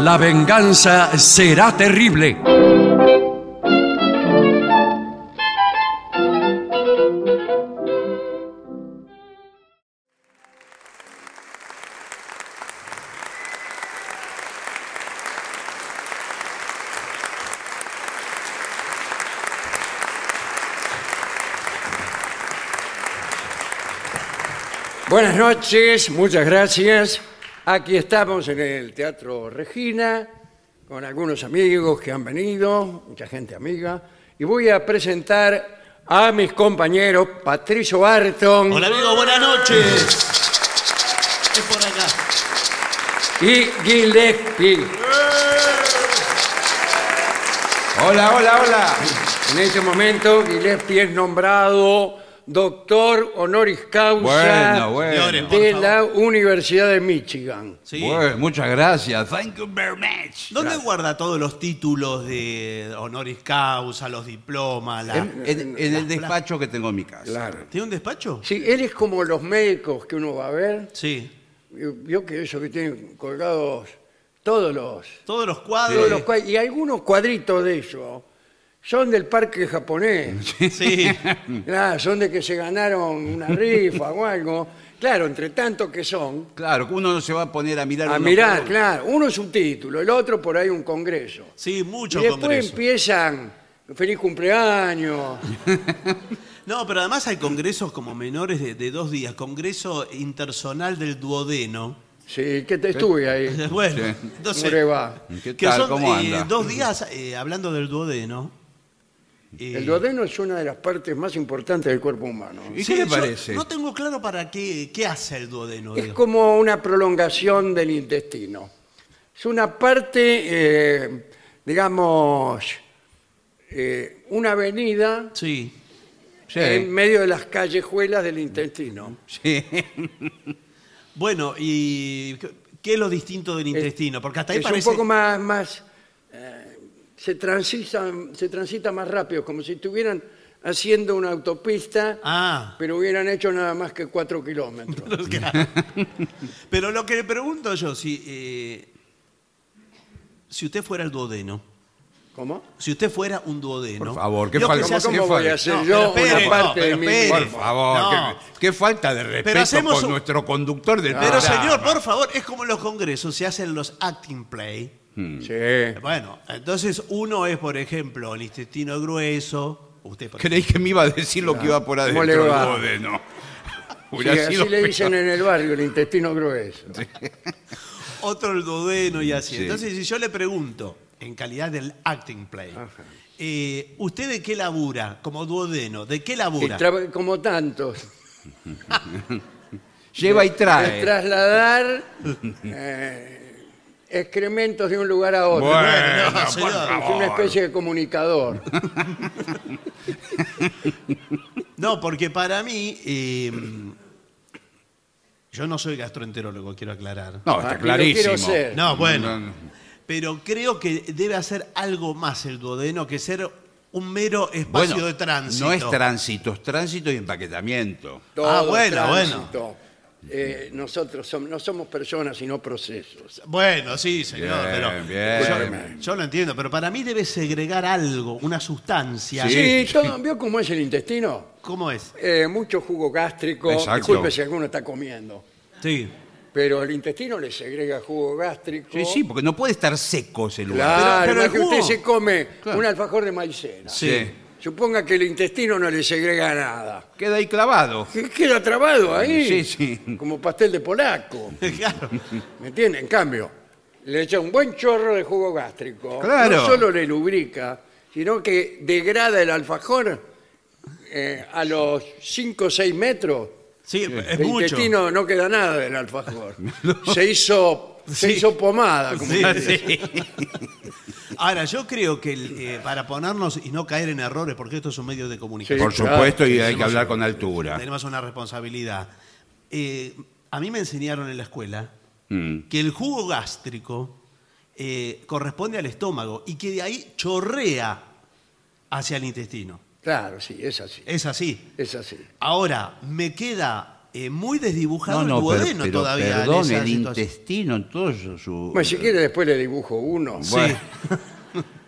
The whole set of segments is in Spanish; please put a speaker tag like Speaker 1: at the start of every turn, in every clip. Speaker 1: La venganza será terrible.
Speaker 2: Buenas noches, muchas gracias. Aquí estamos en el Teatro Regina con algunos amigos que han venido, mucha gente amiga, y voy a presentar a mis compañeros Patricio Barton
Speaker 3: Hola amigo, buenas noches. Es por acá.
Speaker 2: y Gillespie.
Speaker 4: Hola, hola, hola.
Speaker 2: En este momento Gillespie es nombrado doctor honoris causa
Speaker 4: Bueno, bueno.
Speaker 3: Señores, por
Speaker 2: de
Speaker 3: favor.
Speaker 2: la Universidad de Michigan.
Speaker 3: Sí.
Speaker 4: Bueno, muchas gracias. Thank you very much.
Speaker 3: ¿Dónde guarda todos los títulos de honoris causa, los diplomas? la-
Speaker 4: En, en- en el despacho que tengo en mi casa.
Speaker 2: Claro.
Speaker 3: ¿Tiene un despacho?
Speaker 2: Sí, él es como los médicos que uno va a ver.
Speaker 3: Sí.
Speaker 2: Yo- Vio que eso que tienen colgados todos los,
Speaker 3: Todos los
Speaker 2: todos los
Speaker 3: cuadros.
Speaker 2: cua- y algunos cuadritos de eso son del parque japonés.
Speaker 3: Sí.
Speaker 2: Claro, son de que se ganaron una rifa o algo. Claro, entre tanto que son.
Speaker 4: Claro, que uno no se va a poner a mirar.
Speaker 2: A
Speaker 4: uno
Speaker 2: mirar,
Speaker 4: por uno.
Speaker 2: claro, uno es un título, el otro por ahí un congreso.
Speaker 3: Sí, muchos
Speaker 2: y después
Speaker 3: congresos.
Speaker 2: empiezan feliz cumpleaños.
Speaker 3: No, pero además hay congresos como menores de, de dos días. Congreso intersonal del duodeno.
Speaker 2: Sí, que te estuve ahí.
Speaker 3: Bueno,
Speaker 4: Sí.
Speaker 2: ¿Cómo
Speaker 3: entonces...
Speaker 2: le va?
Speaker 4: ¿Qué
Speaker 3: que
Speaker 4: tal?
Speaker 3: son,
Speaker 4: ¿Cómo
Speaker 3: eh,
Speaker 4: anda?
Speaker 3: dos días eh, hablando del duodeno. Eh,
Speaker 2: El duodeno es una de las partes más importantes del cuerpo humano.
Speaker 4: ¿Y
Speaker 3: sí,
Speaker 4: qué le
Speaker 3: yo
Speaker 4: parece?
Speaker 3: No tengo claro para qué, qué hace el duodeno.
Speaker 2: Es
Speaker 3: digo.
Speaker 2: como una prolongación del intestino. Es una parte, eh, digamos, eh, una avenida
Speaker 3: Sí.
Speaker 4: Sí,
Speaker 3: eh,
Speaker 2: en medio de las callejuelas del intestino.
Speaker 4: sí.
Speaker 3: Bueno, ¿y qué- qué es lo distinto del intestino? Porque hasta ahí
Speaker 2: es
Speaker 3: parece...
Speaker 2: un poco más, más eh, se, transita, se transita más rápido, como si estuvieran haciendo una autopista,
Speaker 3: Ah,
Speaker 2: pero hubieran hecho nada más que cuatro kilómetros.
Speaker 3: claro. Pero lo que le pregunto yo, si, eh, si usted fuera el duodeno,
Speaker 2: ¿Cómo?
Speaker 3: si usted fuera un duodeno...
Speaker 4: Por favor, qué
Speaker 3: lo que
Speaker 4: falta-
Speaker 3: se hace-
Speaker 4: ¿Qué
Speaker 2: ¿Cómo voy
Speaker 4: fue?
Speaker 2: a hacer
Speaker 3: No,
Speaker 2: yo
Speaker 3: pero espere,
Speaker 2: una parte
Speaker 3: no,
Speaker 2: de
Speaker 3: pero
Speaker 2: mi
Speaker 3: espere.
Speaker 4: Por
Speaker 2: cuerpo?
Speaker 4: favor,
Speaker 3: No.
Speaker 4: qué, qué falta de respeto
Speaker 3: hacemos
Speaker 4: por
Speaker 3: un-
Speaker 4: nuestro conductor del
Speaker 3: Pero
Speaker 4: programa.
Speaker 3: señor, por favor, es como en los congresos, se hacen los acting play.
Speaker 2: Sí.
Speaker 3: Eh, Bueno, entonces uno es, por ejemplo, el intestino grueso. Usted, por
Speaker 4: Creí que me iba a decir lo que iba por
Speaker 2: Ah, ¿Cómo
Speaker 4: adentro
Speaker 2: le va?
Speaker 4: del duodeno.
Speaker 2: Sí,
Speaker 4: Hubiera sido
Speaker 2: así le
Speaker 4: peor.
Speaker 2: dicen en el barrio, el intestino grueso.
Speaker 3: otro el duodeno y así.
Speaker 4: Sí.
Speaker 3: Entonces, si yo le pregunto, en calidad del acting play, eh, ¿usted de qué labura como duodeno? ¿De qué
Speaker 2: Y
Speaker 3: labura?
Speaker 2: tra- como tantos.
Speaker 4: Lleva y
Speaker 2: Es
Speaker 4: trae.
Speaker 2: trasladar eh, excrementos de un lugar a otro.
Speaker 4: Bueno,
Speaker 3: Bueno,
Speaker 4: por
Speaker 3: señor.
Speaker 2: es una
Speaker 4: favor.
Speaker 2: especie de comunicador.
Speaker 3: No, porque para mí, eh, yo no soy gastroenterólogo, quiero aclarar.
Speaker 4: No,
Speaker 2: Ah,
Speaker 4: está
Speaker 2: pero
Speaker 4: clarísimo.
Speaker 2: quiero ser.
Speaker 3: No, bueno.
Speaker 4: No, no.
Speaker 3: Pero creo que debe hacer algo más el duodeno que ser un mero espacio
Speaker 4: Bueno,
Speaker 3: de tránsito.
Speaker 4: no es tránsito, es tránsito y empaquetamiento.
Speaker 2: Todo
Speaker 3: Ah, bueno,
Speaker 2: tránsito. Eh, nosotros som- no somos personas, sino procesos.
Speaker 3: Bueno, sí, señor,
Speaker 4: Bien,
Speaker 3: pero
Speaker 4: bien.
Speaker 3: Yo, yo lo entiendo, pero para mí debe segregar algo, una sustancia.
Speaker 4: Sí.
Speaker 2: Sí, todo, ¿vio cómo es el intestino?
Speaker 3: ¿Cómo es?
Speaker 2: Eh, mucho jugo gástrico.
Speaker 4: Exacto.
Speaker 2: Disculpe si alguno está comiendo.
Speaker 3: Sí.
Speaker 2: Pero el intestino le segrega jugo gástrico.
Speaker 4: Sí, sí, porque no puede estar seco ese lugar.
Speaker 2: Claro,
Speaker 3: Pero- pero
Speaker 2: no
Speaker 3: el
Speaker 2: es que usted
Speaker 3: jugo-
Speaker 2: se come
Speaker 4: Claro.
Speaker 2: un alfajor de maicena.
Speaker 3: Sí.
Speaker 2: Suponga que el intestino no le segrega nada.
Speaker 4: Queda ahí clavado.
Speaker 2: Que Queda trabado ahí.
Speaker 4: Sí, sí.
Speaker 2: Como pastel de polaco.
Speaker 3: Claro.
Speaker 2: ¿Me entiende? En cambio, le echa un buen chorro de jugo gástrico.
Speaker 4: Claro.
Speaker 2: No solo le lubrica, sino que degrada el alfajor eh, a los 5 o 6 metros.
Speaker 3: Sí, es
Speaker 2: el
Speaker 3: mucho.
Speaker 2: intestino no queda nada del alfajor. Se hizo. Se
Speaker 3: Sí.
Speaker 2: hizo pomada. como
Speaker 3: Sí,
Speaker 2: se dice.
Speaker 3: sí. Ahora, yo creo que el, eh, para ponernos y no caer en errores, porque esto es un medio de comunicación.
Speaker 4: Por
Speaker 2: Sí, claro,
Speaker 4: supuesto, y
Speaker 2: sí,
Speaker 4: hay
Speaker 3: sí,
Speaker 4: que
Speaker 3: sí.
Speaker 4: hablar con altura.
Speaker 3: Tenemos una responsabilidad. Eh, a mí me enseñaron en la escuela
Speaker 4: Mm.
Speaker 3: que el jugo gástrico eh, corresponde al estómago y que de ahí chorrea hacia el intestino.
Speaker 2: Claro, sí, es así.
Speaker 3: Es así.
Speaker 2: Es así.
Speaker 3: Ahora, me queda eh, muy desdibujado
Speaker 5: No,
Speaker 3: el
Speaker 5: no, pero,
Speaker 3: duodeno
Speaker 5: pero
Speaker 3: todavía. en
Speaker 5: perdón,
Speaker 3: esa
Speaker 5: el
Speaker 3: situación.
Speaker 5: intestino, todo eso, su...
Speaker 2: Bueno, si quiere después le dibujo uno
Speaker 3: Sí.
Speaker 5: Bueno.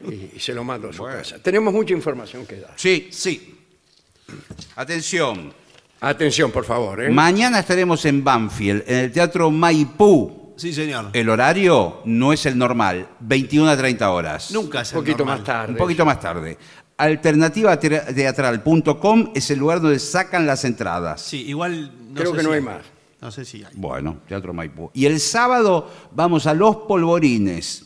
Speaker 2: y, y se lo mando a su casa. Tenemos mucha información que dar.
Speaker 4: Sí, sí. Atención.
Speaker 2: Atención, por favor. ¿eh?
Speaker 5: Mañana estaremos en Banfield, en el Teatro Maipú.
Speaker 3: Sí, señor.
Speaker 2: Eh,
Speaker 5: El horario no es el normal, 21 a 30 horas.
Speaker 3: Nunca es
Speaker 2: Un
Speaker 3: el
Speaker 2: poquito
Speaker 3: normal.
Speaker 2: más tarde.
Speaker 5: Un poquito más tarde. Alternativateatral.com es el lugar donde sacan las entradas.
Speaker 3: Sí, igual.
Speaker 2: Creo
Speaker 3: sé
Speaker 2: que no
Speaker 3: si-
Speaker 2: hay más.
Speaker 3: No sé si hay.
Speaker 5: Bueno, Teatro Maipú. Y el sábado vamos a Los Polvorines,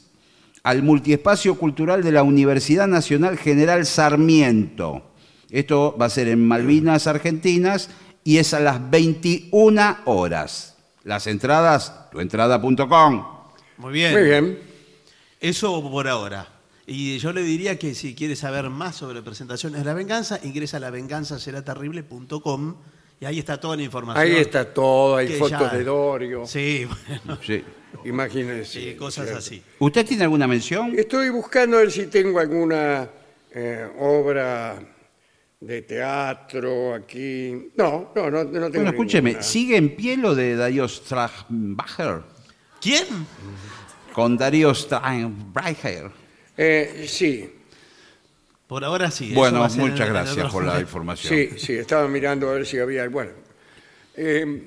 Speaker 5: al multiespacio cultural de la Universidad Nacional General Sarmiento. Esto va a ser en Malvinas, Argentinas, y es a las 21 horas. Las entradas, tuentrada.com.
Speaker 3: Muy bien.
Speaker 2: Muy bien.
Speaker 3: Eso por ahora. Y yo le diría que si quiere saber más sobre presentaciones de la venganza, ingresa a lavenganzaseraterrible.com y ahí está toda la información.
Speaker 2: Ahí está todo, hay
Speaker 3: Que
Speaker 2: fotos
Speaker 3: ya-
Speaker 2: de Dorio,
Speaker 3: Sí, bueno,
Speaker 5: Sí.
Speaker 2: imagínense.
Speaker 3: sí, cosas
Speaker 2: ¿cierto?
Speaker 3: así.
Speaker 5: ¿Usted tiene alguna mención?
Speaker 2: Estoy buscando a ver si tengo alguna eh, obra de teatro aquí. No, no, no, no tengo.
Speaker 5: Bueno, escúcheme,
Speaker 2: ninguna.
Speaker 5: ¿sigue en pie lo de Darío Strachbacher?
Speaker 3: ¿Quién?
Speaker 5: Con Darío Strachbacher.
Speaker 2: Eh, sí,
Speaker 3: Por ahora sí. eso va
Speaker 5: Bueno,
Speaker 3: a ser
Speaker 5: muchas
Speaker 3: en- en
Speaker 5: gracias
Speaker 3: otro-
Speaker 5: por la información.
Speaker 2: sí, sí, estaba mirando a ver si había. Bueno, Eh,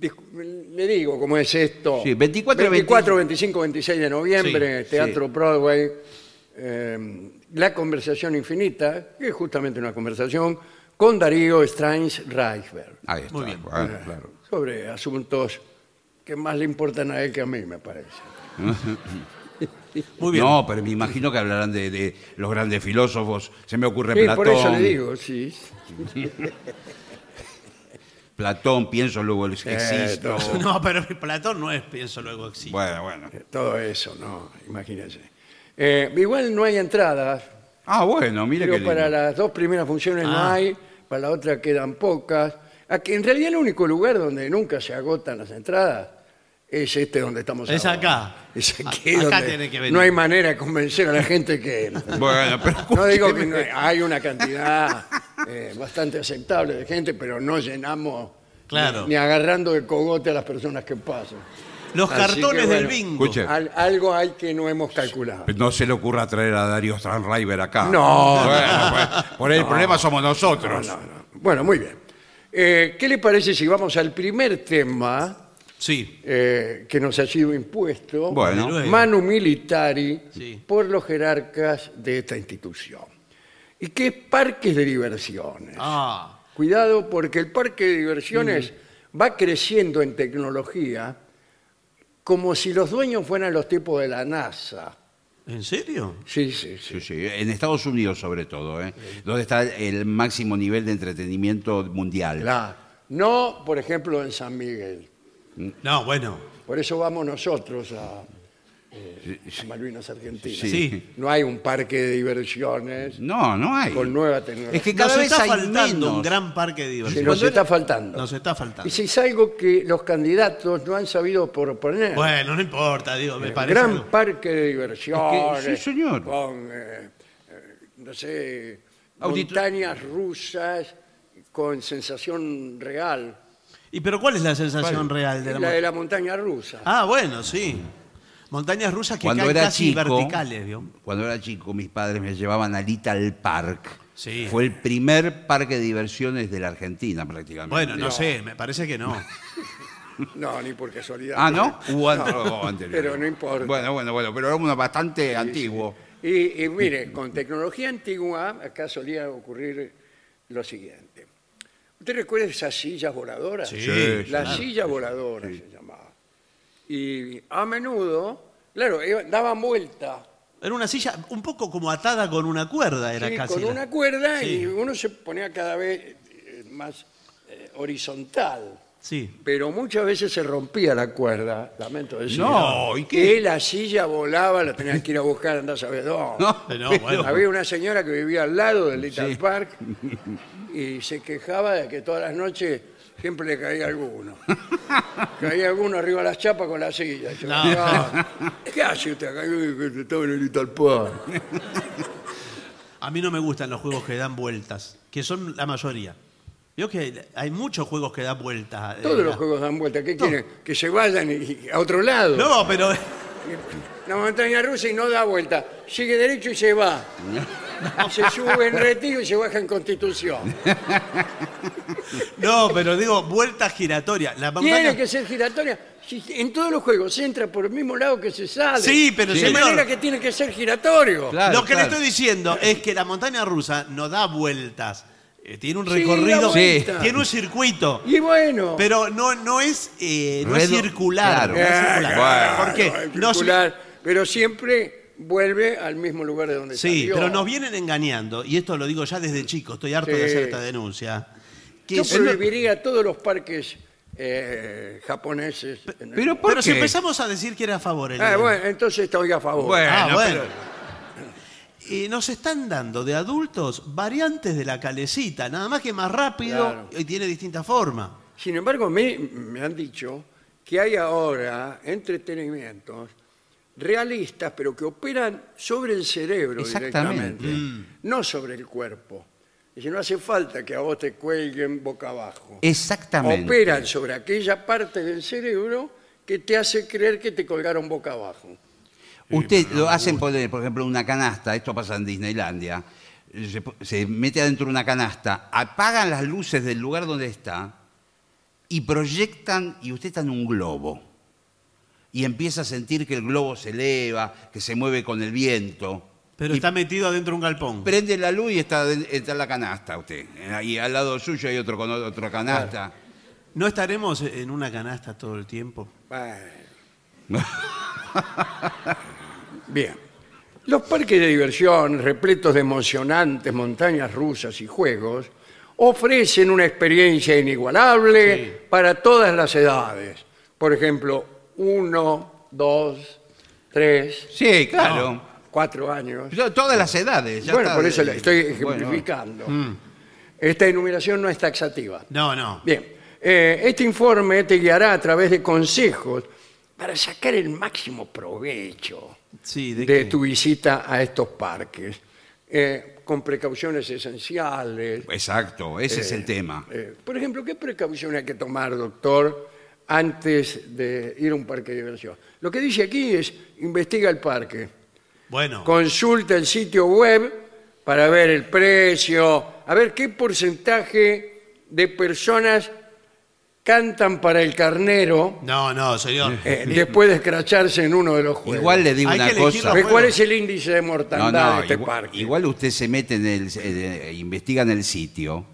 Speaker 2: discu- le digo cómo es esto.
Speaker 5: Sí, 24,
Speaker 2: 25, 26 de noviembre, Teatro Broadway. eh, la conversación infinita, que es justamente una conversación con Darío Strange Reichberg.
Speaker 5: Ahí está.
Speaker 3: Muy bien.
Speaker 5: Bueno, claro.
Speaker 2: sobre asuntos que más le importan a él que a mí, me parece.
Speaker 3: Muy bien.
Speaker 5: No, pero me imagino que hablarán de, de los grandes filósofos. Se me ocurre
Speaker 2: Sí,
Speaker 5: Platón.
Speaker 2: por eso le digo, sí.
Speaker 5: Platón, pienso, luego existo.
Speaker 2: todo.
Speaker 3: No, pero Platón no es, pienso luego sí.
Speaker 5: Bueno, bueno.
Speaker 2: Todo eso, no, imagínense. Eh, igual no hay entradas,
Speaker 5: Ah, bueno, mire
Speaker 2: pero
Speaker 5: que
Speaker 2: para las dos primeras funciones no
Speaker 3: Ah.
Speaker 2: hay, para la otra quedan pocas. Aquí, en realidad el único lugar donde nunca se agotan las entradas es este donde estamos
Speaker 3: Es
Speaker 2: ahora.
Speaker 3: acá.
Speaker 2: Es aquí
Speaker 3: A- acá
Speaker 2: donde
Speaker 3: tiene que venir.
Speaker 2: no hay manera de convencer a la gente que entre.
Speaker 5: Bueno, pero
Speaker 2: No digo que no- hay una cantidad eh, bastante aceptable de gente, pero no llenamos
Speaker 3: Claro.
Speaker 2: ni, ni agarrando de cogote a las personas que pasan.
Speaker 3: Los
Speaker 2: Así
Speaker 3: cartones
Speaker 2: que,
Speaker 3: del
Speaker 2: bueno,
Speaker 3: bingo.
Speaker 5: escuche.
Speaker 2: Al- algo hay que no hemos calculado.
Speaker 5: no se le ocurra traer a Darío Stranriver acá.
Speaker 2: No,
Speaker 5: Bueno, pues, por el problema somos nosotros.
Speaker 2: Bueno, muy bien. Eh, ¿Qué le parece si vamos al primer tema
Speaker 3: Sí.
Speaker 2: eh, que nos ha sido impuesto?
Speaker 5: Bueno.
Speaker 3: Desde luego.
Speaker 2: Manu Militari
Speaker 3: Sí.
Speaker 2: por los jerarcas de esta institución. ¿Y qué parques de diversiones?
Speaker 3: Ah,
Speaker 2: Cuidado porque el parque de diversiones va creciendo en tecnología como si los dueños fueran los tipos de la NASA.
Speaker 3: ¿en serio?
Speaker 2: Sí, sí, sí.
Speaker 5: Sí, sí, en Estados Unidos sobre todo, ¿eh? donde está el máximo nivel de entretenimiento mundial.
Speaker 2: Claro. No, por ejemplo, en San Miguel.
Speaker 3: No, bueno.
Speaker 2: Por eso vamos nosotros a, eh, a Malvinas Argentinas.
Speaker 5: Sí.
Speaker 3: Sí.
Speaker 2: No hay un parque de diversiones
Speaker 5: No, no hay.
Speaker 2: con nueva tecnología.
Speaker 5: Es que cada
Speaker 3: nos
Speaker 5: vez
Speaker 3: está
Speaker 5: hay
Speaker 3: faltando
Speaker 5: menos.
Speaker 3: un gran parque de
Speaker 2: Que
Speaker 3: diversión.
Speaker 2: nos está faltando.
Speaker 3: Nos está
Speaker 2: Y
Speaker 3: faltando.
Speaker 2: si es algo que los candidatos no han sabido proponer.
Speaker 3: Bueno, no importa, digo, me parece.
Speaker 2: gran
Speaker 3: algo.
Speaker 2: parque de diversiones.
Speaker 5: Es que- sí, señor.
Speaker 2: Con, eh, eh, no sé,
Speaker 5: Audito-
Speaker 2: montañas rusas con sensación real.
Speaker 3: ¿Y pero cuál es la sensación real
Speaker 2: la
Speaker 3: de la, montaña?
Speaker 2: de la montaña rusa.
Speaker 3: Ah, bueno, sí. Montañas rusas que
Speaker 5: cuando
Speaker 3: caen
Speaker 5: era
Speaker 3: casi
Speaker 5: chico,
Speaker 3: verticales, ¿vio?
Speaker 5: cuando era chico, mis padres me llevaban a Little Park.
Speaker 3: Sí.
Speaker 5: Fue el primer parque de diversiones de la Argentina, prácticamente.
Speaker 3: Bueno, no sé, me parece que no.
Speaker 2: No, ni por casualidad.
Speaker 5: Ah, ¿no? Hubo antes- hubo anterior.
Speaker 2: pero no importa.
Speaker 5: Bueno, bueno, bueno, pero era uno bastante antiguo.
Speaker 2: Y, y mire, con tecnología antigua, acá solía ocurrir lo siguiente. ¿Usted recuerda esas sillas voladoras?
Speaker 3: Sí,
Speaker 5: Sí,
Speaker 2: La
Speaker 5: claro.
Speaker 2: silla voladora se llamaba. Y a menudo, claro, iba- daban vuelta
Speaker 3: Era una silla un poco como atada con una cuerda, era
Speaker 2: sí,
Speaker 3: casi.
Speaker 2: con
Speaker 3: la-
Speaker 2: una cuerda
Speaker 3: Sí.
Speaker 2: y uno se ponía cada vez eh, más eh, horizontal.
Speaker 3: Sí.
Speaker 2: Pero muchas veces se rompía la cuerda, lamento decir.
Speaker 5: No, ¿y qué?
Speaker 2: Y la silla volaba, la tenían que ir a buscar, andás a ver dónde.
Speaker 5: No,
Speaker 3: Pero
Speaker 5: pero-
Speaker 3: bueno.
Speaker 2: Había una señora que vivía al lado del Little Park y se quejaba de que todas las noches siempre le caía alguno. caía alguno arriba de las chapas con la silla. Yo,
Speaker 3: No.
Speaker 2: "Ah, ¿Qué hace usted acá? Yo, que Estaba en el Little Park.
Speaker 3: A mí no me gustan los juegos que dan vueltas, que son la mayoría. Vio que hay muchos juegos que dan vuelta. eh,
Speaker 2: Todos los
Speaker 3: la-
Speaker 2: juegos dan vuelta. ¿Qué quieren? Que se vayan y- y a otro lado.
Speaker 3: No, pero
Speaker 2: La montaña rusa y no da vuelta. Sigue derecho y se va. Y se sube en retiro y se baja en constitución.
Speaker 3: no, pero digo, vuelta giratoria. La
Speaker 2: Tiene
Speaker 3: montaña-
Speaker 2: que ser giratoria. Si- En todos los juegos se entra por el mismo lado que se sale.
Speaker 3: Sí, pero
Speaker 2: De
Speaker 3: señor.
Speaker 2: manera que tiene que ser giratorio.
Speaker 5: Claro,
Speaker 3: Lo que
Speaker 5: claro.
Speaker 3: le estoy diciendo es que la montaña rusa no da vueltas. Eh, tiene un
Speaker 2: Sí,
Speaker 3: recorrido,
Speaker 2: da vuelta.
Speaker 3: tiene un circuito.
Speaker 2: Y bueno.
Speaker 3: Pero no, no es, eh, no es
Speaker 5: Redo-
Speaker 3: circular.
Speaker 5: claro.
Speaker 3: no es
Speaker 2: Ah,
Speaker 3: circular.
Speaker 4: claro,
Speaker 3: ¿Por qué?
Speaker 2: Bueno,
Speaker 3: Nos-
Speaker 2: circular, pero siempre vuelve al mismo lugar de donde
Speaker 3: sí,
Speaker 2: salió.
Speaker 3: pero nos vienen engañando, y esto lo digo ya desde chico, estoy harto
Speaker 2: Sí.
Speaker 3: de hacer esta denuncia. Que
Speaker 2: Yo
Speaker 3: si no-
Speaker 2: prohibiría todos los parques eh, japoneses. en el-
Speaker 5: Pero ¿por
Speaker 3: pero si
Speaker 5: qué?
Speaker 3: empezamos a decir que era a favor el
Speaker 2: Ah, bueno, entonces estoy a favor.
Speaker 4: Bueno,
Speaker 3: Ah, bueno.
Speaker 4: pero-
Speaker 3: Eh, nos están dando de adultos variantes de la calecita, nada más que más rápido
Speaker 2: Claro.
Speaker 3: y tiene distinta forma.
Speaker 2: Sin embargo, me, me han dicho que hay ahora entretenimientos realistas, pero que operan sobre el cerebro
Speaker 5: Exactamente.
Speaker 2: directamente, no sobre el cuerpo. Y si no hace falta que a vos te cuelguen boca abajo.
Speaker 5: Exactamente.
Speaker 2: Operan sobre aquella parte del cerebro que te hace creer que te colgaron boca abajo.
Speaker 5: Usted lo hacen poner, por ejemplo, una canasta, esto pasa en Disneylandia, se, po- se mete adentro una canasta, apagan las luces del lugar donde está y proyectan, y usted está en un globo. Y empieza a sentir que el globo se eleva, que se mueve con el viento.
Speaker 3: Pero
Speaker 5: y
Speaker 3: está metido adentro de un galpón.
Speaker 5: prende la luz y está, de- está la canasta usted. Y al lado suyo hay otro con o- otra canasta.
Speaker 3: ¿No estaremos en una canasta todo el tiempo?
Speaker 2: Bueno. Bien. Los parques de diversión, repletos de emocionantes montañas rusas y juegos, ofrecen una experiencia inigualable para todas las edades. Por ejemplo, uno, dos, tres,
Speaker 5: Sí, claro.
Speaker 2: cuatro años.
Speaker 5: Yo- Todas las edades. ya
Speaker 2: bueno,
Speaker 5: está.
Speaker 2: por eso le estoy
Speaker 5: Bueno. Mm.
Speaker 2: ejemplificando. Esta enumeración no es taxativa.
Speaker 3: No, no.
Speaker 2: Bien, eh, este informe te guiará a través de consejos para sacar el máximo provecho
Speaker 3: Sí,
Speaker 2: de,
Speaker 3: ¿de qué?
Speaker 2: tu visita a estos parques, eh, con precauciones esenciales.
Speaker 5: Exacto, ese es el tema.
Speaker 2: Eh, por ejemplo, ¿qué precauciones hay que tomar, doctor, antes de ir a un parque de diversión? Lo que dice aquí es, investiga el parque,
Speaker 3: Bueno,
Speaker 2: consulta el sitio web para ver el precio, a ver qué porcentaje de personas cantan para el carnero
Speaker 3: no, no, señor.
Speaker 2: eh, después de escracharse en uno de los juegos.
Speaker 5: Igual le digo
Speaker 3: Hay que
Speaker 5: una
Speaker 3: elegir
Speaker 5: cosa.
Speaker 3: los
Speaker 2: Ve ¿Cuál
Speaker 3: bueno.
Speaker 2: es el índice de
Speaker 5: No,
Speaker 2: mortandad
Speaker 5: no,
Speaker 2: de este
Speaker 5: igual,
Speaker 2: parque?
Speaker 5: igual usted se mete en el. eh, eh, investiga en el sitio.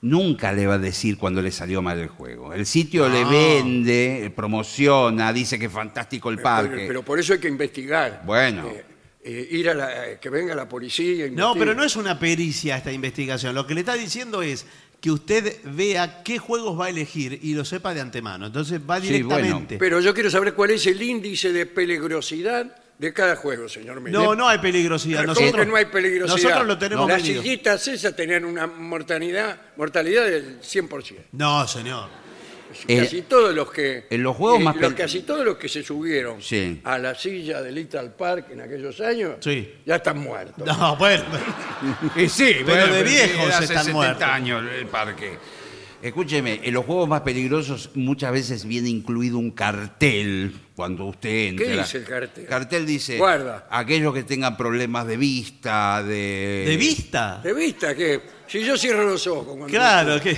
Speaker 5: Nunca le va a decir cuando le salió mal el juego. El sitio le
Speaker 3: No.
Speaker 5: vende, promociona, dice que es fantástico el
Speaker 2: Pero-
Speaker 5: parque.
Speaker 2: Pero por eso hay que investigar.
Speaker 5: Bueno.
Speaker 2: Eh, eh, ir a la- eh, que venga la policía.
Speaker 3: No, pero no
Speaker 2: es
Speaker 3: es una pericia esta investigación. Lo que le está diciendo es que usted vea qué juegos va a elegir y lo sepa de antemano. Entonces va
Speaker 5: Sí, bueno.
Speaker 3: directamente.
Speaker 2: Pero yo quiero saber cuál es el índice de peligrosidad de cada juego, señor Miller.
Speaker 3: No, no hay peligrosidad.
Speaker 2: Pero
Speaker 3: Nosotros,
Speaker 2: ¿cómo que no hay peligrosidad?
Speaker 3: Nosotros lo tenemos
Speaker 2: Las
Speaker 3: medido.
Speaker 2: sillitas esas tenían una mortalidad, mortalidad del 100%.
Speaker 3: No, señor.
Speaker 5: Eh,
Speaker 2: casi todos los que...
Speaker 5: en los juegos
Speaker 2: eh,
Speaker 5: más
Speaker 2: los-
Speaker 5: pel-
Speaker 2: Casi todos los que se subieron
Speaker 5: Sí.
Speaker 2: a la silla de Little Park en aquellos años,
Speaker 3: Sí.
Speaker 2: ya están muertos.
Speaker 3: No, bueno.
Speaker 5: Y sí,
Speaker 3: Pero de
Speaker 5: sí,
Speaker 3: viejos
Speaker 5: hace
Speaker 3: están
Speaker 5: 70
Speaker 3: muertos.
Speaker 5: años el parque. Escúcheme, en los juegos más peligrosos muchas veces viene incluido un cartel cuando usted entra.
Speaker 2: dice el cartel?
Speaker 5: Cartel dice,
Speaker 2: Guarda.
Speaker 5: aquellos que tengan problemas de vista, de...
Speaker 3: ¿De vista?
Speaker 2: ¿Te vista que si yo cierro los ojos cuando...
Speaker 3: Claro, que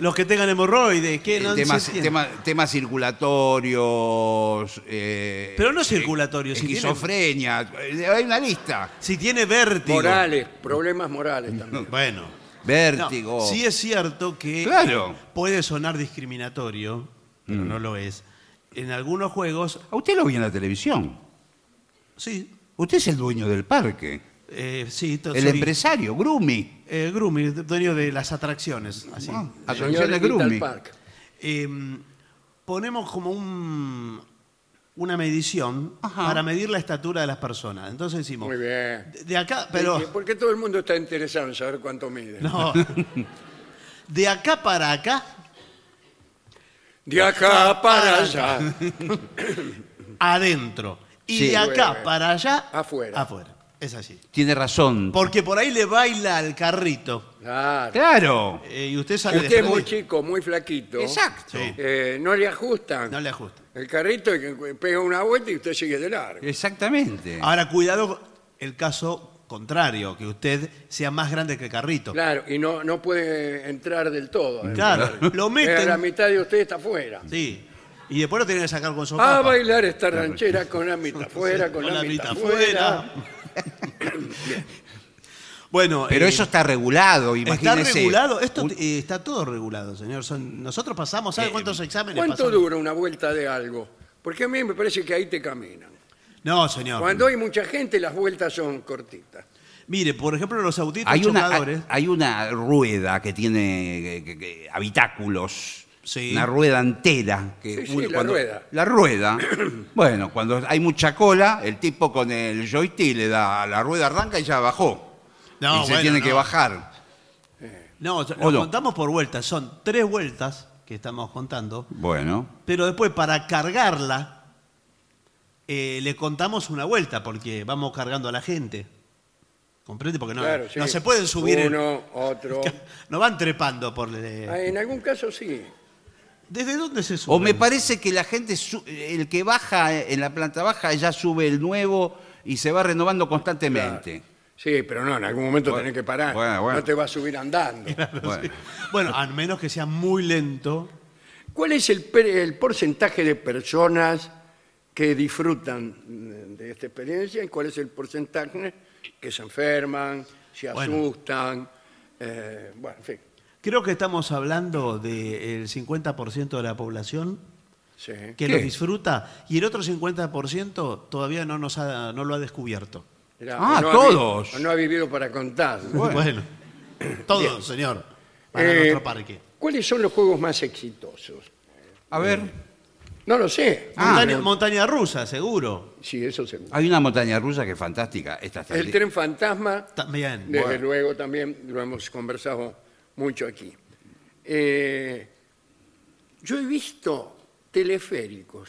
Speaker 3: los que tengan hemorroides, que no se
Speaker 5: temas,
Speaker 3: entiende.
Speaker 5: tema- temas circulatorios. eh,
Speaker 3: Pero no circulatorios, si tiene-
Speaker 5: Esquizofrenia. eh, Hay una lista.
Speaker 3: Si tiene vértigo.
Speaker 2: Morales, problemas morales también.
Speaker 3: Bueno. No,
Speaker 5: Vértigo.
Speaker 3: sí es cierto que
Speaker 5: Claro. Mm.
Speaker 3: puede sonar discriminatorio, pero no lo es. En algunos juegos,
Speaker 5: A usted lo vio en la televisión.
Speaker 3: sí.
Speaker 5: Usted es el dueño del parque.
Speaker 3: eh, sí to-
Speaker 5: El
Speaker 3: soy,
Speaker 5: empresario, Grumi.
Speaker 3: eh, Grumi, dueño de las atracciones. así.
Speaker 5: Ah,
Speaker 2: Señor
Speaker 5: atracción de
Speaker 2: Little
Speaker 5: Grumi.
Speaker 2: Park.
Speaker 3: Eh, ponemos como un- una medición
Speaker 5: Ajá.
Speaker 3: para medir la estatura de las personas. Entonces decimos,
Speaker 2: Muy bien.
Speaker 3: de- de acá,
Speaker 2: ¿Y
Speaker 3: pero
Speaker 2: ¿Por qué todo el mundo está interesado en saber cuánto mide?
Speaker 3: no, de acá para acá
Speaker 2: De acá para
Speaker 3: Ah.
Speaker 2: allá.
Speaker 3: adentro. Y
Speaker 5: Sí.
Speaker 3: de acá
Speaker 2: Bueno.
Speaker 3: para allá,
Speaker 2: Afuera.
Speaker 3: afuera. Es así.
Speaker 5: Tiene razón.
Speaker 3: Porque por ahí le baila al carrito.
Speaker 2: Claro.
Speaker 5: Claro.
Speaker 3: eh, y usted
Speaker 2: Si
Speaker 3: sale
Speaker 2: usted es muy
Speaker 3: desperdicio.
Speaker 2: chico, muy flaquito.
Speaker 5: Exacto.
Speaker 3: Sí.
Speaker 2: eh, no le ajustan.
Speaker 3: No le ajusta.
Speaker 2: El carrito que pega una vuelta y usted sigue de largo.
Speaker 5: Exactamente.
Speaker 3: Ahora, cuidado el caso contrario, que usted sea más grande que el carrito.
Speaker 2: Claro, y no, no puede entrar del todo. ¿eh?
Speaker 3: Claro, lo
Speaker 2: Eh, la
Speaker 3: meten.
Speaker 2: mitad de usted está afuera.
Speaker 3: Sí. Y después lo tienen que sacar con sopa.
Speaker 2: A bailar esta ranchera con la mitad afuera, Ah, con, la mitad afuera.
Speaker 3: bueno,
Speaker 5: Pero
Speaker 3: eh,
Speaker 5: eso está regulado, imagínese.
Speaker 3: está regulado. Esto eh, está todo regulado, señor. Son- nosotros pasamos,
Speaker 5: Eh,
Speaker 3: ¿sabe cuántos exámenes
Speaker 2: ¿Cuánto
Speaker 3: pasamos?
Speaker 2: dura una vuelta de algo? Porque a mí me parece que ahí te caminan.
Speaker 3: No, señor.
Speaker 2: Cuando hay mucha gente, las vueltas son cortitas.
Speaker 3: Mire, por ejemplo, los autitos
Speaker 5: Hay una, ah,
Speaker 3: chocadores.
Speaker 5: hay- hay una rueda que tiene eh, que- que- habitáculos.
Speaker 3: Sí.
Speaker 5: Una rueda entera. Que
Speaker 2: Sí, sí, la
Speaker 5: cuando-
Speaker 2: rueda.
Speaker 5: La rueda. bueno, cuando hay mucha cola, el tipo con el joystick le da a la rueda arranca y ya bajó.
Speaker 3: No,
Speaker 5: y
Speaker 3: bueno,
Speaker 5: se tiene
Speaker 3: no.
Speaker 5: que bajar.
Speaker 3: No, lo
Speaker 5: no?
Speaker 3: contamos por vueltas. Son tres vueltas que estamos contando.
Speaker 5: Bueno.
Speaker 3: Pero después, para cargarla, eh, le contamos una vuelta, porque vamos cargando a la gente. ¿Comprende? Porque no,
Speaker 2: Claro, sí.
Speaker 3: no se pueden subir. en-
Speaker 2: Uno, otro.
Speaker 3: no van trepando por. eh,
Speaker 2: Ah, En algún caso sí.
Speaker 3: ¿Desde dónde se suben?
Speaker 5: O me parece que la gente, su- el que baja eh, en la planta baja, ya sube el nuevo y se va renovando constantemente.
Speaker 2: Sí, pero no, en algún momento
Speaker 5: Bueno,
Speaker 2: tenés que parar.
Speaker 5: bueno, bueno.
Speaker 2: No te vas a subir andando.
Speaker 5: Bueno.
Speaker 3: Bueno, al menos que sea muy lento.
Speaker 2: ¿Cuál es el, per- el porcentaje de personas que disfrutan de esta experiencia y cuál es el porcentaje que se enferman, se
Speaker 3: Bueno.
Speaker 2: asustan? eh, bueno, en fin.
Speaker 3: Creo que estamos hablando del 50% de la población
Speaker 2: sí.
Speaker 3: que
Speaker 5: ¿Qué?
Speaker 3: lo disfruta y el otro 50% todavía no, nos ha- no lo ha descubierto.
Speaker 2: Era-
Speaker 5: Ah,
Speaker 2: o no ha
Speaker 5: todos.
Speaker 2: vi- o no ha vivido para contar.
Speaker 3: Bueno, todo, señor, para
Speaker 2: Eh,
Speaker 3: nuestro parque.
Speaker 2: ¿Cuáles son los juegos más exitosos?
Speaker 5: A ver,
Speaker 2: No lo sé.
Speaker 5: Ah,
Speaker 3: montaña,
Speaker 2: pero-
Speaker 3: montaña rusa, seguro.
Speaker 2: sí, eso seguro.
Speaker 5: hay una montaña rusa que es fantástica. Esta está
Speaker 2: El
Speaker 5: li-
Speaker 2: tren fantasma
Speaker 3: También.
Speaker 2: Desde luego también lo hemos conversado mucho aquí. Eh, yo he visto teleféricos.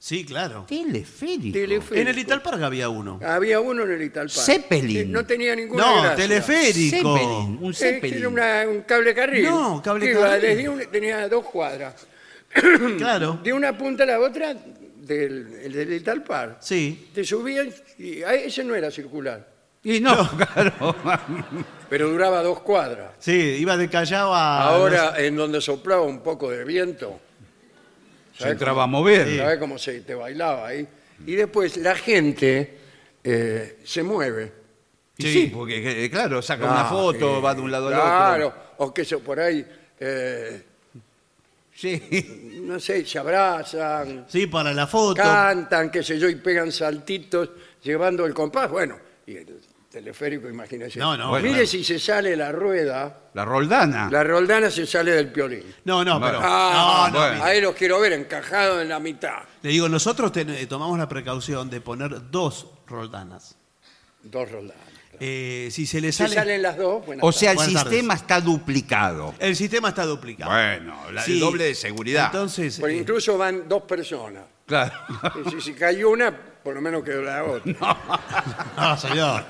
Speaker 3: Sí, claro.
Speaker 5: Teleférico.
Speaker 2: Teleférico.
Speaker 3: En el Italpark había uno.
Speaker 2: Había uno en el Italpark.
Speaker 5: Zeppelin.
Speaker 2: Eh, No tenía ninguna
Speaker 3: No,
Speaker 2: gracia.
Speaker 3: teleférico.
Speaker 5: Zeppelin, un
Speaker 2: Eh,
Speaker 5: Zeppelin.
Speaker 2: Era una- un cable carril.
Speaker 3: No, cable
Speaker 2: Que iba
Speaker 3: carril.
Speaker 2: desde un- tenía dos cuadras.
Speaker 3: Claro.
Speaker 2: De una punta a la otra del, el del Italpark.
Speaker 3: Sí.
Speaker 2: Te subían y ah, ese no era circular,
Speaker 5: Y no, claro.
Speaker 2: pero duraba dos cuadras.
Speaker 3: Sí, iba de Callao a.
Speaker 2: Ahora, en donde soplaba un poco de viento.
Speaker 5: Se entraba a mover.
Speaker 2: ¿Sabes cómo se te bailaba ahí? Y después la gente eh, se mueve.
Speaker 5: Y Sí, porque eh, claro, saca una
Speaker 2: Ah,
Speaker 5: foto,
Speaker 2: eh,
Speaker 5: va de un lado al
Speaker 2: Claro,
Speaker 5: otro.
Speaker 2: o que se- por ahí, eh,
Speaker 5: Sí.
Speaker 2: no sé, se abrazan,
Speaker 3: Sí, para la foto.
Speaker 2: cantan, qué sé yo, y pegan saltitos llevando el compás. Bueno, y el teleférico, imagínense.
Speaker 3: No, no,
Speaker 2: Mire
Speaker 3: claro.
Speaker 2: si se sale la rueda,
Speaker 5: La Roldana.
Speaker 2: la roldana se sale del piolín.
Speaker 3: No, no, pero.
Speaker 2: Ah,
Speaker 3: no, no,
Speaker 5: bueno.
Speaker 3: mire.
Speaker 2: ahí los quiero ver encajados en la mitad.
Speaker 3: Le digo, nosotros ten- eh, tomamos la precaución de poner dos roldanas.
Speaker 2: Dos roldanas.
Speaker 3: Eh, si se le
Speaker 2: Si
Speaker 3: sale,
Speaker 2: salen las dos, buenas
Speaker 5: O sea, el
Speaker 3: Buenas
Speaker 5: sistema está duplicado.
Speaker 3: El sistema está duplicado.
Speaker 5: Bueno, la-
Speaker 3: Sí.
Speaker 5: el doble de seguridad.
Speaker 3: Entonces,
Speaker 2: Porque
Speaker 3: eh,
Speaker 2: incluso van dos personas.
Speaker 5: claro.
Speaker 2: Y Si, si cayó una, por lo menos quedó la otra.
Speaker 3: no, señor.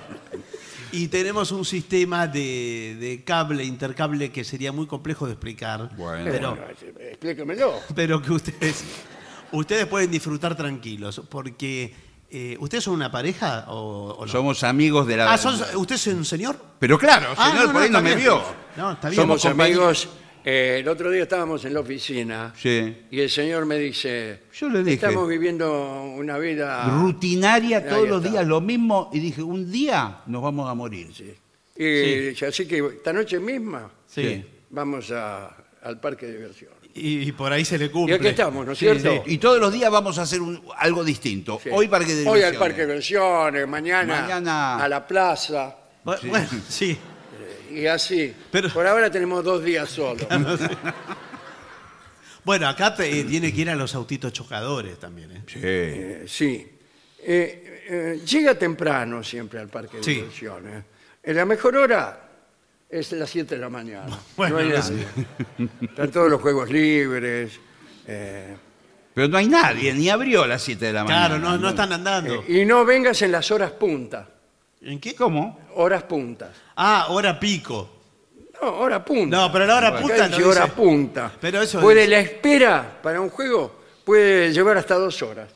Speaker 3: Y tenemos un sistema de, de cable, intercable, que sería muy complejo de explicar.
Speaker 5: Bueno.
Speaker 3: pero,
Speaker 2: Bueno, eh, explíquemelo.
Speaker 3: pero que ustedes, ustedes pueden disfrutar tranquilos. Porque, eh, ¿ustedes son una pareja o, o no?
Speaker 5: Somos amigos de la.
Speaker 3: Ah, ¿son- ¿usted es un señor?
Speaker 5: Pero claro,
Speaker 3: Ah,
Speaker 5: señor, por ahí
Speaker 3: está
Speaker 5: no me
Speaker 3: bien.
Speaker 5: vio.
Speaker 3: No, está bien.
Speaker 2: Somos
Speaker 3: compañía.
Speaker 2: amigos. Eh, el otro día estábamos en la oficina
Speaker 5: Sí.
Speaker 2: y el señor me dice,
Speaker 5: Yo le dije.
Speaker 2: estamos viviendo una vida...
Speaker 5: Rutinaria
Speaker 2: Ah. Ahí
Speaker 5: todos los
Speaker 2: está.
Speaker 5: días, lo mismo. Y dije, un día nos vamos a morir.
Speaker 2: Y dice, así que esta noche misma
Speaker 3: Sí.
Speaker 2: vamos a- al parque de diversión.
Speaker 3: Y, y por ahí se le
Speaker 2: Y
Speaker 3: cumple.
Speaker 2: aquí estamos, ¿no es
Speaker 3: Sí,
Speaker 2: cierto?
Speaker 3: sí.
Speaker 5: Y todos los días vamos a hacer un- algo distinto.
Speaker 2: Sí.
Speaker 5: Hoy parque de
Speaker 2: Hoy al
Speaker 5: diversiones.
Speaker 2: parque de diversiones, mañana,
Speaker 5: Mañana-
Speaker 2: a la plaza
Speaker 3: Bu-
Speaker 5: Sí.
Speaker 3: Bueno, sí.
Speaker 2: y así.
Speaker 3: Pero-
Speaker 2: Por ahora tenemos dos días solos.
Speaker 3: Bueno, acá te- eh, tiene que ir a los autitos chocadores también. ¿eh?
Speaker 5: Sí.
Speaker 2: Eh, sí. Eh, eh, llega temprano siempre al parque de
Speaker 3: Sí.
Speaker 2: diversiones. Eh, La mejor hora es las 7 de la mañana. no
Speaker 3: Bueno,
Speaker 2: hay
Speaker 3: sí.
Speaker 2: nadie. Están todos los juegos libres. eh,
Speaker 5: Pero no hay nadie, ni abrió a las 7 de la mañana.
Speaker 2: Eh,
Speaker 3: Claro, no, no están andando.
Speaker 2: y no vengas en las horas punta.
Speaker 3: ¿En qué?
Speaker 5: ¿Cómo?
Speaker 2: Horas puntas.
Speaker 3: Ah, hora pico.
Speaker 2: No, hora punta.
Speaker 3: No, pero la hora
Speaker 2: Acá
Speaker 3: punta no
Speaker 2: dice hora
Speaker 3: dice-
Speaker 2: punta.
Speaker 3: Pero eso
Speaker 2: puede
Speaker 3: dice-
Speaker 2: la espera para un juego puede llevar hasta dos horas.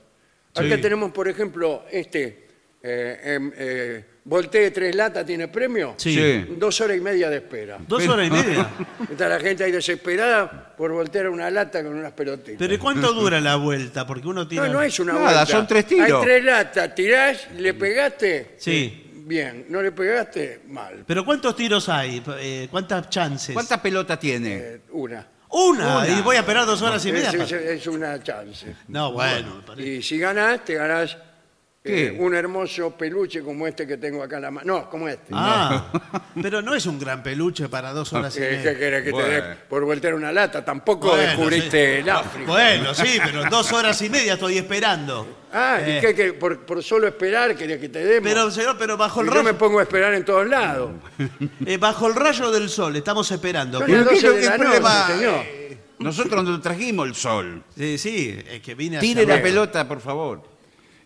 Speaker 2: Acá
Speaker 3: Sí.
Speaker 2: tenemos, por ejemplo, este eh, em, eh, voltee tres latas tiene premio.
Speaker 3: Sí.
Speaker 5: Sí.
Speaker 2: Dos horas y media de espera.
Speaker 3: Dos horas y media.
Speaker 2: Está la gente ahí desesperada por voltear una lata con unas pelotitas.
Speaker 3: Pero ¿y ¿cuánto dura la vuelta? Porque uno tiene.
Speaker 2: No, no es una
Speaker 5: Nada,
Speaker 2: vuelta.
Speaker 5: son tres tiros.
Speaker 2: Hay tres latas, tirás, le pegaste. eh,
Speaker 3: Sí.
Speaker 2: Bien, no le pegaste, mal.
Speaker 3: Pero ¿cuántos tiros hay? Eh, ¿Cuántas chances?
Speaker 5: ¿Cuántas pelotas tiene?
Speaker 2: Eh, Una.
Speaker 3: Una.
Speaker 5: Una.
Speaker 3: Y voy a esperar dos horas y media.
Speaker 2: Es,
Speaker 3: pa-
Speaker 2: es- es una chance.
Speaker 3: No, bueno. me parece.
Speaker 2: Y si ganás, te ganás eh,
Speaker 5: ¿Qué?
Speaker 2: un hermoso peluche como este que tengo acá en la mano. No, como este.
Speaker 3: Ah, pero no es un gran peluche para dos horas y
Speaker 2: Eh, ¿Qué
Speaker 3: media.
Speaker 2: querés que
Speaker 4: Bueno.
Speaker 2: te dé por voltear una lata? Tampoco
Speaker 3: Bueno,
Speaker 2: descubriste el África.
Speaker 3: Bueno, sí, pero dos horas y media estoy esperando.
Speaker 2: Ah, ¿y
Speaker 3: Eh,
Speaker 2: qué, qué? por, por solo esperar querés que te demos?
Speaker 3: Pero, señor, pero bajo el
Speaker 2: Y yo me
Speaker 3: rayo,
Speaker 2: pongo a esperar en todos lados.
Speaker 3: eh, bajo el rayo del sol, estamos esperando.
Speaker 2: Son
Speaker 5: Pero
Speaker 2: las
Speaker 5: ¿qué es
Speaker 2: 12
Speaker 5: lo
Speaker 2: de
Speaker 5: que
Speaker 2: la
Speaker 5: prueba?
Speaker 2: noche, señor.
Speaker 5: Nosotros no trajimos el sol.
Speaker 3: Sí, sí, es que vine a
Speaker 5: Tire la
Speaker 3: saber.
Speaker 5: pelota, por favor.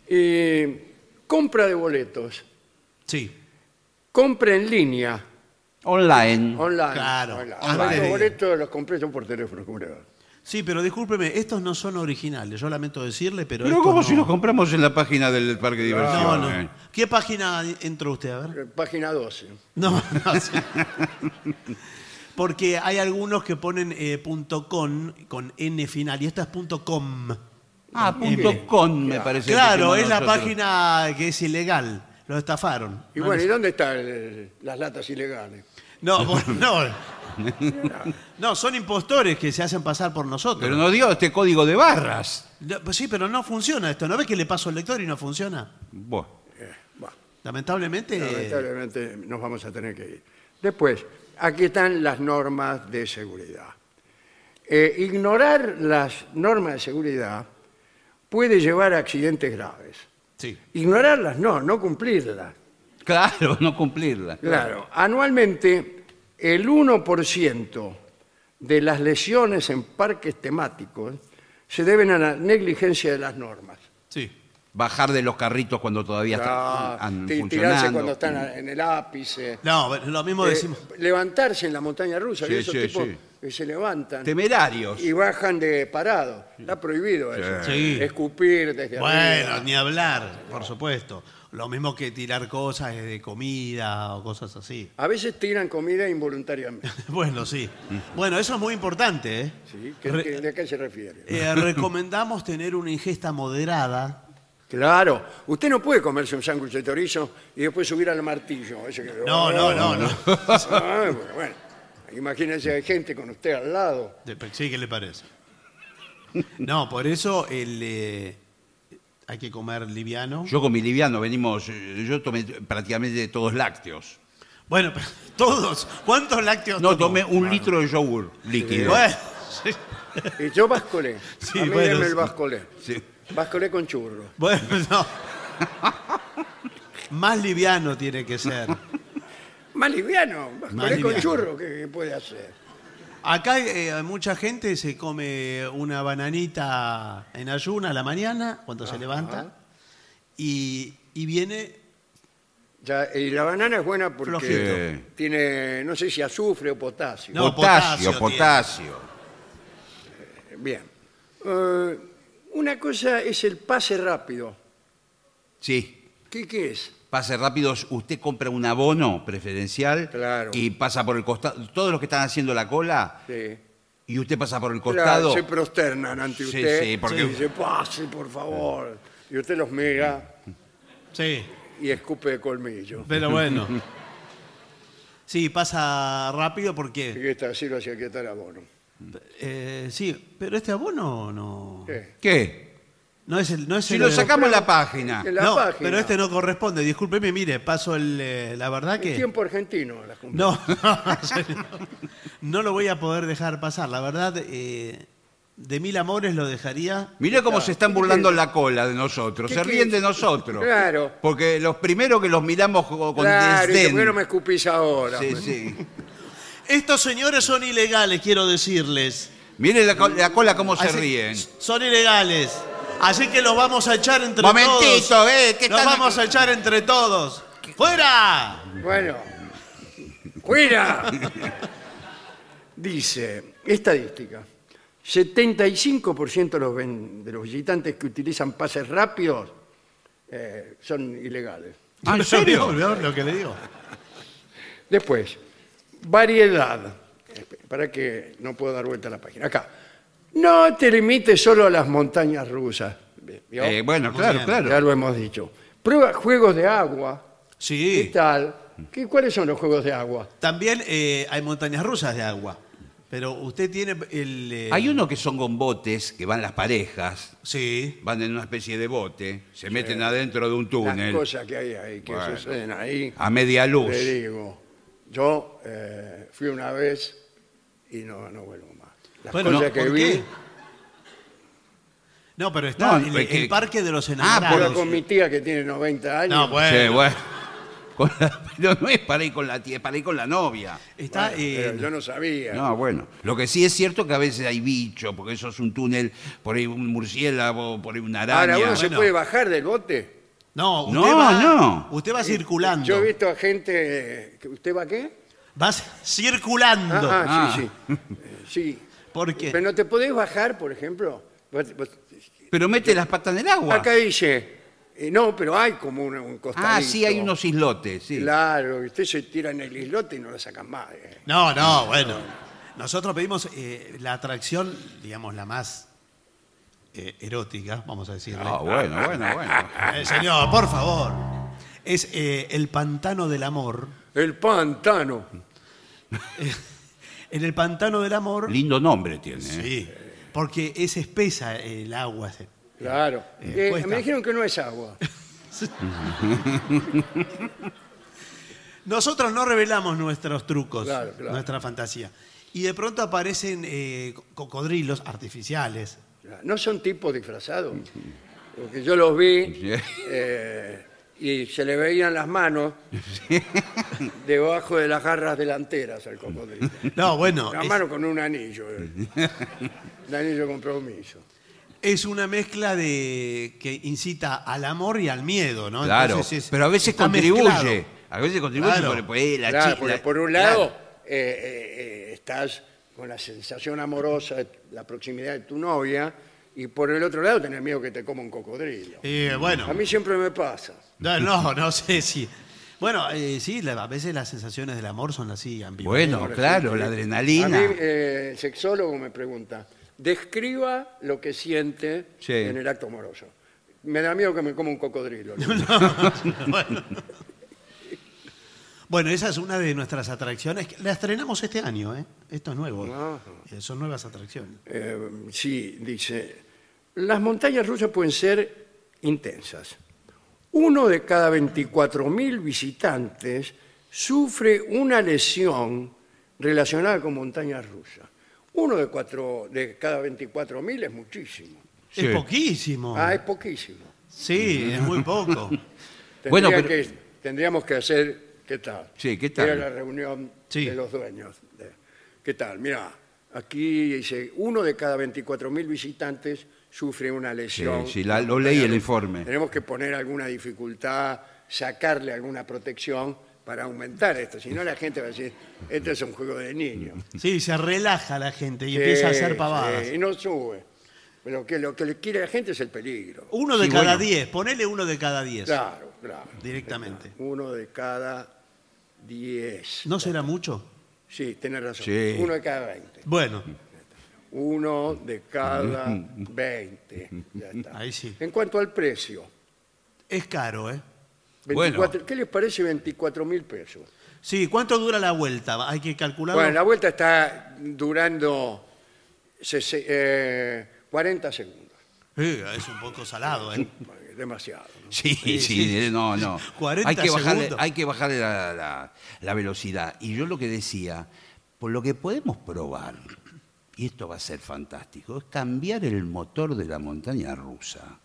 Speaker 2: Eh, compra de boletos.
Speaker 3: Sí.
Speaker 2: Compra en línea,
Speaker 5: Online.
Speaker 2: online.
Speaker 3: Claro,
Speaker 2: online.
Speaker 3: online.
Speaker 2: Ahora Los boletos los compré yo por teléfono. ¿cómo le va?
Speaker 3: Sí, pero discúlpeme, estos no son originales, yo lamento decirle, pero.
Speaker 5: Pero
Speaker 3: estos
Speaker 5: como
Speaker 3: no.
Speaker 5: si los compramos en la página del parque de
Speaker 3: No,
Speaker 5: diversión. eh.
Speaker 3: no. ¿Qué página entró usted? A ver.
Speaker 2: Eh, Página 12.
Speaker 3: No, no. sí. Porque hay algunos que ponen eh, punto .com con N final y esta es punto .com.
Speaker 5: Ah, punto com me parece. que
Speaker 3: Claro,
Speaker 5: hicimos
Speaker 3: es la
Speaker 5: nosotros.
Speaker 3: página que es ilegal. Los estafaron.
Speaker 2: Y bueno, ¿y dónde están eh, las latas ilegales?
Speaker 3: No, bueno, no. No, son impostores que se hacen pasar por nosotros.
Speaker 5: Pero no dio este código de barras.
Speaker 3: No, pues sí, pero no funciona esto. ¿No ves que le paso al lector y no funciona?
Speaker 5: Bueno,
Speaker 2: Bueno,
Speaker 3: Lamentablemente.
Speaker 2: lamentablemente nos vamos a tener que ir. Después, aquí están las normas de seguridad. Eh, ignorar las normas de seguridad puede llevar a accidentes graves.
Speaker 3: Sí.
Speaker 2: Ignorarlas no, no cumplirlas.
Speaker 5: claro, no cumplirla.
Speaker 2: Claro, anualmente el 1% de las lesiones en parques temáticos se deben a la negligencia de las normas.
Speaker 3: Sí.
Speaker 5: Bajar de los carritos cuando todavía
Speaker 2: Ah,
Speaker 5: están
Speaker 2: ti-
Speaker 5: han
Speaker 2: tirarse
Speaker 5: funcionando.
Speaker 2: cuando están a- en el ápice.
Speaker 3: No, bueno, lo mismo
Speaker 2: eh,
Speaker 3: decimos.
Speaker 2: levantarse en la montaña rusa,
Speaker 5: Sí,
Speaker 2: y esos
Speaker 5: sí,
Speaker 2: tipos
Speaker 5: sí.
Speaker 2: que se levantan
Speaker 5: Temerarios.
Speaker 2: y bajan de parado. Está prohibido eso.
Speaker 3: Sí.
Speaker 2: Escupir desde
Speaker 3: Bueno,
Speaker 2: arriba.
Speaker 3: ni hablar, por supuesto. Lo mismo que tirar cosas eh, de comida o cosas así.
Speaker 2: A veces tiran comida involuntariamente.
Speaker 3: Bueno, sí. Bueno, eso es muy importante, ¿eh?
Speaker 2: ¿sí? ¿Qué-
Speaker 3: Re-
Speaker 2: qué- ¿De qué se refiere?
Speaker 3: eh, recomendamos tener una ingesta moderada.
Speaker 2: Claro, usted no puede comerse un sándwich de chorizo y después subir al martillo. Ese que-
Speaker 3: No, no, no, no.
Speaker 2: Ah, bueno, bueno. imagínense, hay gente con usted al lado.
Speaker 3: De- Sí, ¿qué le parece? No, por eso el, eh, hay que comer liviano.
Speaker 5: Yo con mi liviano venimos, eh, yo tomé prácticamente todos lácteos.
Speaker 3: Bueno, pero todos. ¿Cuántos lácteos
Speaker 5: No,
Speaker 3: tomó? Eh,
Speaker 5: tomé un litro de yogur líquido.
Speaker 3: Bueno, sí.
Speaker 2: Y yo bascolé.
Speaker 3: Sí,
Speaker 2: a mí
Speaker 3: bueno,
Speaker 2: deme el
Speaker 3: sí.
Speaker 2: bascolé.
Speaker 5: Sí.
Speaker 2: Bascolé con churro.
Speaker 3: Bueno, no. Más liviano tiene que ser.
Speaker 2: Más liviano, bascolé
Speaker 3: Más
Speaker 2: con
Speaker 3: liviano.
Speaker 2: churro, ¿qué, qué puede hacer?
Speaker 3: Acá eh, mucha gente se come una bananita en ayuna a la mañana, cuando se levanta, y, y viene...
Speaker 2: Ya, y la banana es buena porque
Speaker 5: Flojito. Sí.
Speaker 2: tiene, no sé si azufre o potasio.
Speaker 3: No,
Speaker 5: potasio,
Speaker 3: potasio
Speaker 5: potasio.
Speaker 2: Bien. Eh, una cosa es el pase rápido.
Speaker 5: Sí.
Speaker 2: ¿Qué, qué es?
Speaker 5: Pase rápido, usted compra un abono preferencial
Speaker 2: Claro.
Speaker 5: y pasa por el costado. Todos los que están haciendo la cola
Speaker 2: Sí.
Speaker 5: y usted pasa por el
Speaker 2: Claro,
Speaker 5: costado.
Speaker 2: se prosternan ante
Speaker 5: Sí,
Speaker 2: usted.
Speaker 5: sí, porque-
Speaker 2: Y dice, pase, por favor. Y usted los mira
Speaker 3: Sí,
Speaker 2: y escupe de colmillo.
Speaker 3: pero bueno. Sí, pasa rápido porque...
Speaker 2: Y está así lo hacía que tal abono.
Speaker 3: eh, sí, pero este abono no...
Speaker 2: ¿Qué?
Speaker 5: ¿Qué?
Speaker 3: No es el... No es
Speaker 5: Si
Speaker 3: el-
Speaker 5: lo sacamos la página.
Speaker 2: El- en la
Speaker 3: No,
Speaker 2: página.
Speaker 3: pero este no corresponde. Discúlpeme, mire, paso el... eh, la verdad que...
Speaker 2: El tiempo argentino las cumple.
Speaker 3: No, señor. no lo voy a poder dejar pasar. La verdad, eh, de mil amores lo dejaría.
Speaker 5: Mirá cómo se están
Speaker 2: ¿Qué
Speaker 5: burlando
Speaker 2: quiere?
Speaker 5: la cola de nosotros.
Speaker 2: ¿Qué
Speaker 5: Se
Speaker 2: quiere?
Speaker 5: ríen de nosotros.
Speaker 2: Claro.
Speaker 5: Porque los primeros que los miramos co- con
Speaker 2: claro, y
Speaker 5: desdén.
Speaker 2: bueno me escupís ahora.
Speaker 5: Sí,
Speaker 2: pues.
Speaker 5: sí.
Speaker 3: Estos señores son ilegales, quiero decirles.
Speaker 5: Miren la, co- la cola cómo se
Speaker 3: Así-
Speaker 5: ríen.
Speaker 3: Son ilegales. Así que los vamos a echar entre
Speaker 5: Momentito,
Speaker 3: todos.
Speaker 5: eh, ¿qué
Speaker 3: los
Speaker 5: están-
Speaker 3: vamos a echar entre todos. ¡Fuera!
Speaker 5: Ah,
Speaker 2: Bueno, fuera. Dice, estadística, 75% de los, ven- de los visitantes que utilizan pases rápidos eh, son ilegales.
Speaker 5: Ah, ¿en serio?
Speaker 3: ¿Vio lo que le digo?
Speaker 2: Después, variedad, para que no puedo dar vuelta a la página. Acá, no te limites solo a las montañas rusas. ¿vio?
Speaker 5: Eh, bueno,
Speaker 3: Muy
Speaker 5: claro,
Speaker 3: bien.
Speaker 5: claro.
Speaker 2: Ya lo hemos dicho. Prueba juegos de agua. ¿Qué
Speaker 3: Sí.
Speaker 2: tal? ¿Qué- ¿Cuáles son los juegos de agua?
Speaker 3: También eh, hay montañas rusas de agua. Pero usted tiene el. eh,
Speaker 5: Hay uno que son con botes, que van las parejas,
Speaker 3: Sí.
Speaker 5: van en una especie de bote, se meten adentro de un túnel,
Speaker 2: Las cosas que hay ahí, que
Speaker 5: Bueno.
Speaker 2: suceden ahí.
Speaker 5: a media luz.
Speaker 2: Le digo, yo eh, fui una vez y no, no vuelvo más. Las
Speaker 3: Bueno,
Speaker 2: cosas
Speaker 3: no,
Speaker 2: que
Speaker 3: ¿por
Speaker 2: vi,
Speaker 3: qué? No, pero está
Speaker 5: No,
Speaker 3: el,
Speaker 5: es que- Ah,
Speaker 3: el parque de Ah, los
Speaker 2: pero
Speaker 3: enamorados.
Speaker 2: con mi tía que tiene 90 años.
Speaker 3: No, bueno.
Speaker 5: Sí, bueno. Con la- pero no es para ir con la tía, es para ir con la novia.
Speaker 3: Está.
Speaker 2: bueno,
Speaker 3: eh,
Speaker 2: pero yo no sabía.
Speaker 5: No, bueno. Lo que sí es cierto que a veces hay bicho, porque eso es un túnel, por ahí un murciélago, por ahí una araña.
Speaker 2: Ahora, ¿uno se
Speaker 3: Bueno.
Speaker 2: puede bajar del bote?
Speaker 3: No, usted
Speaker 5: No,
Speaker 3: va,
Speaker 5: no.
Speaker 3: Usted va circulando.
Speaker 2: Eh, Yo he visto a gente... eh, que- ¿Usted va qué?
Speaker 3: Va circulando.
Speaker 2: Ah, ah,
Speaker 5: Ah.
Speaker 2: sí, sí. Eh, sí.
Speaker 3: Porque
Speaker 2: Pero no te podés bajar, por ejemplo. Vos- vos-
Speaker 5: Pero mete las patas en el agua.
Speaker 2: Acá dice... eh, no, pero hay como un, un costadito.
Speaker 5: ah, sí, hay unos islotes, sí.
Speaker 2: Claro, y usted se tira en el islote y no la sacan más. eh.
Speaker 3: No, no, bueno. Nosotros pedimos eh, la atracción, digamos, la más eh, erótica, vamos a decirle.
Speaker 5: Ah, bueno, bueno, bueno.
Speaker 3: Eh, señor, por favor. Es eh, el pantano del amor.
Speaker 2: El pantano.
Speaker 5: Mm.
Speaker 3: En el pantano del amor.
Speaker 5: Lindo nombre tiene. ¿eh?
Speaker 3: Sí. Porque es espesa el agua. se-
Speaker 2: Claro.
Speaker 3: Eh,
Speaker 2: Eh,
Speaker 3: cuesta.
Speaker 2: me dijeron que no es agua.
Speaker 3: Nosotros no revelamos nuestros trucos,
Speaker 2: Claro, claro.
Speaker 3: nuestra fantasía. Y de pronto aparecen eh, co- cocodrilos artificiales.
Speaker 2: No son tipos disfrazados. Porque yo los vi
Speaker 5: Sí.
Speaker 2: eh, y se le veían las manos debajo de las garras delanteras al cocodrilo.
Speaker 3: No, bueno.
Speaker 2: Una
Speaker 3: es-
Speaker 2: mano con un anillo. eh. Un anillo con compromiso.
Speaker 3: Es una mezcla de que incita al amor y al miedo, ¿no?
Speaker 5: Claro.
Speaker 3: Entonces es-
Speaker 5: pero a veces
Speaker 3: está
Speaker 5: contribuye.
Speaker 3: mezclado.
Speaker 5: A veces contribuye
Speaker 3: Claro.
Speaker 5: por, por ahí la
Speaker 2: Claro,
Speaker 5: chi-
Speaker 2: porque
Speaker 5: la-
Speaker 2: por un
Speaker 5: claro.
Speaker 2: lado eh, eh, eh, estás con la sensación amorosa de la proximidad de tu novia y por el otro lado tenés miedo que te coma un cocodrilo.
Speaker 3: Eh, bueno,
Speaker 2: A mí siempre me pasa.
Speaker 3: no, no, no sé si. Bueno, eh, sí, la- a veces las sensaciones del amor son así, ambiguas.
Speaker 5: Bueno, claro, la adrenalina.
Speaker 2: A mí, eh, el sexólogo me pregunta, describa lo lo que siente
Speaker 5: Sí.
Speaker 2: en el acto amoroso. Me da miedo que me coma un cocodrilo.
Speaker 3: bueno. Bueno, esa es una de nuestras atracciones. que La estrenamos este año, ¿eh? Esto es nuevo.
Speaker 2: Ajá.
Speaker 3: Eh, son nuevas atracciones.
Speaker 2: Eh, sí, dice, las montañas rusas pueden ser intensas. Uno de cada 24.000 visitantes sufre una lesión relacionada con montañas rusas. Uno de, cuatro, de cada 24.000 es muchísimo.
Speaker 5: Sí.
Speaker 3: Es poquísimo.
Speaker 2: Ah, es poquísimo.
Speaker 3: Sí, es muy poco.
Speaker 2: Tendría
Speaker 5: Bueno, pero-
Speaker 2: que- tendríamos que hacer, ¿qué tal?
Speaker 5: Sí, ¿qué
Speaker 2: Ir
Speaker 5: tal?
Speaker 2: a la reunión
Speaker 3: Sí.
Speaker 2: de los dueños. de- ¿Qué tal? Mira, aquí dice, uno de cada 24.000 visitantes sufre una lesión.
Speaker 5: Sí, sí, la- lo leí el informe.
Speaker 2: Tenemos que poner alguna dificultad, sacarle alguna protección para aumentar esto. Si no, la gente va a decir, este es un juego de niños.
Speaker 3: Sí, se relaja la gente y
Speaker 2: Sí,
Speaker 3: empieza a hacer pavadas.
Speaker 2: sí, y no sube. Pero que lo que le quiere la gente es el peligro.
Speaker 3: Uno de
Speaker 5: Sí,
Speaker 3: cada
Speaker 5: bueno.
Speaker 3: diez, ponele uno de cada diez.
Speaker 2: Claro, claro.
Speaker 3: Directamente.
Speaker 2: Uno de cada 10.
Speaker 3: ¿No será mucho?
Speaker 2: Sí, tenés razón.
Speaker 5: Sí.
Speaker 2: Uno de cada 20.
Speaker 3: Bueno,
Speaker 2: Uno de cada 20. Ya está.
Speaker 3: Ahí sí.
Speaker 2: En cuanto al precio,
Speaker 3: es caro, ¿eh?
Speaker 2: 24 ¿qué les parece 24 mil pesos?
Speaker 3: Sí, ¿cuánto dura la vuelta? Hay que calcularlo.
Speaker 2: Bueno, la vuelta está durando sese- eh, 40 segundos.
Speaker 3: Sí, es un poco salado, ¿eh?
Speaker 2: Demasiado. ¿no?
Speaker 5: Sí, sí,
Speaker 3: sí.
Speaker 5: no, no.
Speaker 3: 40
Speaker 5: hay que bajarle,
Speaker 3: segundos.
Speaker 5: hay que bajarle la, la- la velocidad. Y yo lo que decía, por lo que podemos probar, y esto va a ser fantástico, es cambiar el motor de la montaña rusa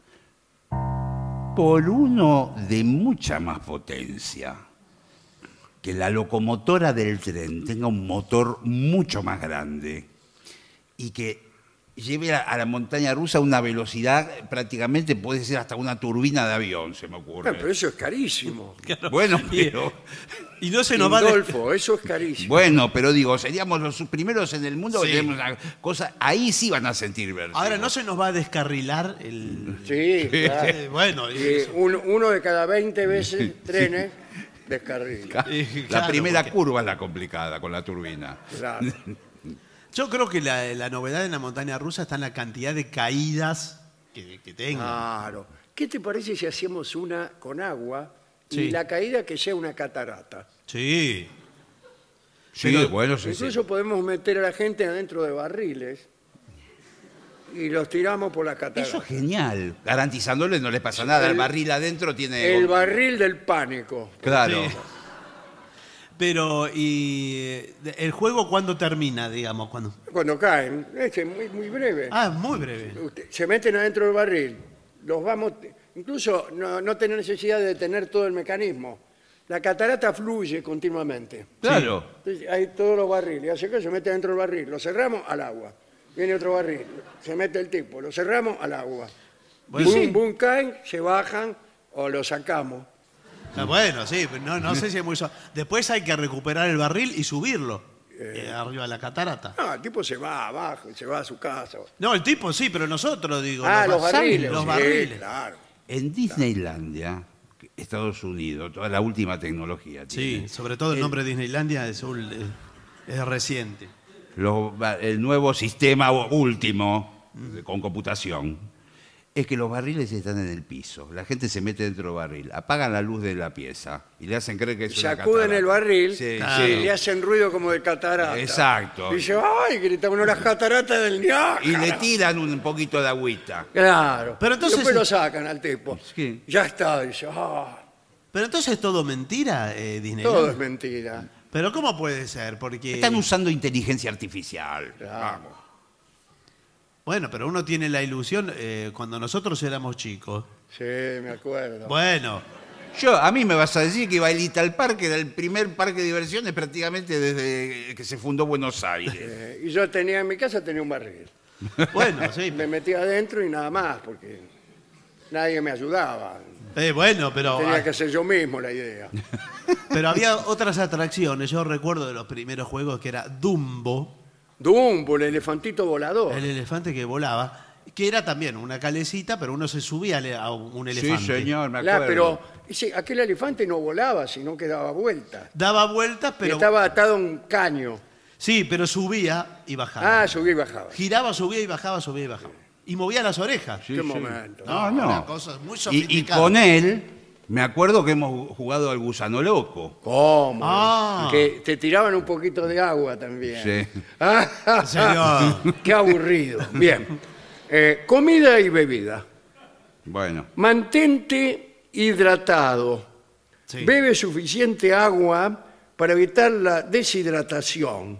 Speaker 5: por uno de mucha más potencia. Que la locomotora del tren tenga un motor mucho más grande y que lleve a, a la montaña rusa a una velocidad, eh, prácticamente puede ser hasta una turbina de avión, se me
Speaker 2: Bueno, pero
Speaker 5: ocurre.
Speaker 2: eso es carísimo.
Speaker 5: Bueno, pero,
Speaker 3: Y no se nos va a... des-
Speaker 2: Indolfo, eso es carísimo.
Speaker 5: bueno, pero digo, seríamos los primeros en el mundo que
Speaker 3: Sí.
Speaker 5: tenemos una cosa, ahí sí van a sentir vértigo.
Speaker 3: Ahora, ¿no se nos va a descarrilar el...
Speaker 2: Sí, claro.
Speaker 3: Eh, bueno, y
Speaker 2: Y
Speaker 3: eso.
Speaker 2: uno, uno de cada 20 veces trenes descarrila.
Speaker 5: La
Speaker 3: Eh, claro,
Speaker 5: primera
Speaker 3: porque-
Speaker 5: curva es la complicada con la turbina.
Speaker 2: Claro.
Speaker 3: Yo creo que la, la novedad en la montaña rusa está en la cantidad de caídas que, que
Speaker 2: Ah.
Speaker 3: tenga.
Speaker 2: Claro. ¿Qué te parece si hacemos una con agua y
Speaker 3: Sí.
Speaker 2: la caída que sea una catarata?
Speaker 3: Sí.
Speaker 5: Sí,
Speaker 3: Pero-
Speaker 5: bueno, sí, sí.
Speaker 2: Incluso podemos meter a la gente adentro de barriles y los tiramos por la
Speaker 5: Eso
Speaker 2: catarata.
Speaker 5: es genial. Garantizándole no le pasa nada. El,
Speaker 2: El-
Speaker 5: barril adentro tiene.
Speaker 2: El barril del pánico.
Speaker 5: Claro.
Speaker 3: Sí. Pero, ¿y eh, el juego cuándo termina, digamos? Cuando...
Speaker 2: Cuando caen, es que es muy, muy breve.
Speaker 3: Ah, es muy breve.
Speaker 2: Usted- se meten adentro del barril, los vamos, incluso no, no tener necesidad de tener todo el mecanismo. La catarata fluye continuamente.
Speaker 5: Claro.
Speaker 2: Entonces, hay todos los barriles, hace que se mete adentro del barril, lo cerramos al agua. Viene otro barril, se mete el tipo, lo cerramos al agua.
Speaker 3: Bueno,
Speaker 2: boom,
Speaker 3: sí.
Speaker 2: boom, caen, se bajan o lo sacamos.
Speaker 3: Ah, bueno, sí, pero no, no sé si es muy... so- Después hay que recuperar el barril y subirlo eh, arriba de la catarata.
Speaker 2: No, el tipo se va abajo, se va a su casa.
Speaker 3: No, el tipo sí, pero nosotros, digo.
Speaker 2: ah, los
Speaker 3: pasajes,
Speaker 2: barriles.
Speaker 3: Los
Speaker 2: sí,
Speaker 3: barriles.
Speaker 2: claro.
Speaker 5: En Disneylandia, Estados Unidos, toda la última tecnología
Speaker 3: Sí,
Speaker 5: tiene.
Speaker 3: sobre todo el nombre de Disneylandia es, un- eh, es reciente.
Speaker 5: Los ba- el nuevo sistema u- último de- con computación es que los barriles están en el piso. La gente se mete dentro del barril, apagan la luz de la pieza y le hacen creer que es una
Speaker 2: Sacuden
Speaker 5: catarata.
Speaker 2: el barril
Speaker 5: Sí,
Speaker 3: Claro.
Speaker 2: y
Speaker 5: sí.
Speaker 2: le hacen ruido como de catarata.
Speaker 5: Exacto.
Speaker 2: Y dice, ¡ay! Grita uno las cataratas del diablo.
Speaker 5: Y le tiran un poquito de agüita.
Speaker 2: Claro.
Speaker 3: Pero entonces-
Speaker 2: Después lo sacan al tipo.
Speaker 5: Sí.
Speaker 2: Ya está, dice, ¡ah!
Speaker 3: Pero entonces es todo mentira, eh, Disneylandia.
Speaker 2: Todo es mentira.
Speaker 3: Pero ¿cómo puede ser? Porque.
Speaker 5: Están usando inteligencia artificial.
Speaker 2: Claro.
Speaker 5: Vamos.
Speaker 3: Bueno, pero uno tiene la ilusión eh, cuando nosotros éramos chicos.
Speaker 2: Sí, me acuerdo.
Speaker 3: Bueno,
Speaker 5: Yo, a mí me vas a decir que Bailita al Parque era el primer parque de diversiones prácticamente desde que se fundó Buenos Aires.
Speaker 2: Eh, y yo tenía en mi casa tenía un barril.
Speaker 3: bueno, sí.
Speaker 2: Me metía adentro y nada más, porque nadie me ayudaba.
Speaker 3: Eh, bueno, pero,
Speaker 2: Tenía que hacer yo mismo la idea.
Speaker 3: pero había otras atracciones. Yo recuerdo de los primeros juegos que era Dumbo,
Speaker 2: Dumbo, el elefantito volador.
Speaker 3: el elefante que volaba, que era también una calecita, pero uno se subía ale- a un elefante.
Speaker 5: me
Speaker 2: Claro, pero ese- aquel elefante no volaba, sino que daba vueltas.
Speaker 3: Daba vueltas,
Speaker 2: Y
Speaker 3: pero.
Speaker 2: estaba atado a un caño.
Speaker 3: Sí, pero subía y bajaba.
Speaker 2: Ah, subía y bajaba.
Speaker 3: Giraba, subía y bajaba, subía y bajaba. Y movía las orejas.
Speaker 2: Qué momento.
Speaker 3: Ah.
Speaker 5: No, no.
Speaker 3: Una cosa muy
Speaker 5: y, y
Speaker 3: sofisticada.
Speaker 5: con él, me acuerdo que hemos jugado al gusano loco.
Speaker 2: ¿Cómo?
Speaker 3: Ah.
Speaker 2: Que te tiraban un poquito de agua también.
Speaker 5: Sí.
Speaker 2: Ah,
Speaker 3: Señor.
Speaker 2: Qué aburrido. Bien. Eh, comida y bebida.
Speaker 5: Bueno.
Speaker 2: Mantente hidratado.
Speaker 3: Sí.
Speaker 2: Bebe suficiente agua para evitar la deshidratación.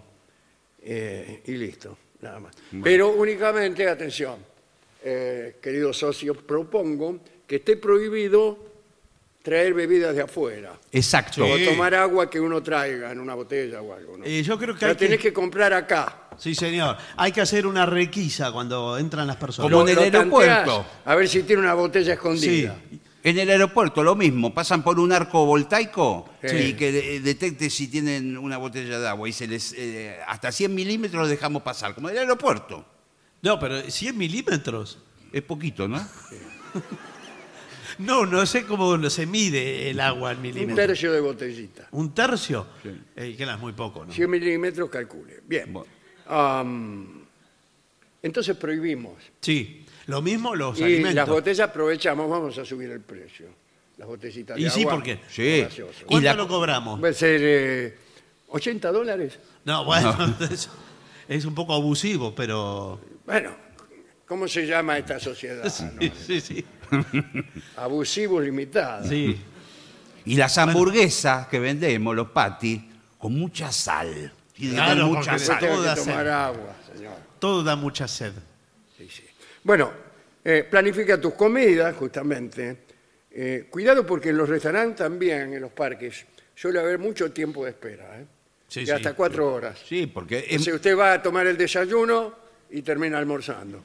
Speaker 2: Eh, y listo, nada más. Pero únicamente, atención, eh, queridos socios, propongo que esté prohibido traer bebidas de afuera.
Speaker 5: Exacto.
Speaker 2: O tomar agua que uno traiga en una botella o algo. ¿no?
Speaker 3: Eh, yo creo que
Speaker 2: La
Speaker 3: hay que-
Speaker 2: tenés que comprar acá.
Speaker 3: Sí, señor. Hay que hacer una requisa cuando entran las personas.
Speaker 5: Como en el
Speaker 2: Lo tanteás
Speaker 5: aeropuerto.
Speaker 2: A ver si tiene una botella
Speaker 3: Sí.
Speaker 2: escondida.
Speaker 5: En el aeropuerto lo mismo, pasan por un arco voltaico
Speaker 2: Sí.
Speaker 5: y que de- detecte si tienen una botella de agua y se les eh, hasta 100 milímetros dejamos pasar, como en el aeropuerto.
Speaker 3: No, pero 100 milímetros.
Speaker 5: Es poquito, ¿no?
Speaker 3: No, no sé cómo se mide el agua en
Speaker 2: Un
Speaker 3: milímetros.
Speaker 2: tercio de botellita.
Speaker 3: ¿Un tercio? Eh, que no, es muy poco, ¿no?
Speaker 2: 100 milímetros, calcule. Bien.
Speaker 5: Bueno.
Speaker 2: Am, entonces prohibimos.
Speaker 3: Sí. Lo mismo los
Speaker 2: Y las
Speaker 3: alimentos.
Speaker 2: botellas aprovechamos, vamos a subir el precio. Las botellitas de
Speaker 3: Y sí,
Speaker 2: agua.
Speaker 3: ¿por qué?
Speaker 5: Sí.
Speaker 2: gaseosa.
Speaker 3: ¿Cuánto
Speaker 5: y la-
Speaker 3: lo cobramos?
Speaker 2: Puede ser eh, 80 dólares.
Speaker 3: No, bueno, es, es un poco abusivo, pero...
Speaker 2: Bueno, ¿cómo se llama esta sociedad? Ah, no?
Speaker 3: Sí, sí, sí.
Speaker 2: Abusivos limitados.
Speaker 3: Sí.
Speaker 5: Y las hamburguesas que vendemos, los patis, con mucha sal. Y de
Speaker 3: Claro,
Speaker 5: mucha
Speaker 3: porque-
Speaker 2: Usted
Speaker 5: sal.
Speaker 2: tiene
Speaker 3: todo da
Speaker 2: que tomar
Speaker 3: sed.
Speaker 2: agua, señor.
Speaker 3: Todo da mucha sed.
Speaker 2: Sí, sí. Bueno, eh, planifica tus comidas, justamente. Eh, cuidado porque en los restaurantes también, en los parques, suele haber mucho tiempo de espera. ¿eh?
Speaker 3: Sí,
Speaker 2: de
Speaker 3: sí.
Speaker 2: hasta cuatro horas.
Speaker 5: Sí, porque
Speaker 2: Si
Speaker 5: es,
Speaker 2: usted va a tomar el desayuno y termina almorzando.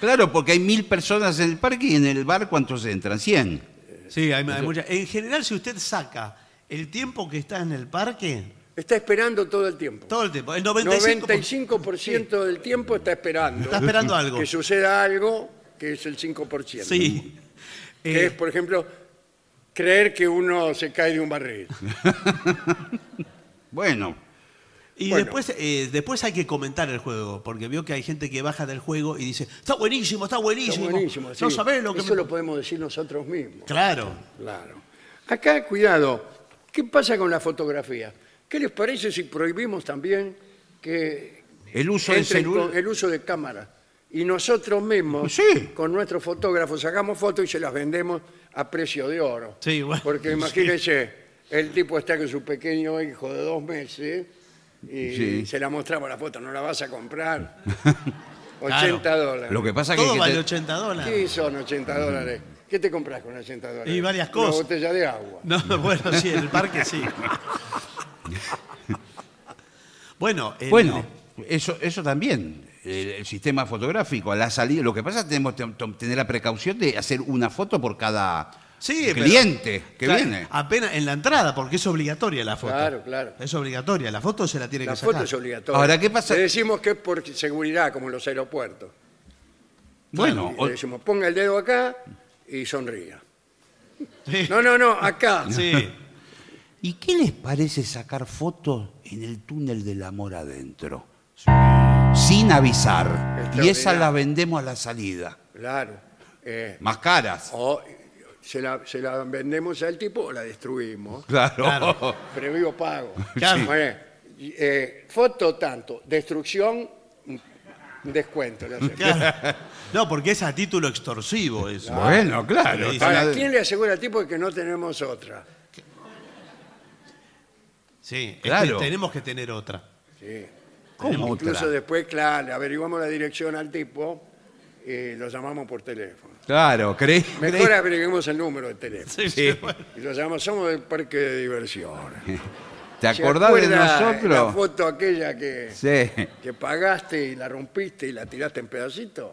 Speaker 5: Claro, porque hay mil personas en el parque y en el bar, ¿cuántos entran? Cien.
Speaker 3: Sí, hay, hay muchas. En general, si usted saca el tiempo que está en el parque,
Speaker 2: Está esperando todo el tiempo.
Speaker 3: todo el tiempo, el 95%,
Speaker 2: 95% del tiempo está esperando.
Speaker 3: Está esperando algo.
Speaker 2: Que suceda algo que es el 5%.
Speaker 3: Sí.
Speaker 2: Que
Speaker 3: Eh,
Speaker 2: es, por ejemplo, creer que uno se cae de un barril.
Speaker 5: Bueno,
Speaker 3: Y
Speaker 2: Bueno.
Speaker 3: después, eh, después hay que comentar el juego, porque veo que hay gente que baja del juego y dice, está buenísimo, está buenísimo.
Speaker 2: Está buenísimo, sí.
Speaker 3: No sabés lo que...
Speaker 2: Eso
Speaker 3: me-".
Speaker 2: lo podemos decir nosotros mismos.
Speaker 3: Claro.
Speaker 2: Claro. Acá, cuidado, ¿qué pasa con la fotografía? ¿Qué les parece si prohibimos también que
Speaker 5: el uso del
Speaker 2: entren
Speaker 5: celular.
Speaker 2: con el uso de cámara? Y nosotros mismos,
Speaker 5: Sí.
Speaker 2: con nuestros fotógrafos, sacamos fotos y se las vendemos a precio de oro.
Speaker 3: Sí, bueno,
Speaker 2: Porque imagínense, el tipo está con su pequeño hijo de dos meses y
Speaker 5: Sí.
Speaker 2: se la mostramos la foto, no la vas a comprar. 80
Speaker 3: Claro.
Speaker 2: dólares.
Speaker 5: Lo que pasa que,
Speaker 3: Todo
Speaker 5: que
Speaker 3: vale
Speaker 5: te-
Speaker 3: 80 dólares.
Speaker 2: ¿Qué son 80 dólares? ¿Qué te compras con 80 dólares?
Speaker 3: Y varias cosas.
Speaker 2: Una botella de agua.
Speaker 3: No, bueno, sí, en el parque sí. bueno, el-
Speaker 5: Bueno, eso, eso también. El, el sistema fotográfico, a la salida. Lo que pasa es que tenemos que to- tener la precaución de hacer una foto por cada
Speaker 3: Sí, pero-
Speaker 5: cliente que
Speaker 3: claro,
Speaker 5: viene.
Speaker 3: Apenas en la entrada, porque es obligatoria la foto.
Speaker 2: Claro, claro.
Speaker 3: Es obligatoria, la foto se la tiene
Speaker 2: La
Speaker 3: que sacar.
Speaker 2: foto es obligatoria.
Speaker 5: Ahora, ¿qué pasa?
Speaker 2: Le decimos que es por seguridad, como en los aeropuertos.
Speaker 5: Bueno,
Speaker 2: Y
Speaker 5: o-
Speaker 2: Le decimos, ponga el dedo acá y sonría.
Speaker 3: Sí.
Speaker 2: No, no, no, acá.
Speaker 3: Sí.
Speaker 5: ¿y qué les parece sacar fotos en el túnel del amor adentro? Sin avisar. Y esas las vendemos a la salida.
Speaker 2: Claro. Eh,
Speaker 5: Más caras.
Speaker 2: o se la, se la vendemos al tipo o la destruimos.
Speaker 5: Claro.
Speaker 3: Claro.
Speaker 2: Previo pago.
Speaker 3: Claro.
Speaker 2: Muy bien. Y, eh, foto tanto, destrucción, un descuento. le hacemos.
Speaker 3: Claro. No, porque es a título extorsivo eso.
Speaker 5: Bueno, claro.
Speaker 3: Sí,
Speaker 2: Ahora, ¿quién le asegura al tipo que no tenemos otra?
Speaker 3: Sí, es que
Speaker 5: Claro.
Speaker 3: tenemos que tener otra.
Speaker 2: Sí.
Speaker 5: ¿Cómo otra?
Speaker 2: Incluso después, claro, le averiguamos la dirección al tipo y lo llamamos por teléfono.
Speaker 5: Claro, creí.
Speaker 2: Mejor averiguemos el número de teléfono.
Speaker 3: Sí,
Speaker 5: Sí.
Speaker 3: bueno.
Speaker 2: Y lo llamamos, somos del parque de diversión.
Speaker 5: ¿Te
Speaker 2: ¿Se
Speaker 5: acordás de
Speaker 2: acuerda La
Speaker 5: nosotros?
Speaker 2: foto aquella que,
Speaker 5: Sí.
Speaker 2: que pagaste y la rompiste y la tiraste en pedacitos.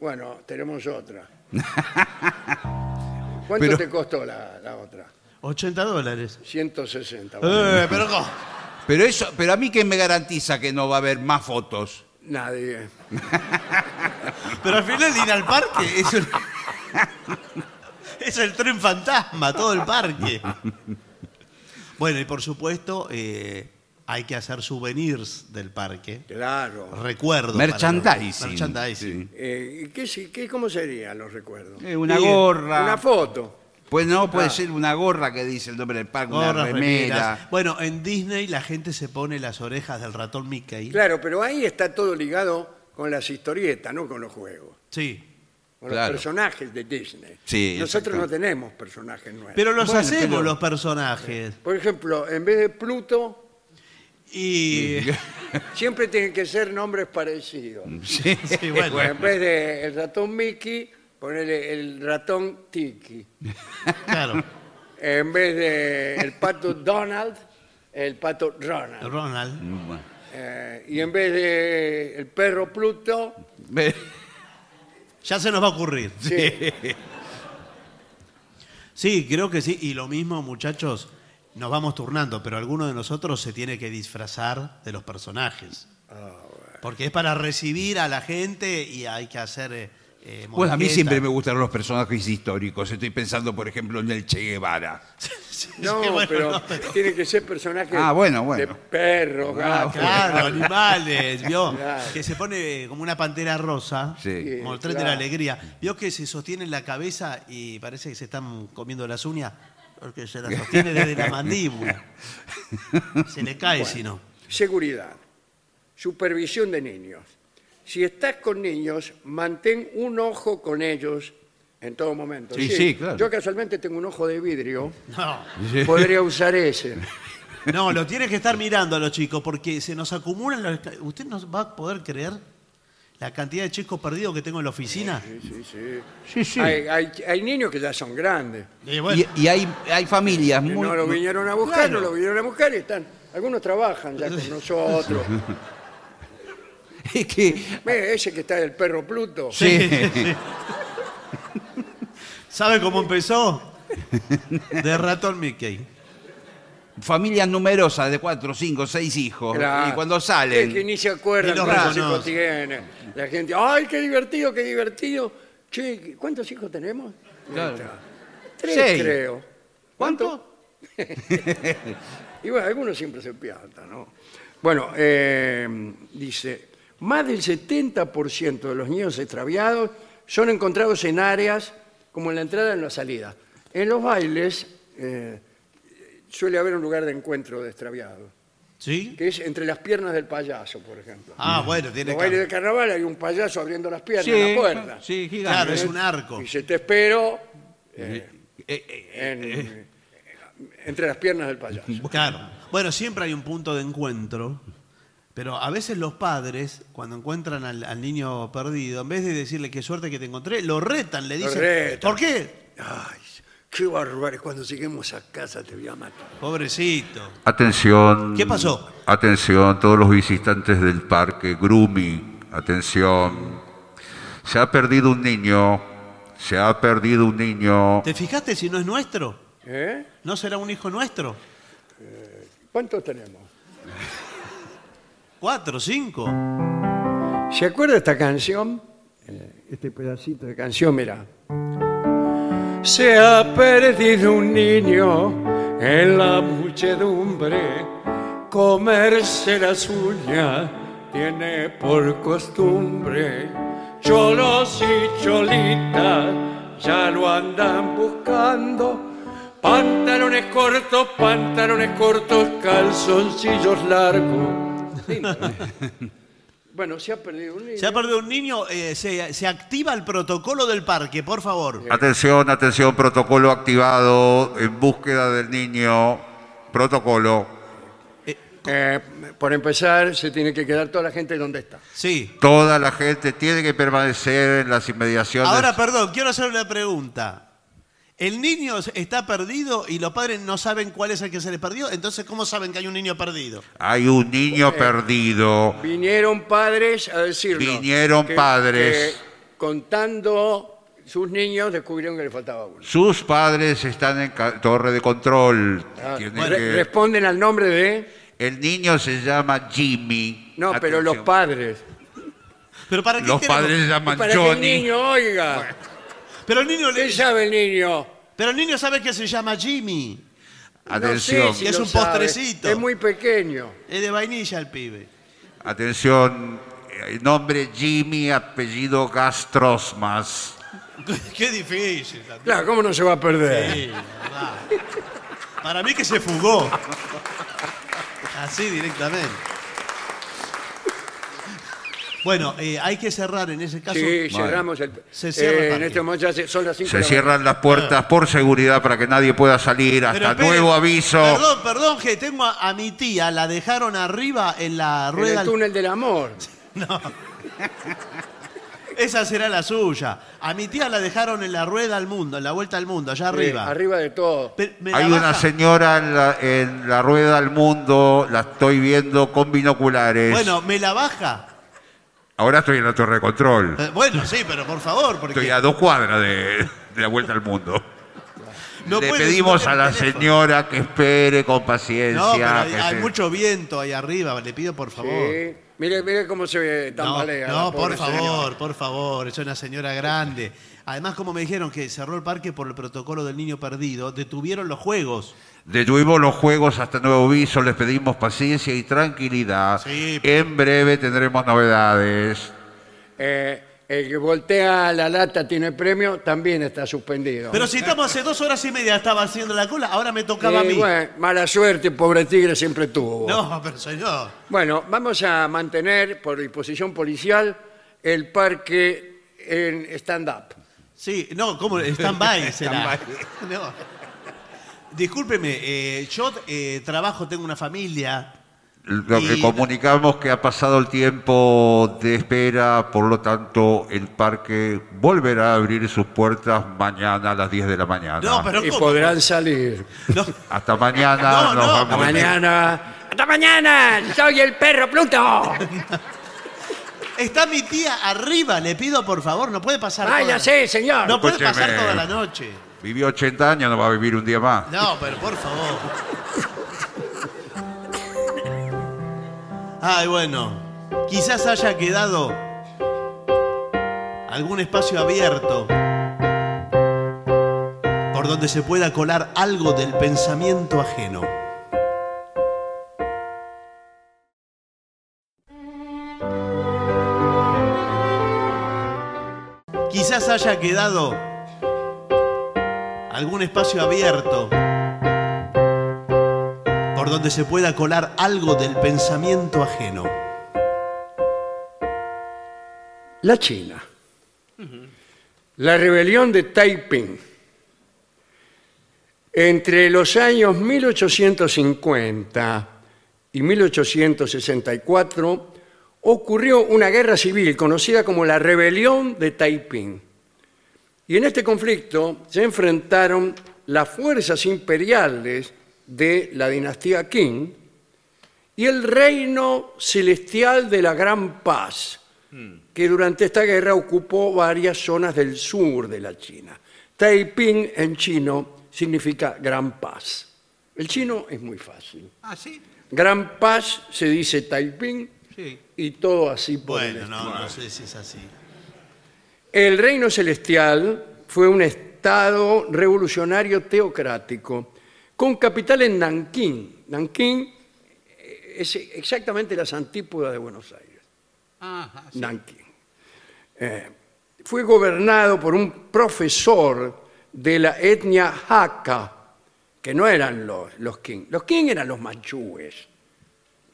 Speaker 2: Bueno, tenemos otra. ¿Cuánto
Speaker 5: Pero-
Speaker 2: te costó la, la otra?
Speaker 3: 80 dólares.
Speaker 2: 160. bueno.
Speaker 3: Eh, pero ¿cómo?
Speaker 5: Pero eso, pero a mí que me garantiza que no va a haber más fotos.
Speaker 2: Nadie.
Speaker 3: Pero al final ir al parque es, un- es el tren fantasma, todo el parque. Bueno, y por supuesto, eh, hay que hacer souvenirs del parque.
Speaker 2: Claro.
Speaker 3: Recuerdos. para los-
Speaker 5: Merchandising.
Speaker 3: merchandising.
Speaker 2: Eh, ¿y qué, si- qué- ¿Cómo serían los recuerdos?
Speaker 5: Sí. Eh, una
Speaker 3: Sí,
Speaker 5: gorra.
Speaker 2: Una foto.
Speaker 5: Pues no, puede
Speaker 2: Ah.
Speaker 5: ser una gorra que dice el nombre del parque, una
Speaker 3: Gorras, remeras.
Speaker 5: remera.
Speaker 3: Bueno, en Disney la gente se pone las orejas del ratón Mickey.
Speaker 2: Claro, pero ahí está todo ligado con las historietas, no con los juegos.
Speaker 3: Sí.
Speaker 2: Con
Speaker 5: Claro.
Speaker 2: los personajes de Disney.
Speaker 5: Sí,
Speaker 2: Nosotros
Speaker 5: exacto.
Speaker 2: no tenemos personajes nuevos.
Speaker 3: Pero los
Speaker 5: Bueno,
Speaker 3: hacemos
Speaker 5: pero-
Speaker 3: los personajes.
Speaker 2: Por ejemplo, en vez de Pluto,
Speaker 3: Y.
Speaker 2: siempre tienen que ser nombres parecidos.
Speaker 5: Sí.
Speaker 3: Sí, bueno.
Speaker 2: En vez de el ratón Mickey, ponerle el ratón Tiki.
Speaker 3: Claro.
Speaker 2: En vez de el pato Donald, el pato Ronald.
Speaker 3: Ronald.
Speaker 2: Eh, y en vez de el perro Pluto,
Speaker 5: Ve-
Speaker 3: Ya se nos va a ocurrir.
Speaker 2: sí,
Speaker 3: Sí, creo que sí. Y lo mismo, muchachos, nos vamos turnando, pero alguno de nosotros se tiene que disfrazar de los personajes.
Speaker 2: Ah,
Speaker 3: Porque es para recibir a la gente y hay que hacer. eh, eh,
Speaker 5: Bueno, Pues, a mí
Speaker 3: morisqueta.
Speaker 5: siempre me gustaron los personajes históricos. Estoy pensando, por ejemplo, en el Che Guevara.
Speaker 2: No,
Speaker 3: Sí, bueno,
Speaker 2: pero
Speaker 3: no,
Speaker 2: tiene que ser personajes
Speaker 5: Ah, bueno,
Speaker 2: de
Speaker 5: bueno.
Speaker 2: perros, gatos.
Speaker 3: Claro, animales, ¿vio?
Speaker 2: Claro.
Speaker 3: Que se pone eh, como una pantera rosa,
Speaker 5: Sí.
Speaker 3: como el
Speaker 2: Sí,
Speaker 3: tren de
Speaker 2: claro.
Speaker 3: la alegría. ¿Vio que se sostiene en la cabeza y parece que se están comiendo las uñas? Porque se las sostiene desde la mandíbula. Se le cae si no.
Speaker 2: Seguridad. Supervisión de niños. Si estás con niños, mantén un ojo con ellos en todo momento.
Speaker 5: Sí, sí, claro.
Speaker 2: Yo casualmente tengo un ojo de vidrio.
Speaker 3: No.
Speaker 2: Podría usar ese.
Speaker 3: No, lo tienes que estar mirando a los chicos porque se nos acumulan los... esca- ¿Usted no va a poder creer la cantidad de chicos perdidos que tengo en la oficina?
Speaker 2: Sí, sí, sí.
Speaker 5: Sí, sí.
Speaker 2: Hay, hay- hay niños que ya son grandes.
Speaker 3: Y bueno,
Speaker 5: Y, y hay, hay familias
Speaker 2: que
Speaker 5: muy.
Speaker 2: no lo vinieron a buscar,
Speaker 3: Claro.
Speaker 2: no lo vinieron a buscar y están. Algunos trabajan ya con nosotros.
Speaker 5: Es que.
Speaker 2: Mire, ese que está el perro Pluto.
Speaker 5: Sí.
Speaker 3: ¿Sabe cómo empezó? De ratón Mickey.
Speaker 5: Familias numerosas de cuatro, cinco, seis hijos.
Speaker 2: Claro.
Speaker 5: Y cuando
Speaker 2: Es que
Speaker 5: salen.
Speaker 2: ni se acuerdan
Speaker 3: Ni los
Speaker 2: cuántos
Speaker 3: reconoce.
Speaker 2: hijos tiene. La gente, ¡ay, qué divertido, qué divertido! Che, ¿cuántos hijos tenemos?
Speaker 5: Claro.
Speaker 2: Ahí está. Tres,
Speaker 5: Seis.
Speaker 2: creo.
Speaker 5: ¿Cuánto?
Speaker 2: Y bueno, algunos siempre se piatan, ¿no? Bueno, eh, dice, más del 70% de los niños extraviados son encontrados en áreas como en la entrada y en la salida. En los bailes eh, suele haber un lugar de encuentro de extraviados,
Speaker 3: ¿Sí?
Speaker 2: que es entre las piernas del payaso, por ejemplo.
Speaker 3: Ah, bueno,
Speaker 2: En
Speaker 3: tiene
Speaker 2: los bailes
Speaker 3: que.
Speaker 2: de carnaval hay un payaso abriendo las piernas
Speaker 5: Sí,
Speaker 2: en la puerta.
Speaker 5: sí, gigante.
Speaker 3: Claro, es un arco.
Speaker 2: Y se te espero
Speaker 5: Eh, eh,
Speaker 2: en- entre las piernas del payaso.
Speaker 3: Claro. Bueno, siempre hay un punto de encuentro, pero a veces los padres, cuando encuentran al, al niño perdido, en vez de decirle qué suerte que te encontré, lo retan, le
Speaker 2: Lo
Speaker 3: dicen.
Speaker 2: retan.
Speaker 3: ¿Por qué?
Speaker 2: Ay, qué barbaridad. Cuando lleguemos a casa te voy a matar.
Speaker 3: Pobrecito.
Speaker 6: Atención.
Speaker 3: ¿Qué pasó?
Speaker 6: Atención, todos los visitantes del parque, grooming, atención. Se ha perdido un niño, se ha perdido un niño.
Speaker 3: ¿Te fijaste si no es nuestro?
Speaker 2: ¿Eh?
Speaker 3: ¿No será un hijo nuestro?
Speaker 2: ¿Cuántos tenemos?
Speaker 3: ¿Cuatro, cinco?
Speaker 2: ¿Se acuerda esta canción? Eh, Este pedacito de canción, mira. Se ha perdido un niño en la muchedumbre. Comerse las uñas tiene por costumbre. Cholos y cholitas ya lo andan buscando. Pantalones cortos, pantalones cortos, calzoncillos largos. Lindo, ¿eh? bueno, se ha perdido un niño.
Speaker 3: Se ha perdido un niño, eh, se, se activa el protocolo del parque, por favor.
Speaker 6: Atención, atención, protocolo activado en búsqueda del niño. Protocolo.
Speaker 2: Eh, por empezar, se tiene que quedar toda la gente donde está.
Speaker 3: Sí.
Speaker 6: Toda la gente tiene que permanecer en las inmediaciones.
Speaker 3: Ahora, perdón, quiero hacer una pregunta. El niño está perdido y los padres no saben cuál es el que se le perdió, entonces ¿cómo saben que hay un niño perdido?
Speaker 6: Hay un
Speaker 2: eh,
Speaker 6: niño perdido.
Speaker 2: Vinieron padres a decirnos.
Speaker 6: Vinieron padres.
Speaker 2: que contando sus niños, descubrieron que le faltaba uno.
Speaker 6: Sus padres están en ca- torre de control.
Speaker 2: Ah,
Speaker 6: Tiene
Speaker 2: re-
Speaker 6: que-
Speaker 2: Responden al nombre de.
Speaker 6: El niño se llama Jimmy.
Speaker 2: No, pero los
Speaker 6: padres.
Speaker 2: padres.
Speaker 3: Pero para qué
Speaker 6: Los
Speaker 3: queremos-
Speaker 6: padres se
Speaker 2: Para
Speaker 6: llaman
Speaker 2: que el
Speaker 6: Johnny.
Speaker 2: niño oiga.
Speaker 3: Pero el niño le-
Speaker 2: ¿Qué sabe el niño?
Speaker 3: pero el niño sabe que se llama Jimmy.
Speaker 6: Atención,
Speaker 2: No sé si
Speaker 3: Es
Speaker 2: lo
Speaker 3: un
Speaker 2: sabe.
Speaker 3: postrecito.
Speaker 2: Es muy pequeño.
Speaker 3: Es de vainilla el pibe.
Speaker 6: atención. El nombre Jimmy, apellido Gastrosmas.
Speaker 3: qué difícil. también.
Speaker 2: Claro, ¿cómo no se va a perder?
Speaker 3: Sí, verdad. Para mí que se fugó. Así directamente. Bueno, eh, hay que cerrar en ese caso.
Speaker 2: Sí, cerramos el.
Speaker 3: Se cierra el
Speaker 2: en
Speaker 3: parque.
Speaker 2: este momento ya se- son las 5
Speaker 6: Se cierran las puertas por seguridad para que nadie pueda salir
Speaker 3: Pero
Speaker 6: hasta
Speaker 3: espere,
Speaker 6: nuevo aviso.
Speaker 3: Perdón, perdón, que tengo a, a mi tía, la dejaron arriba en la
Speaker 2: En
Speaker 3: rueda.
Speaker 2: el túnel del amor.
Speaker 3: Esa será la suya. A mi tía la dejaron en la rueda al mundo, en la vuelta al mundo, allá arriba.
Speaker 2: Eh, arriba de todo.
Speaker 3: Pe- me la
Speaker 6: Hay una
Speaker 3: baja.
Speaker 6: señora en la, en la rueda al mundo, la estoy viendo con binoculares.
Speaker 3: Bueno, me la baja.
Speaker 6: Ahora estoy en la torre de control.
Speaker 3: Eh, Bueno, sí, pero por favor,
Speaker 6: Estoy
Speaker 3: porque
Speaker 6: a dos cuadras de, de la vuelta al mundo.
Speaker 3: no
Speaker 6: Le
Speaker 3: puede
Speaker 6: pedimos
Speaker 3: usar
Speaker 6: a
Speaker 3: el
Speaker 6: la
Speaker 3: teléfono.
Speaker 6: señora que espere con paciencia.
Speaker 3: No, pero hay,
Speaker 6: que
Speaker 3: hay
Speaker 6: se-
Speaker 3: mucho viento ahí arriba, le pido por favor.
Speaker 2: Sí. Mire, mire cómo se
Speaker 3: No,
Speaker 2: tambalea.
Speaker 3: no,
Speaker 2: la
Speaker 3: por
Speaker 2: pobre
Speaker 3: favor,
Speaker 2: señora.
Speaker 3: por favor, es una señora grande. Además, como me dijeron que cerró el parque por el protocolo del niño perdido, detuvieron los juegos.
Speaker 6: Detuvimos los juegos hasta nuevo aviso, les pedimos paciencia y tranquilidad.
Speaker 3: Sí.
Speaker 6: En breve tendremos novedades.
Speaker 2: Eh, el que voltea la lata tiene premio, también está suspendido.
Speaker 3: Pero si estamos hace dos horas y media, estaba haciendo la cola, ahora me
Speaker 2: Eh,
Speaker 3: tocaba a mí.
Speaker 2: bueno, mala suerte, pobre tigre siempre tuvo.
Speaker 3: No, pero señor.
Speaker 2: Bueno, vamos a mantener por disposición policial el parque en stand-up.
Speaker 3: Sí, no, ¿cómo? Stand-by será. No. Discúlpeme, eh, yo eh, trabajo, tengo una familia.
Speaker 6: Lo que
Speaker 3: Y-
Speaker 6: comunicamos que ha pasado el tiempo de espera, por lo tanto el parque volverá a abrir sus puertas mañana a las 10 de la mañana.
Speaker 3: No, pero
Speaker 2: Ah, Y
Speaker 3: ¿cómo?
Speaker 2: podrán salir.
Speaker 3: No,
Speaker 6: Hasta mañana
Speaker 3: No,
Speaker 6: nos
Speaker 3: no,
Speaker 6: vamos.
Speaker 2: Hasta mañana. ¡Hasta mañana! ¡Soy el perro Pluto!
Speaker 3: está mi tía arriba, le pido por favor, no puede pasar. toda-
Speaker 2: Váyase, señor.
Speaker 3: No puede
Speaker 6: Escúcheme.
Speaker 3: pasar toda la noche.
Speaker 6: Vivió 80 años, no va a vivir un día más.
Speaker 3: No, pero por favor. Ay, bueno. Quizás haya quedado algún espacio abierto por donde se pueda colar algo del pensamiento ajeno. Quizás haya quedado algún espacio abierto por donde se pueda colar algo del pensamiento ajeno.
Speaker 2: La China. La rebelión de Taiping. Entre los años 1850 y 1864 ocurrió una guerra civil conocida como la rebelión de Taiping. Y en este conflicto se enfrentaron las fuerzas imperiales de la dinastía Qing y el reino celestial de la Gran Paz, que durante esta guerra ocupó varias zonas del sur de la China. Taiping en chino significa Gran Paz. El chino es muy fácil.
Speaker 4: Ah, sí.
Speaker 2: Gran Paz se dice Taiping
Speaker 4: Sí.
Speaker 2: y todo así por el
Speaker 3: Bueno,
Speaker 2: estilo.
Speaker 3: no, no sé si es así.
Speaker 2: El reino celestial fue un estado revolucionario teocrático con capital en Nankín. Nankín eh, es exactamente las antípodas de Buenos Aires. Nankín. Eh, fue gobernado por un profesor de la etnia Hakka, que no eran los, los Qing. Los Qing eran los manchúes,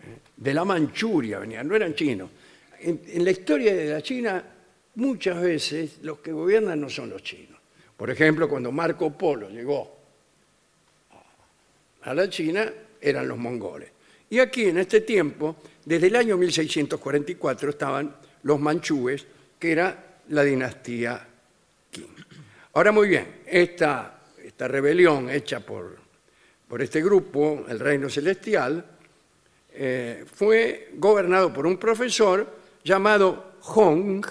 Speaker 2: eh, de la Manchuria venían, no eran chinos. En, en la historia de la China, muchas veces los que gobiernan no son los chinos. Por ejemplo, cuando Marco Polo llegó a la China, eran los mongoles. Y aquí, en este tiempo, desde el año 1644 estaban los manchúes, que era la dinastía Ahora muy bien, esta, esta rebelión hecha por, por este grupo, el Reino Celestial, eh, fue gobernado por un profesor llamado Hong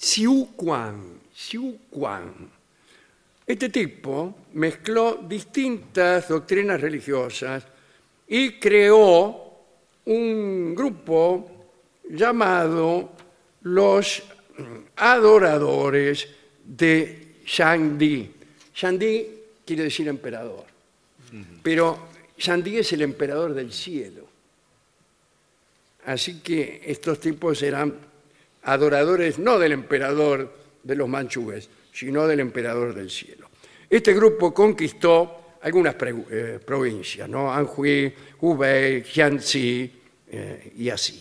Speaker 2: Xiuquan. Xiuquan. Este tipo mezcló distintas doctrinas religiosas y creó un grupo llamado los mm, adoradores de Shangdi. Shangdi quiere decir emperador, pero Shangdi es el emperador del cielo. Así que estos tipos eran adoradores no del emperador de los manchúes, sino del emperador del cielo. Este grupo conquistó algunas pregu- eh, provincias, ¿no? Anhui, Hubei, Jiangxi eh, y así.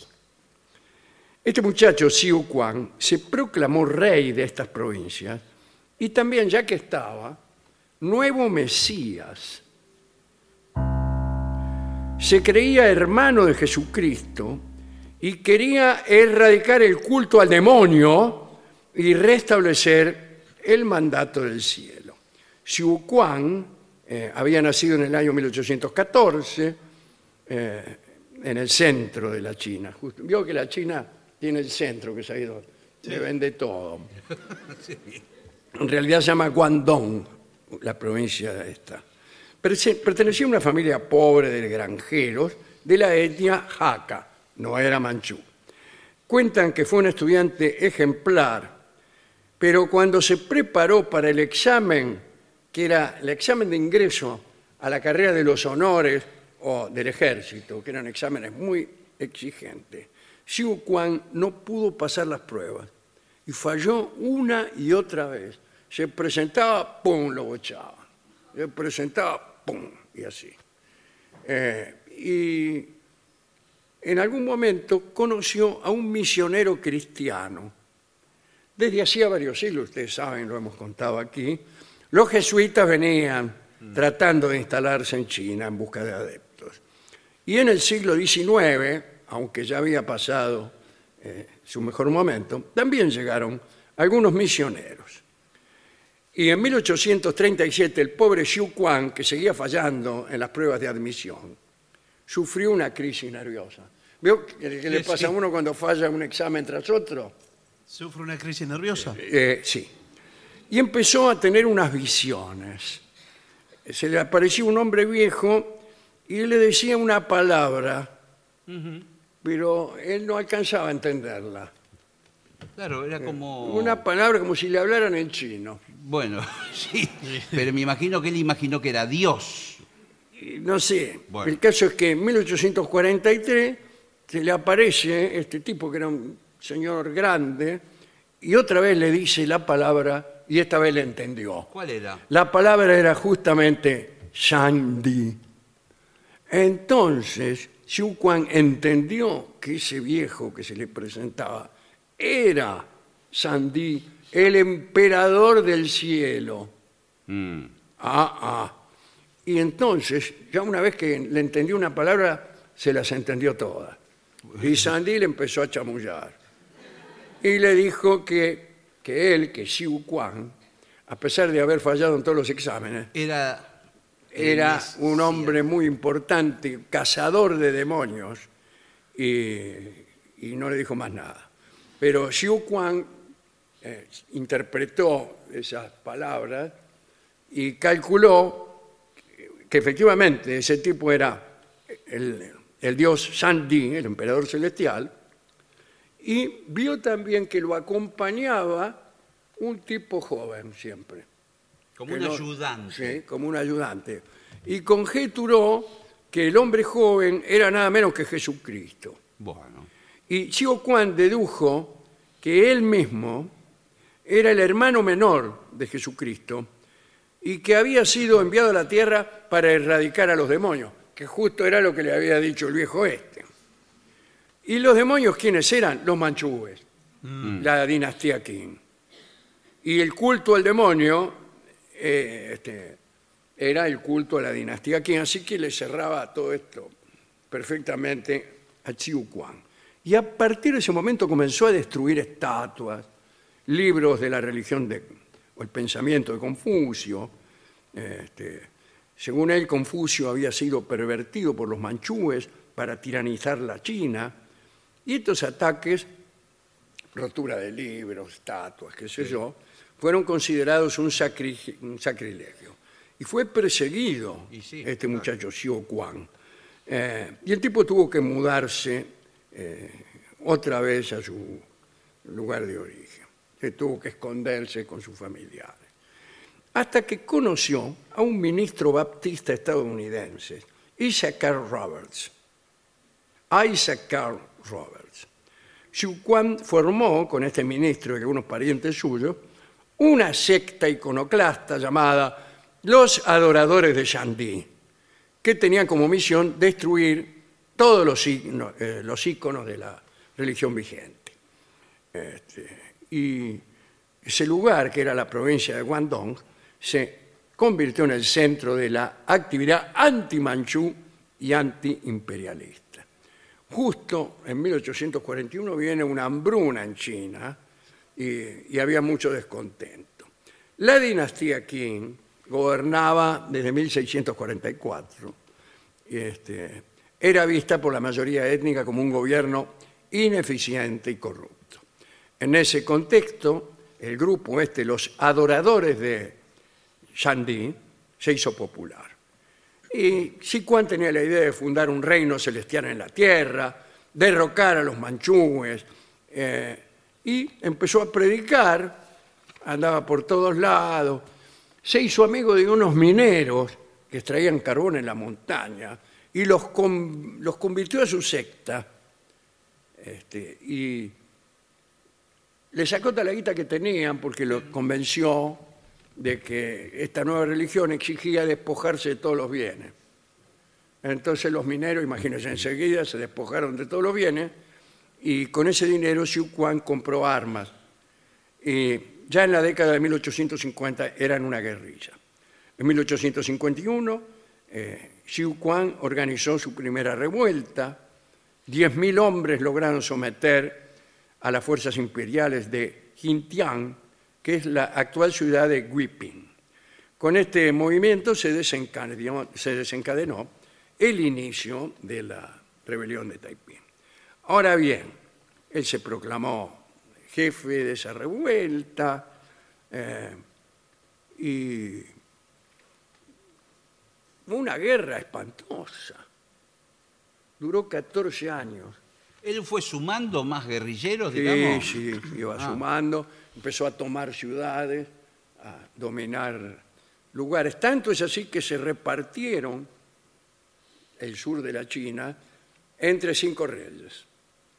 Speaker 2: Este muchacho, Xiu Quan, se proclamó rey de estas provincias y también, ya que estaba, nuevo Mesías. Se creía hermano de Jesucristo y quería erradicar el culto al demonio y restablecer el mandato del cielo. Xiu Quan eh, había nacido en el año 1814 eh, en el centro de la China. Justo. Vio que la China tiene el centro, que se ha ido, se vende todo. En realidad se llama Guangdong, la provincia esta. Perse- Pertenecía a una familia pobre de granjeros de la etnia Hakka, no era manchú. Cuentan que fue un estudiante ejemplar, pero cuando se preparó para el examen, que era el examen de ingreso a la carrera de los honores o del ejército, que eran exámenes muy exigentes, Xiu Quan no pudo pasar las pruebas y falló una y otra vez. Se presentaba, pum, lo bochaba. Se presentaba, pum, y así. Eh, y en algún momento conoció a un misionero cristiano. Desde hacía varios siglos, ustedes saben, lo hemos contado aquí, los jesuitas venían
Speaker 3: Mm.
Speaker 2: tratando de instalarse en China en busca de adeptos. Y en el siglo XIX, aunque ya había pasado eh, su mejor momento, también llegaron algunos misioneros. Y en 1837 el pobre Xiu Quan, que seguía fallando en las pruebas de admisión, sufrió una crisis nerviosa. ¿Vio que, que le
Speaker 3: Sí,
Speaker 2: pasa
Speaker 3: sí.
Speaker 2: a uno cuando falla un examen tras otro?
Speaker 3: Sufre una crisis nerviosa.
Speaker 2: Eh, sí. Y empezó a tener unas visiones. Se le apareció un hombre viejo y le decía una palabra, pero él no alcanzaba a entenderla.
Speaker 5: Claro, era como.
Speaker 2: Eh, Una palabra como si le hablaran en chino.
Speaker 5: Bueno, sí. Pero me imagino que él imaginó que era Dios.
Speaker 2: Y No sé.
Speaker 5: Bueno.
Speaker 2: El caso es que en 1843 se le aparece este tipo que era un señor grande y otra vez le dice la palabra y esta vez le entendió.
Speaker 5: ¿Cuál era?
Speaker 2: La palabra era justamente Sandy. Entonces, Xu Quan entendió que ese viejo que se le presentaba era Sandy, el emperador del cielo. Ah, ah. Y entonces, ya una vez que le entendió una palabra, se las entendió todas. Y Sandy le empezó a chamullar. Y le dijo que, que él, que Xiu Quan, a pesar de haber fallado en todos los exámenes,
Speaker 5: Era.
Speaker 2: era un hombre muy importante, cazador de demonios, y, y no le dijo más nada. Pero Xiu Quan eh, interpretó esas palabras y calculó que efectivamente ese tipo era el, el dios Sandi, el emperador celestial, y vio también que lo acompañaba un tipo joven siempre
Speaker 5: Como
Speaker 2: que
Speaker 5: un
Speaker 2: lo-
Speaker 5: ayudante.
Speaker 2: sí, como un ayudante. Y conjeturó que el hombre joven era nada menos que Jesucristo.
Speaker 5: Bueno.
Speaker 2: Y Chiu Quan dedujo que él mismo era el hermano menor de Jesucristo y que había sido enviado a la tierra para erradicar a los demonios, que justo era lo que le había dicho el viejo este. ¿Y los demonios quiénes eran? Los manchúes,
Speaker 5: Mm.
Speaker 2: la dinastía Qing. Y el culto al demonio eh, este, era el culto a la dinastía Qing, así que le cerraba todo esto perfectamente a Chiu Quan. Y a partir de ese momento comenzó a destruir estatuas, libros de la religión de, o el pensamiento de Confucio. Este, según él, Confucio había sido pervertido por los manchúes para tiranizar la China. Y estos ataques rotura de libros, estatuas, qué sé yo, fueron considerados un, sacri- un sacrilegio. Y fue perseguido este muchacho Xiu Quan. Eh, y el tipo tuvo que mudarse eh, otra vez a su lugar de origen. Se tuvo que esconderse con sus familiares. Hasta que conoció a un ministro baptista estadounidense, Isaac Carl Roberts. Isaac Carl Roberts. Xu Quan formó con este ministro y algunos parientes suyos una secta iconoclasta llamada los adoradores de Shandi, que tenían como misión destruir todos los, signos- eh, los íconos de la religión vigente. Este, y ese lugar, que era la provincia de Guangdong, se convirtió en el centro de la actividad anti-manchú y anti-imperialista justo en 1841 viene una hambruna en China y, y había mucho descontento. La dinastía Qing gobernaba desde 1644. y, este, era vista por la mayoría étnica como un gobierno ineficiente y corrupto. En ese contexto, el grupo este, los adoradores de Shandi, se hizo popular. Y Xi Quan tenía la idea de fundar un reino celestial en la tierra, derrocar a los manchúes, eh, y empezó a predicar, andaba por todos lados, se hizo amigo de unos mineros que extraían carbón en la montaña y los, con- los convirtió a su secta. Este, y le sacó toda la guita que tenían porque lo convenció de que esta nueva religión exigía despojarse de todos los bienes. Entonces los mineros, imagínense, enseguida se despojaron de todos los bienes y con ese dinero Xiu Quan compró armas. Y ya en la década de 1850 eran una guerrilla. En 1851 eh, Xiu Quan organizó su primera revuelta. 10.000 hombres lograron someter a las fuerzas imperiales de Jintian, que es la actual ciudad de Guiping. Con este movimiento se desencadenó, se desencadenó el inicio de la rebelión de Taiping. Ahora bien, él se proclamó jefe de esa revuelta eh, y fue una guerra espantosa. Duró 14 años.
Speaker 5: Él fue sumando más guerrilleros,
Speaker 2: Sí,
Speaker 5: digamos.
Speaker 2: sí, iba
Speaker 5: Ah.
Speaker 2: sumando, empezó a tomar ciudades, a dominar lugares. Tanto es así que se repartieron el sur de la China entre cinco reyes.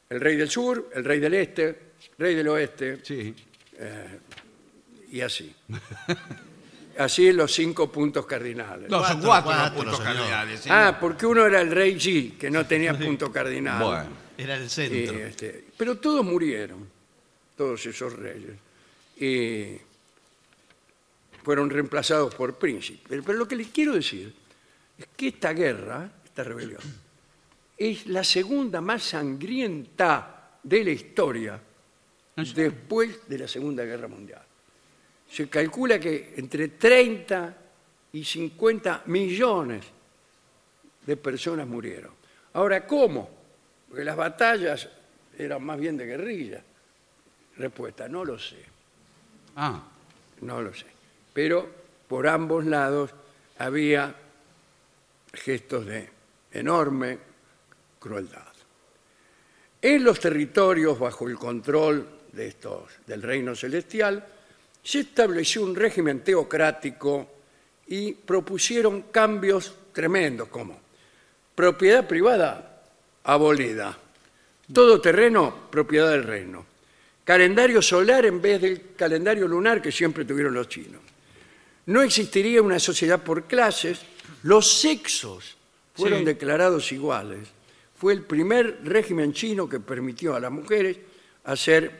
Speaker 2: El rey del sur, el rey del este, rey del oeste
Speaker 5: Sí.
Speaker 2: y así. Así los cinco puntos cardinales.
Speaker 5: No, son
Speaker 3: Cuatro,
Speaker 5: cuatro,
Speaker 3: cuatro,
Speaker 5: los puntos
Speaker 3: señor.
Speaker 5: cardinales, sí.
Speaker 2: Ah, porque uno era el rey Yi, que no tenía punto cardinal.
Speaker 5: Bueno.
Speaker 3: Era el
Speaker 2: Y,
Speaker 3: centro.
Speaker 2: este, pero todos murieron, todos esos reyes. Y fueron reemplazados por príncipes. Pero, pero lo que les quiero decir es que esta guerra, esta rebelión, es la segunda más sangrienta de la historia después de la Segunda Guerra Mundial. Se calcula que entre 30 y 50 millones de personas murieron. Ahora, ¿cómo? Porque las batallas eran más bien de guerrilla. Respuesta, no lo sé,
Speaker 5: Ah,
Speaker 2: no lo sé. Pero por ambos lados había gestos de enorme crueldad. En los territorios bajo el control de estos, del reino celestial se estableció un régimen teocrático y propusieron cambios tremendos como propiedad privada abolida, todo terreno propiedad del reino, calendario solar en vez del calendario lunar que siempre tuvieron los chinos. No existiría una sociedad por clases, los sexos fueron
Speaker 5: Sí.
Speaker 2: declarados iguales. Fue el primer régimen chino que permitió a las mujeres hacer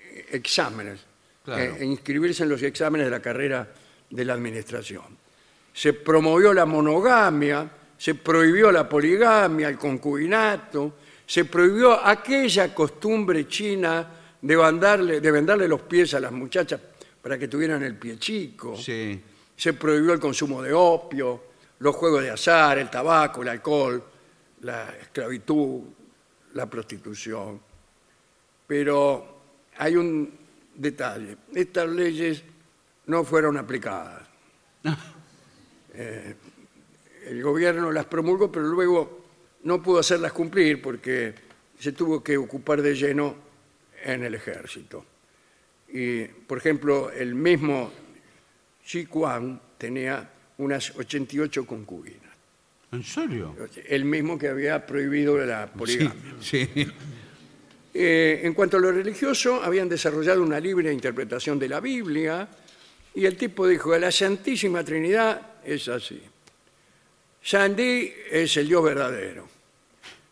Speaker 2: eh, exámenes,
Speaker 5: Claro.
Speaker 2: eh, inscribirse en los exámenes de la carrera de la administración se promovió la monogamia, se prohibió la poligamia, el concubinato, se prohibió aquella costumbre china de, bandarle- de vendarle los pies a las muchachas para que tuvieran el pie chico,
Speaker 5: sí.
Speaker 2: se prohibió el consumo de opio, los juegos de azar, el tabaco, el alcohol, la esclavitud, la prostitución. Pero hay un detalle, estas leyes no fueron aplicadas el gobierno las promulgó, pero luego no pudo hacerlas cumplir porque se tuvo que ocupar de lleno en el ejército. Y, por ejemplo, el mismo Xi Quan tenía unas 88 concubinas,
Speaker 5: ¿En serio?
Speaker 2: el mismo que había prohibido la poligamia.
Speaker 5: Sí, sí.
Speaker 2: Eh, en cuanto a lo religioso, habían desarrollado una libre interpretación de la Biblia y el tipo dijo, la Santísima Trinidad es así. Sandy es el Dios verdadero.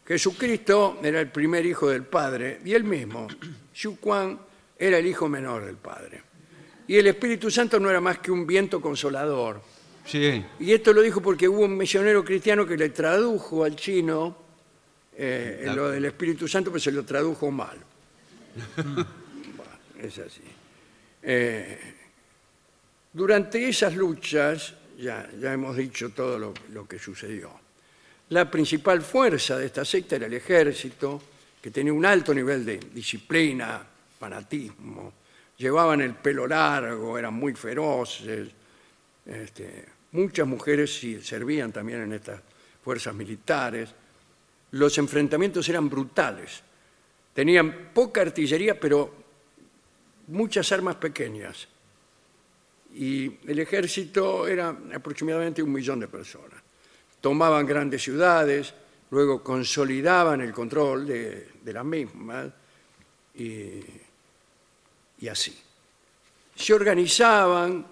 Speaker 2: Jesucristo era el primer hijo del Padre y él mismo, Xu Quan, era el hijo menor del Padre. Y el Espíritu Santo no era más que un viento consolador.
Speaker 5: sí.
Speaker 2: Y esto lo dijo porque hubo un misionero cristiano que le tradujo al chino eh, lo del Espíritu Santo, pero se lo tradujo mal. Bueno, es así. Eh, durante esas luchas, ya, ya hemos dicho todo lo, lo que sucedió, la principal fuerza de esta secta era el ejército, que tenía un alto nivel de disciplina, fanatismo, llevaban el pelo largo, eran muy feroces, este, muchas mujeres sí, servían también en estas fuerzas militares. Los enfrentamientos eran brutales. Tenían poca artillería, pero muchas armas pequeñas. Y el ejército era aproximadamente un millón de personas. Tomaban grandes ciudades, luego consolidaban el control de, de las mismas y, y así. Se organizaban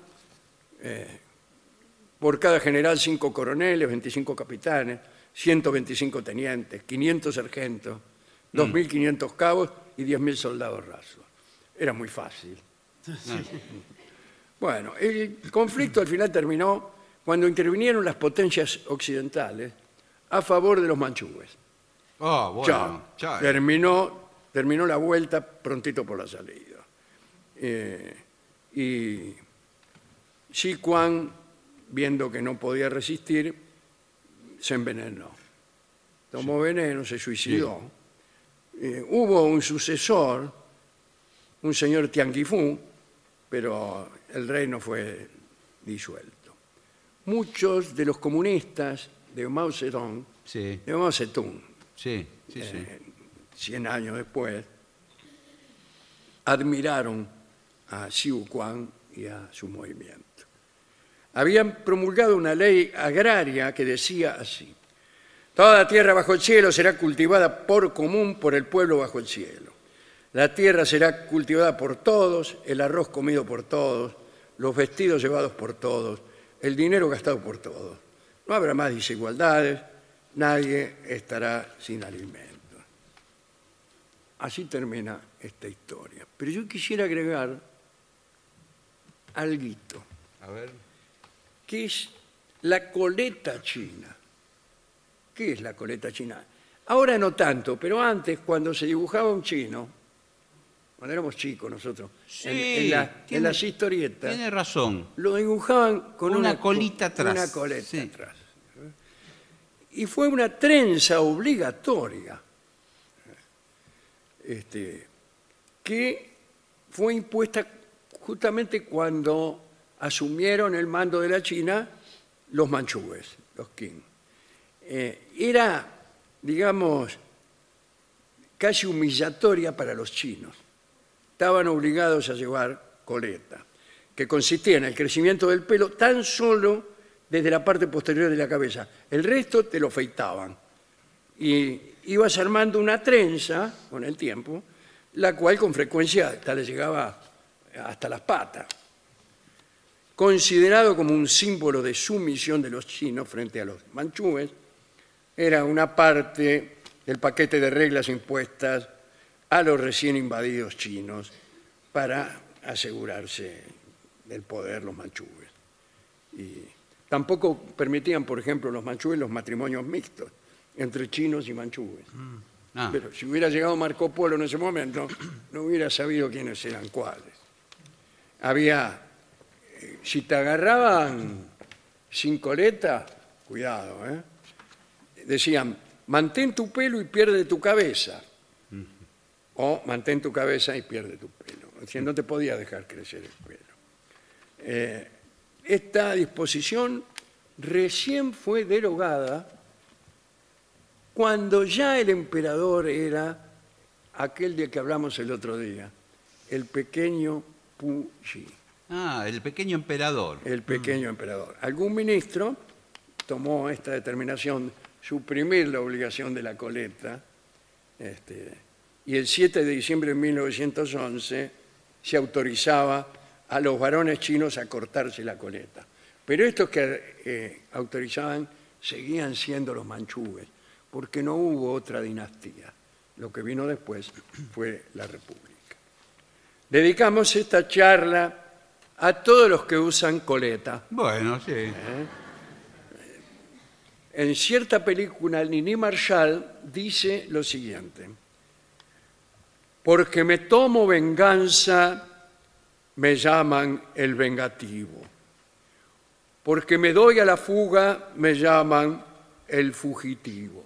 Speaker 2: por cada general cinco coroneles, 25 capitanes, 125 tenientes, 500 sargentos, 2.500 cabos y 10.000 soldados rasos. Era muy fácil. Bueno, el conflicto al final terminó cuando intervinieron las potencias occidentales a favor de los manchúes.
Speaker 5: Ah, bueno.
Speaker 2: Chao.
Speaker 5: Chao.
Speaker 2: Terminó, terminó la vuelta prontito por la salida. Eh, y Xi Quan, viendo que no podía resistir, se envenenó. Tomó veneno, se suicidó. eh, hubo un sucesor, un señor Tianguifú, pero el reino fue disuelto. Muchos de los comunistas de Mao Zedong,
Speaker 5: Sí,
Speaker 2: de Mao Zedong,
Speaker 5: sí, sí, sí.
Speaker 2: Eh, 100 años después, admiraron a Xiu Quan y a su movimiento. Habían promulgado una ley agraria que decía así, Toda tierra bajo el cielo será cultivada por común por el pueblo bajo el cielo. La tierra será cultivada por todos, el arroz comido por todos, los vestidos llevados por todos, el dinero gastado por todos. No habrá más desigualdades, nadie estará sin alimentos. Así termina esta historia. Pero yo quisiera agregar alguito,
Speaker 4: A ver.
Speaker 2: que es la coleta china. ¿Qué es la coleta china? Ahora no tanto, pero antes, cuando se dibujaba un chino, cuando éramos chicos nosotros,
Speaker 5: Sí,
Speaker 2: en, en la- en
Speaker 5: tiene-
Speaker 2: las historietas,
Speaker 5: Tiene razón.
Speaker 2: lo dibujaban con
Speaker 5: Una
Speaker 2: una, co-
Speaker 5: colita atrás,
Speaker 2: Una coleta
Speaker 5: sí.
Speaker 2: atrás. ¿eh? Y fue una trenza obligatoria este, que fue impuesta justamente cuando asumieron el mando de la China los manchúes, los Qing. Eh, era, digamos, casi humillatoria para los chinos. Estaban obligados a llevar coleta, que consistía en el crecimiento del pelo tan solo desde la parte posterior de la cabeza. El resto te lo afeitaban. Y ibas armando una trenza con el tiempo, la cual con frecuencia hasta le llegaba hasta las patas. Considerado como un símbolo de sumisión de los chinos frente a los manchúes, era una parte del paquete de reglas impuestas a los recién invadidos chinos para asegurarse del poder los manchúes. Y tampoco permitían, por ejemplo, los manchúes los matrimonios mixtos entre chinos y manchúes.
Speaker 5: Ah,
Speaker 2: Pero si hubiera llegado Marco Polo en ese momento, no hubiera sabido quiénes eran cuáles. Había, eh, si te agarraban sin coleta, cuidado, ¿eh? Decían, mantén tu pelo y pierde tu cabeza. O mantén tu cabeza y pierde tu pelo. Es decir, no te podía dejar crecer el pelo. Eh, esta disposición recién fue derogada cuando ya el emperador era aquel de que hablamos el otro día, el pequeño Puyi,
Speaker 5: Ah, el pequeño emperador.
Speaker 2: el pequeño emperador. Algún ministro tomó esta determinación, suprimir la obligación de la coleta, este, y el 7 de diciembre de 1911 se autorizaba a los varones chinos a cortarse la coleta. Pero estos que eh, autorizaban seguían siendo los manchúes, porque no hubo otra dinastía. Lo que vino después fue la República. Dedicamos esta charla a todos los que usan coleta.
Speaker 5: Bueno, sí.
Speaker 2: En cierta película, Nini Marshall dice lo siguiente: Porque me tomo venganza, me llaman el vengativo. Porque me doy a la fuga, me llaman el fugitivo.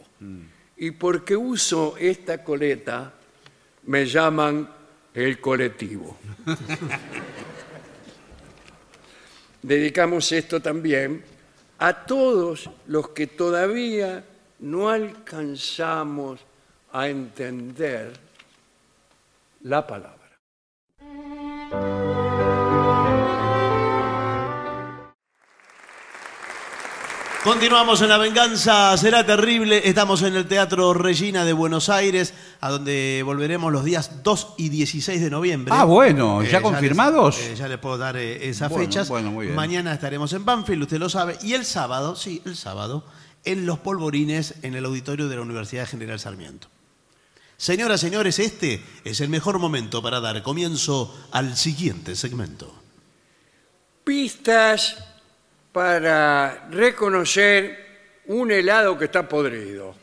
Speaker 2: Y porque uso esta coleta, me llaman el colectivo. dedicamos esto también a todos los que todavía no alcanzamos a entender la palabra.
Speaker 3: Continuamos en La Venganza Será Terrible. Estamos en el Teatro Regina de Buenos Aires, a donde volveremos los días 2 y 16 de noviembre.
Speaker 5: Ah, bueno, ¿ya
Speaker 3: les-
Speaker 5: confirmados?
Speaker 3: eh, ya les puedo dar eh, esas
Speaker 5: Bueno,
Speaker 3: fechas.
Speaker 5: bueno, muy bien.
Speaker 3: Mañana estaremos en Banfield, usted lo sabe. Y el sábado, sí, el sábado, en Los Polvorines, en el auditorio de la Universidad General Sarmiento. Señoras, señores, este es el mejor momento para dar comienzo al siguiente segmento.
Speaker 2: Pistas para reconocer un helado que está podrido.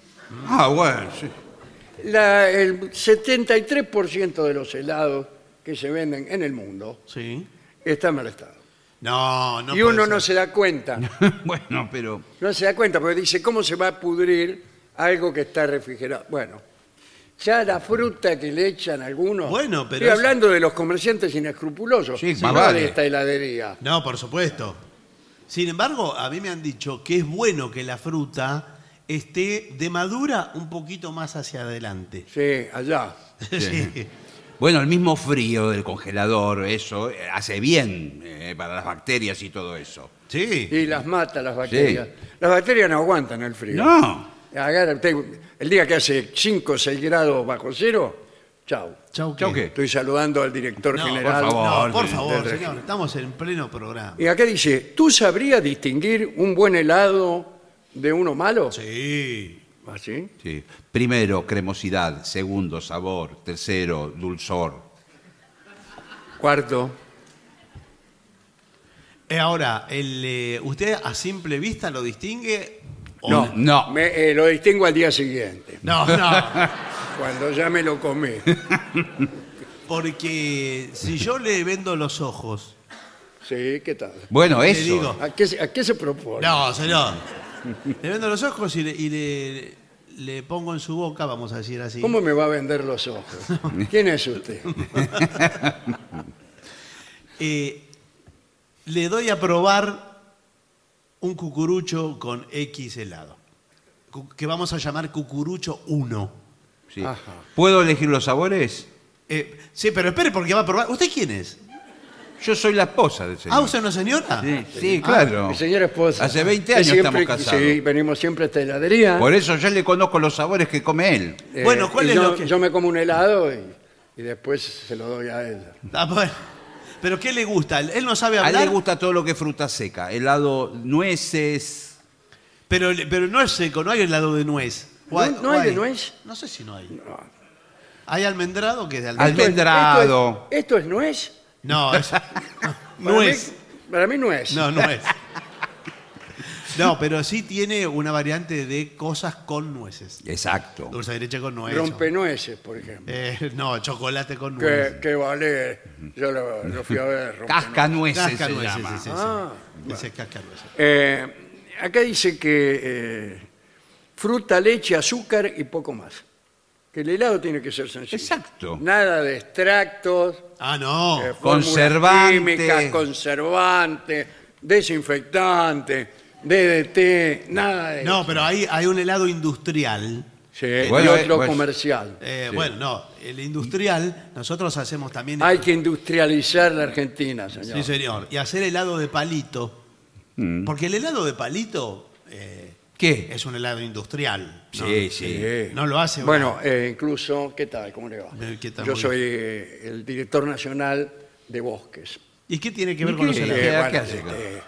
Speaker 5: Ah, bueno, sí.
Speaker 2: La- el 73% de los helados que se venden en el mundo
Speaker 3: Sí.
Speaker 2: están en mal estado.
Speaker 3: No, no.
Speaker 2: y
Speaker 3: puede
Speaker 2: uno
Speaker 3: ser.
Speaker 2: no se da cuenta.
Speaker 5: Bueno, pero
Speaker 2: No se da cuenta porque dice, ¿cómo se va a pudrir algo que está refrigerado? Bueno, ya la fruta que le echan algunos.
Speaker 3: Bueno, pero
Speaker 2: Estoy
Speaker 3: es-
Speaker 2: hablando de los comerciantes inescrupulosos,
Speaker 5: Sí,
Speaker 2: no
Speaker 5: más vale.
Speaker 2: de esta heladería.
Speaker 3: No, por supuesto. Sin embargo, a mí me han dicho que es bueno que la fruta esté de madura un poquito más hacia adelante.
Speaker 2: Sí, allá.
Speaker 3: Sí.
Speaker 5: Bueno, el mismo frío del congelador, eso eh, hace bien eh, para las bacterias y todo eso.
Speaker 3: Sí.
Speaker 2: Y las mata las bacterias. Las bacterias no aguantan el frío.
Speaker 5: No.
Speaker 2: Agarra usted- el día que hace 5 o 6 grados bajo cero, chau.
Speaker 3: Chau,
Speaker 5: Chau, ¿qué?
Speaker 2: Estoy saludando al director
Speaker 3: No,
Speaker 2: general.
Speaker 5: por favor,
Speaker 3: no, por
Speaker 5: del-
Speaker 3: favor,
Speaker 2: del
Speaker 3: señor. Estamos en pleno programa.
Speaker 2: Y acá dice, ¿tú sabrías distinguir un buen helado de uno malo?
Speaker 3: Sí.
Speaker 2: ¿Ah, sí?
Speaker 5: Sí. Primero, cremosidad. Segundo, sabor. Tercero, dulzor.
Speaker 2: Cuarto.
Speaker 3: Eh, Ahora, el, eh, ¿usted a simple vista lo distingue? o-
Speaker 5: No,
Speaker 3: Ah.
Speaker 5: no.
Speaker 2: Me, eh, lo distingo al día siguiente,
Speaker 3: No, no.
Speaker 2: cuando ya me lo comí.
Speaker 3: Porque si yo le vendo los ojos.
Speaker 2: Sí, ¿qué tal?
Speaker 5: Bueno, eso.
Speaker 3: digo.
Speaker 2: ¿A qué, se- a qué se propone?
Speaker 3: No, señor. Le vendo los ojos y le, y le- le pongo en su boca, vamos a decir así.
Speaker 2: ¿Cómo me va a vender los ojos? ¿Quién es usted?
Speaker 3: Eh, le doy a probar un cucurucho con X helado. cu- Que vamos a llamar cucurucho 1.
Speaker 5: Sí.
Speaker 2: Ajá.
Speaker 5: ¿Puedo elegir los sabores?
Speaker 3: Eh, sí, pero espere, porque va a probar. ¿Usted quién es?
Speaker 5: Yo soy la esposa del
Speaker 3: ¿Ah,
Speaker 5: señor.
Speaker 3: usted es una señora?
Speaker 5: sí, sí, claro.
Speaker 2: ah, Mi señora esposa.
Speaker 5: Hace 20
Speaker 2: que
Speaker 5: años
Speaker 2: siempre-
Speaker 5: estamos casados.
Speaker 2: Sí, venimos siempre a esta heladería.
Speaker 5: Por eso yo le conozco los sabores que come él.
Speaker 2: Eh,
Speaker 3: Bueno, ¿cuál
Speaker 2: y
Speaker 3: es
Speaker 2: yo,
Speaker 3: lo que-
Speaker 2: yo me como un helado y, y después se lo doy a ella.
Speaker 3: Ah, bueno. Pero ¿qué le gusta? Él no sabe
Speaker 5: A él
Speaker 3: hablar,
Speaker 5: le gusta todo lo que es fruta seca. Helado, nueces.
Speaker 3: pero, pero no es seco, no hay helado de nuez. ¿O
Speaker 2: ¿No- no hay de nuez?
Speaker 3: No sé si no hay. ¿Hay almendrado que es de
Speaker 5: Almen-
Speaker 3: almendra?
Speaker 5: Almendrado.
Speaker 2: ¿Esto es, esto es nuez?
Speaker 3: No, es...
Speaker 2: Para
Speaker 3: nuez.
Speaker 2: mí- para mí nuez.
Speaker 3: No, nuez. No, pero sí tiene una variante de cosas con nueces.
Speaker 5: Exacto.
Speaker 3: Dulce de leche con nuez.
Speaker 2: Rompenueces, por ejemplo.
Speaker 3: Eh, no, chocolate con
Speaker 2: Que,
Speaker 3: nueces.
Speaker 2: que vale, yo lo, lo fui a ver. rompe-
Speaker 5: Cascanueces se
Speaker 3: Cascanueces,
Speaker 5: llama.
Speaker 3: sí, sí, sí.
Speaker 2: Ah,
Speaker 3: Ese es cascanueces.
Speaker 2: Eh, acá dice que eh, fruta, leche, azúcar y poco más. Que el helado tiene que ser sencillo.
Speaker 5: Exacto.
Speaker 2: Nada de extractos,
Speaker 3: Ah, no.
Speaker 2: eh, fórmulas
Speaker 5: Conservante.
Speaker 2: químicas, conservantes, desinfectantes, DDT, nada de
Speaker 3: No, pero ahí hay un helado industrial.
Speaker 2: Sí,
Speaker 5: Bueno,
Speaker 2: y otro
Speaker 5: eh, bueno.
Speaker 2: comercial.
Speaker 3: Eh, Bueno, no, el industrial, nosotros hacemos también.
Speaker 2: Hay que industrializar la Argentina, señor.
Speaker 3: Sí, señor. Y hacer helado de palito.
Speaker 5: Mm.
Speaker 3: Porque el helado de palito eh,
Speaker 5: ¿Qué?
Speaker 3: es un helado industrial. ¿no?
Speaker 5: Sí, sí.
Speaker 3: No lo hace. una-
Speaker 2: Bueno, eh, incluso, ¿qué tal? ¿Cómo le va?
Speaker 3: Eh, ¿qué tal?
Speaker 2: Yo
Speaker 3: Muy
Speaker 2: soy eh, el director nacional de bosques.
Speaker 3: ¿Y qué tiene que ver con los
Speaker 5: qué?
Speaker 3: helados?
Speaker 5: Eh,
Speaker 2: bueno,
Speaker 5: ¿qué hace acá?
Speaker 2: eh,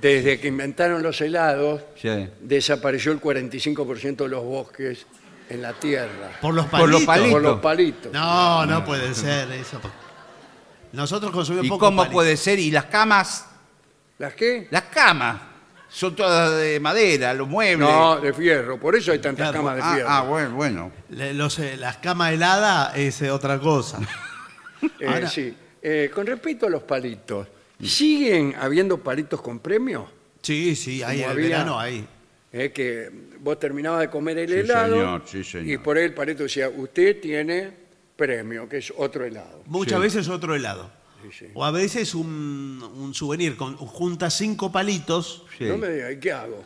Speaker 2: desde que inventaron los helados,
Speaker 5: Sí.
Speaker 2: desapareció el 45% de los bosques en la tierra.
Speaker 3: Por los
Speaker 5: Por
Speaker 3: palitos.
Speaker 5: los palitos.
Speaker 2: Por los palitos.
Speaker 3: No, no puede ser eso. Nosotros consumimos
Speaker 5: ¿Y
Speaker 3: poco
Speaker 5: cómo
Speaker 3: palito.
Speaker 5: puede ser? ¿Y las camas?
Speaker 2: ¿Las qué?
Speaker 5: Las camas. Son todas de madera, los muebles.
Speaker 2: No, de fierro. Por eso hay tantas
Speaker 3: Claro.
Speaker 2: camas de
Speaker 5: Ah,
Speaker 2: fierro.
Speaker 5: ah, bueno, bueno.
Speaker 3: Le- los, eh, las camas heladas es eh, otra cosa.
Speaker 2: Eh,
Speaker 3: ahora-
Speaker 2: sí. Eh, con respecto a los palitos,
Speaker 5: Mm.
Speaker 2: ¿siguen habiendo palitos con premios?
Speaker 3: Sí, sí, ahí
Speaker 2: Como
Speaker 3: el
Speaker 2: había-
Speaker 3: verano ahí.
Speaker 2: Es Eh, que vos terminabas de comer el
Speaker 5: Sí,
Speaker 2: helado
Speaker 5: señor, sí, señor.
Speaker 2: y por ahí el palito decía, usted tiene premio, que es otro helado.
Speaker 3: Muchas veces otro helado.
Speaker 2: Sí, sí.
Speaker 3: O a veces un, un souvenir, con, junta cinco palitos.
Speaker 5: Sí.
Speaker 2: No me diga, ¿y qué hago?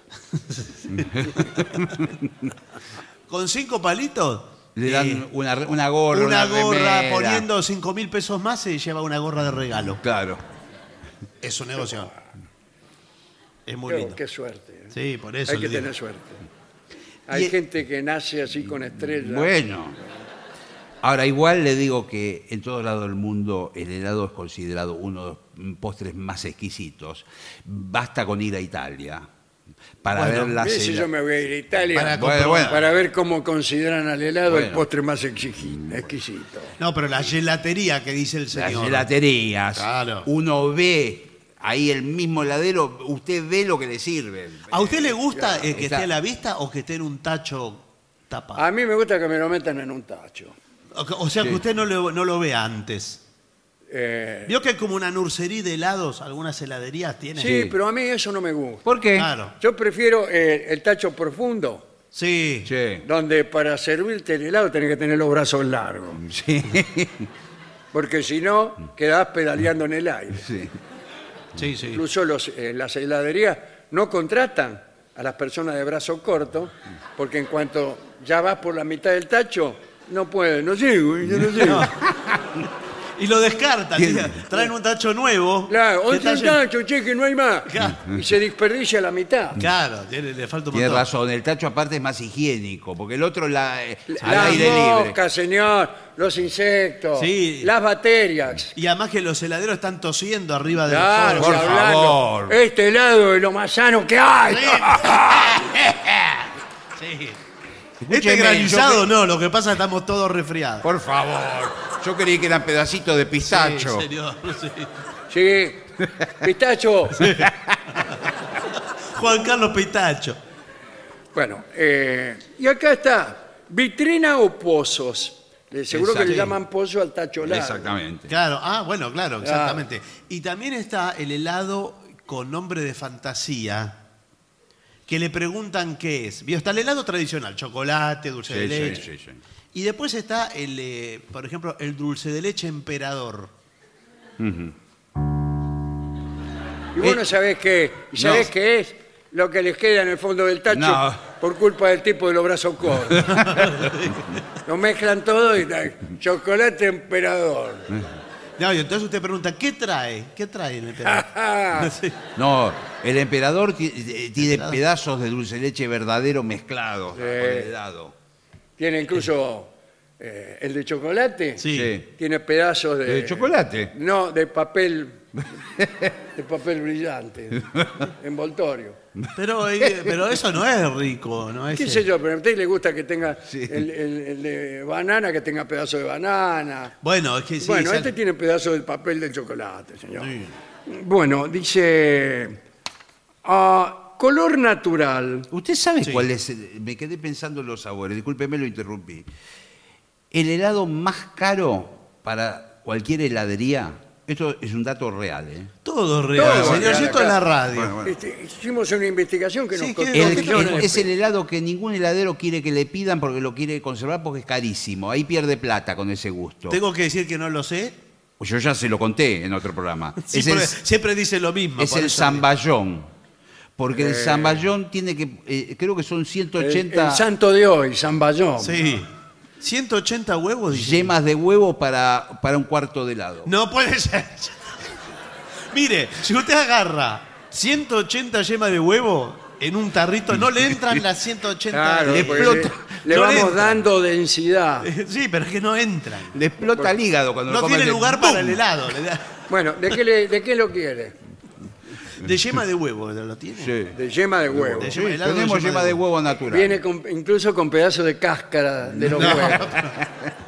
Speaker 3: Con cinco palitos.
Speaker 5: Le dan
Speaker 3: eh,
Speaker 5: una, re- una gorra.
Speaker 3: una
Speaker 5: Una,
Speaker 3: gorra,
Speaker 5: remera.
Speaker 3: poniendo cinco mil pesos más, se lleva una gorra de regalo.
Speaker 5: Claro.
Speaker 3: Es un negocio. Es muy
Speaker 2: Pero
Speaker 3: lindo.
Speaker 2: Qué suerte. ¿eh?
Speaker 3: Sí, por eso.
Speaker 2: Hay
Speaker 3: le
Speaker 2: que
Speaker 3: digo.
Speaker 2: tener suerte. Hay
Speaker 3: Y- e-
Speaker 2: gente que nace así con estrellas.
Speaker 5: Bueno. Ahora, igual le digo que en todo lado del mundo el helado es considerado uno de los postres más exquisitos. Basta con ir a Italia para
Speaker 3: Bueno,
Speaker 5: ver las
Speaker 2: Mirá si
Speaker 5: hela-
Speaker 2: yo me voy a ir a Italia
Speaker 3: Para
Speaker 2: para,
Speaker 5: Bueno, bueno.
Speaker 2: ver cómo consideran al helado el
Speaker 5: Bueno.
Speaker 2: postre más exigi- exquisito.
Speaker 3: No, pero la gelatería que dice el
Speaker 5: las
Speaker 3: señor.
Speaker 5: gelaterías.
Speaker 3: Claro.
Speaker 5: Uno ve ahí el mismo heladero, usted ve lo que le sirve.
Speaker 3: ¿A usted le gusta eh, que
Speaker 5: Está-
Speaker 3: esté a la vista o que esté en un tacho tapado?
Speaker 2: A mí me gusta que me lo metan en un tacho.
Speaker 3: O, o sea, que usted no lo, no lo vea antes.
Speaker 2: Eh,
Speaker 3: Vio que hay como una nursería de helados, algunas heladerías tienen.
Speaker 2: sí, pero a mí eso no me gusta.
Speaker 5: ¿Por qué?
Speaker 3: Claro.
Speaker 2: Yo prefiero eh, el tacho profundo
Speaker 3: Sí.
Speaker 4: Sí.
Speaker 2: donde para servirte el helado tenés que tener los brazos largos. Porque si no, quedás pedaleando en el aire.
Speaker 3: Sí, sí.
Speaker 2: Incluso los, eh, las heladerías no contratan a las personas de brazo corto, porque en cuanto ya vas por la mitad del tacho, no puede, no llego, yo no llego.
Speaker 3: Y lo descartan. ¿sí? Traen un tacho nuevo.
Speaker 2: Claro,
Speaker 3: que
Speaker 2: otro
Speaker 3: está lleno-
Speaker 2: tacho, che, que no hay más.
Speaker 3: Claro.
Speaker 2: Y se desperdicia la mitad.
Speaker 3: Claro, tiene- le falta un
Speaker 5: Tiene
Speaker 3: montón.
Speaker 5: razón, el tacho aparte es más higiénico, porque el otro la, eh, al
Speaker 2: Las
Speaker 5: aire libre.
Speaker 2: moscas, señor, los insectos,
Speaker 3: Sí.
Speaker 2: las bacterias.
Speaker 3: Y además que los heladeros están tosiendo arriba del
Speaker 2: Claro,
Speaker 3: forno.
Speaker 2: y hablando,
Speaker 5: favor.
Speaker 2: Este helado es lo más sano que hay.
Speaker 3: Sí.
Speaker 5: Escúcheme,
Speaker 3: Este granizado
Speaker 5: yo-
Speaker 3: no, lo que pasa es que estamos todos resfriados.
Speaker 5: Por favor, yo creí que eran pedacitos de pistacho.
Speaker 3: Sí, señor, sí.
Speaker 2: Sí. Pistacho.
Speaker 3: Juan Carlos Pitacho.
Speaker 2: Bueno, eh, y acá está. Vitrina o pozos. Eh, seguro que le
Speaker 4: Exacto.
Speaker 2: llaman pozo al tacho largo.
Speaker 4: Exactamente.
Speaker 3: Claro, ah, bueno, claro, exactamente. Y también está el helado con nombre de fantasía, que le preguntan qué es. Vio, Está el helado tradicional, chocolate, dulce
Speaker 4: Sí,
Speaker 3: de
Speaker 4: sí,
Speaker 3: leche.
Speaker 4: sí, sí.
Speaker 3: Y después está el, eh, por ejemplo, el dulce de leche emperador.
Speaker 2: Y vos no sabés qué. ¿Y sabés qué es? Lo que les queda en el fondo del tacho
Speaker 5: No.
Speaker 2: por culpa del tipo de los brazos cortos. lo mezclan todo y da- chocolate emperador.
Speaker 3: No, y entonces usted pregunta, ¿qué trae? ¿Qué trae el emperador?
Speaker 2: Ah,
Speaker 3: Sí.
Speaker 5: No, el emperador ti- eh, tiene pedazos de dulce de leche verdadero mezclados con el helado.
Speaker 2: tiene incluso eh, el de chocolate.
Speaker 3: Sí.
Speaker 4: Sí.
Speaker 2: Tiene pedazos de...
Speaker 5: ¿De Eh, chocolate?
Speaker 2: No, de papel. De papel brillante. Envoltorio.
Speaker 3: Pero, eh, pero eso no es rico, ¿no? Es,
Speaker 2: ¿Qué
Speaker 3: eh,
Speaker 2: sé yo? Pero a usted le gusta que tenga el, el- el de banana, que tenga pedazo de banana.
Speaker 3: Bueno, es que sí.
Speaker 2: bueno,
Speaker 3: sal-
Speaker 2: este tiene pedazo del papel del chocolate, señor. Bueno, dice. ah, color natural.
Speaker 5: ¿Usted sabe
Speaker 3: Sí.
Speaker 5: cuál es? el- me quedé pensando en los sabores, discúlpeme, lo interrumpí. El helado más caro para cualquier heladería, esto es un dato real, ¿eh?
Speaker 3: Todo es real,
Speaker 2: Todo es
Speaker 3: señor.
Speaker 2: real
Speaker 3: si esto es la
Speaker 2: acá.
Speaker 3: radio.
Speaker 2: Este, hicimos una investigación que
Speaker 3: Ah, Sí,
Speaker 2: nos
Speaker 3: que-
Speaker 2: costó.
Speaker 5: El-
Speaker 3: ¿qué
Speaker 5: el-
Speaker 3: no, no,
Speaker 5: es el helado que ningún heladero quiere que le pidan porque lo quiere conservar porque es carísimo. Ahí pierde plata con ese gusto.
Speaker 3: Tengo que decir que no lo sé.
Speaker 5: Pues Yo ya se lo conté en otro programa. es
Speaker 3: Siempre,
Speaker 5: el,
Speaker 3: siempre dice lo mismo.
Speaker 5: es
Speaker 3: por
Speaker 5: el
Speaker 3: eso-
Speaker 5: zamballón. Porque
Speaker 3: Eh.
Speaker 5: el zamballón tiene que. eh, creo que son
Speaker 2: El,
Speaker 5: 180
Speaker 2: el santo de hoy, San Bayón.
Speaker 3: Sí. 180 huevos. dice.
Speaker 5: yemas de huevo para, para un cuarto de helado.
Speaker 3: No puede ser. Mire, si usted agarra 180 yemas de huevo en un tarrito, no le entran las 180.
Speaker 2: Claro, pues.
Speaker 5: Le
Speaker 2: porque
Speaker 5: explota.
Speaker 2: le, le
Speaker 3: No le
Speaker 2: vamos
Speaker 3: entra.
Speaker 2: dando densidad.
Speaker 3: Sí, pero es que no entran.
Speaker 5: Le explota el hígado cuando lo
Speaker 3: No
Speaker 5: come
Speaker 3: tiene
Speaker 5: de-
Speaker 3: lugar
Speaker 5: ¡Bum!
Speaker 3: para el helado. le da-
Speaker 2: Bueno, ¿de qué, le- ¿de qué lo quiere?
Speaker 3: De yema de huevo, ¿lo tiene?
Speaker 5: Sí.
Speaker 2: De yema de huevo.
Speaker 3: De
Speaker 5: Sí,
Speaker 3: yema- helado de
Speaker 5: tenemos
Speaker 3: yema
Speaker 5: yema
Speaker 3: de
Speaker 5: de huevo natural.
Speaker 2: Viene con- incluso con pedazos de cáscara de los
Speaker 3: No,
Speaker 2: huevos.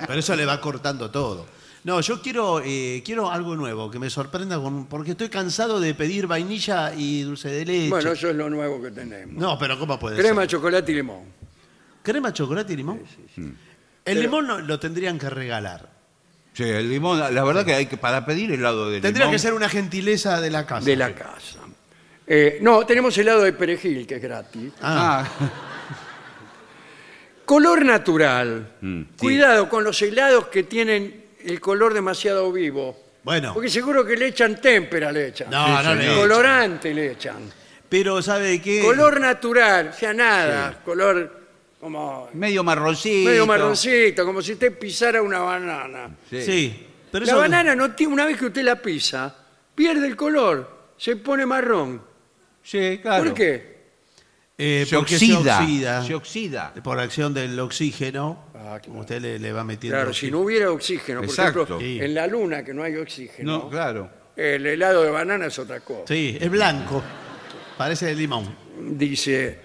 Speaker 3: pero eso le va cortando todo. No, yo quiero, eh, quiero algo nuevo, que me sorprenda, con- porque estoy cansado de pedir vainilla y dulce de leche.
Speaker 2: Bueno, eso es lo nuevo que tenemos.
Speaker 3: no, pero ¿cómo puede
Speaker 2: Crema,
Speaker 3: ser?
Speaker 2: chocolate y limón.
Speaker 3: Crema, chocolate y limón. Mm. El limón no- lo tendrían que regalar.
Speaker 5: Sí, el limón, la verdad que hay que para pedir helado de
Speaker 3: Tendría
Speaker 5: limón.
Speaker 3: que ser una gentileza de la casa.
Speaker 2: De la casa. Eh, no, tenemos helado de perejil, que es gratis.
Speaker 3: Ah,
Speaker 5: Ah,
Speaker 2: Color natural.
Speaker 3: Mm,
Speaker 5: sí.
Speaker 2: Cuidado con los helados que tienen el color demasiado vivo.
Speaker 3: bueno.
Speaker 2: Porque seguro que le echan témpera, le echan.
Speaker 3: No, no le echan.
Speaker 2: Colorante le echan.
Speaker 3: Pero ¿sabe qué?
Speaker 2: Color natural, o sea, nada. Color como
Speaker 5: medio marroncito.
Speaker 2: medio marroncito, como si usted pisara una banana.
Speaker 3: Sí.
Speaker 5: Sí.
Speaker 3: Pero
Speaker 2: la
Speaker 3: eso-
Speaker 2: banana, no tiene, una vez que usted la pisa, pierde el color, se pone marrón.
Speaker 5: Sí, claro.
Speaker 2: ¿Por qué?
Speaker 3: eh,
Speaker 5: Se
Speaker 3: porque
Speaker 5: oxida.
Speaker 3: Se oxida.
Speaker 5: Se oxida.
Speaker 3: Por acción del oxígeno.
Speaker 2: Ah, claro.
Speaker 3: Usted le, le va metiendo.
Speaker 2: Claro, si no hubiera oxígeno,
Speaker 5: Exacto.
Speaker 2: por ejemplo,
Speaker 3: Sí.
Speaker 2: en la luna que no hay oxígeno,
Speaker 5: No, claro.
Speaker 2: el helado de banana es otra cosa.
Speaker 3: Sí, es blanco. Parece de limón.
Speaker 2: Dice,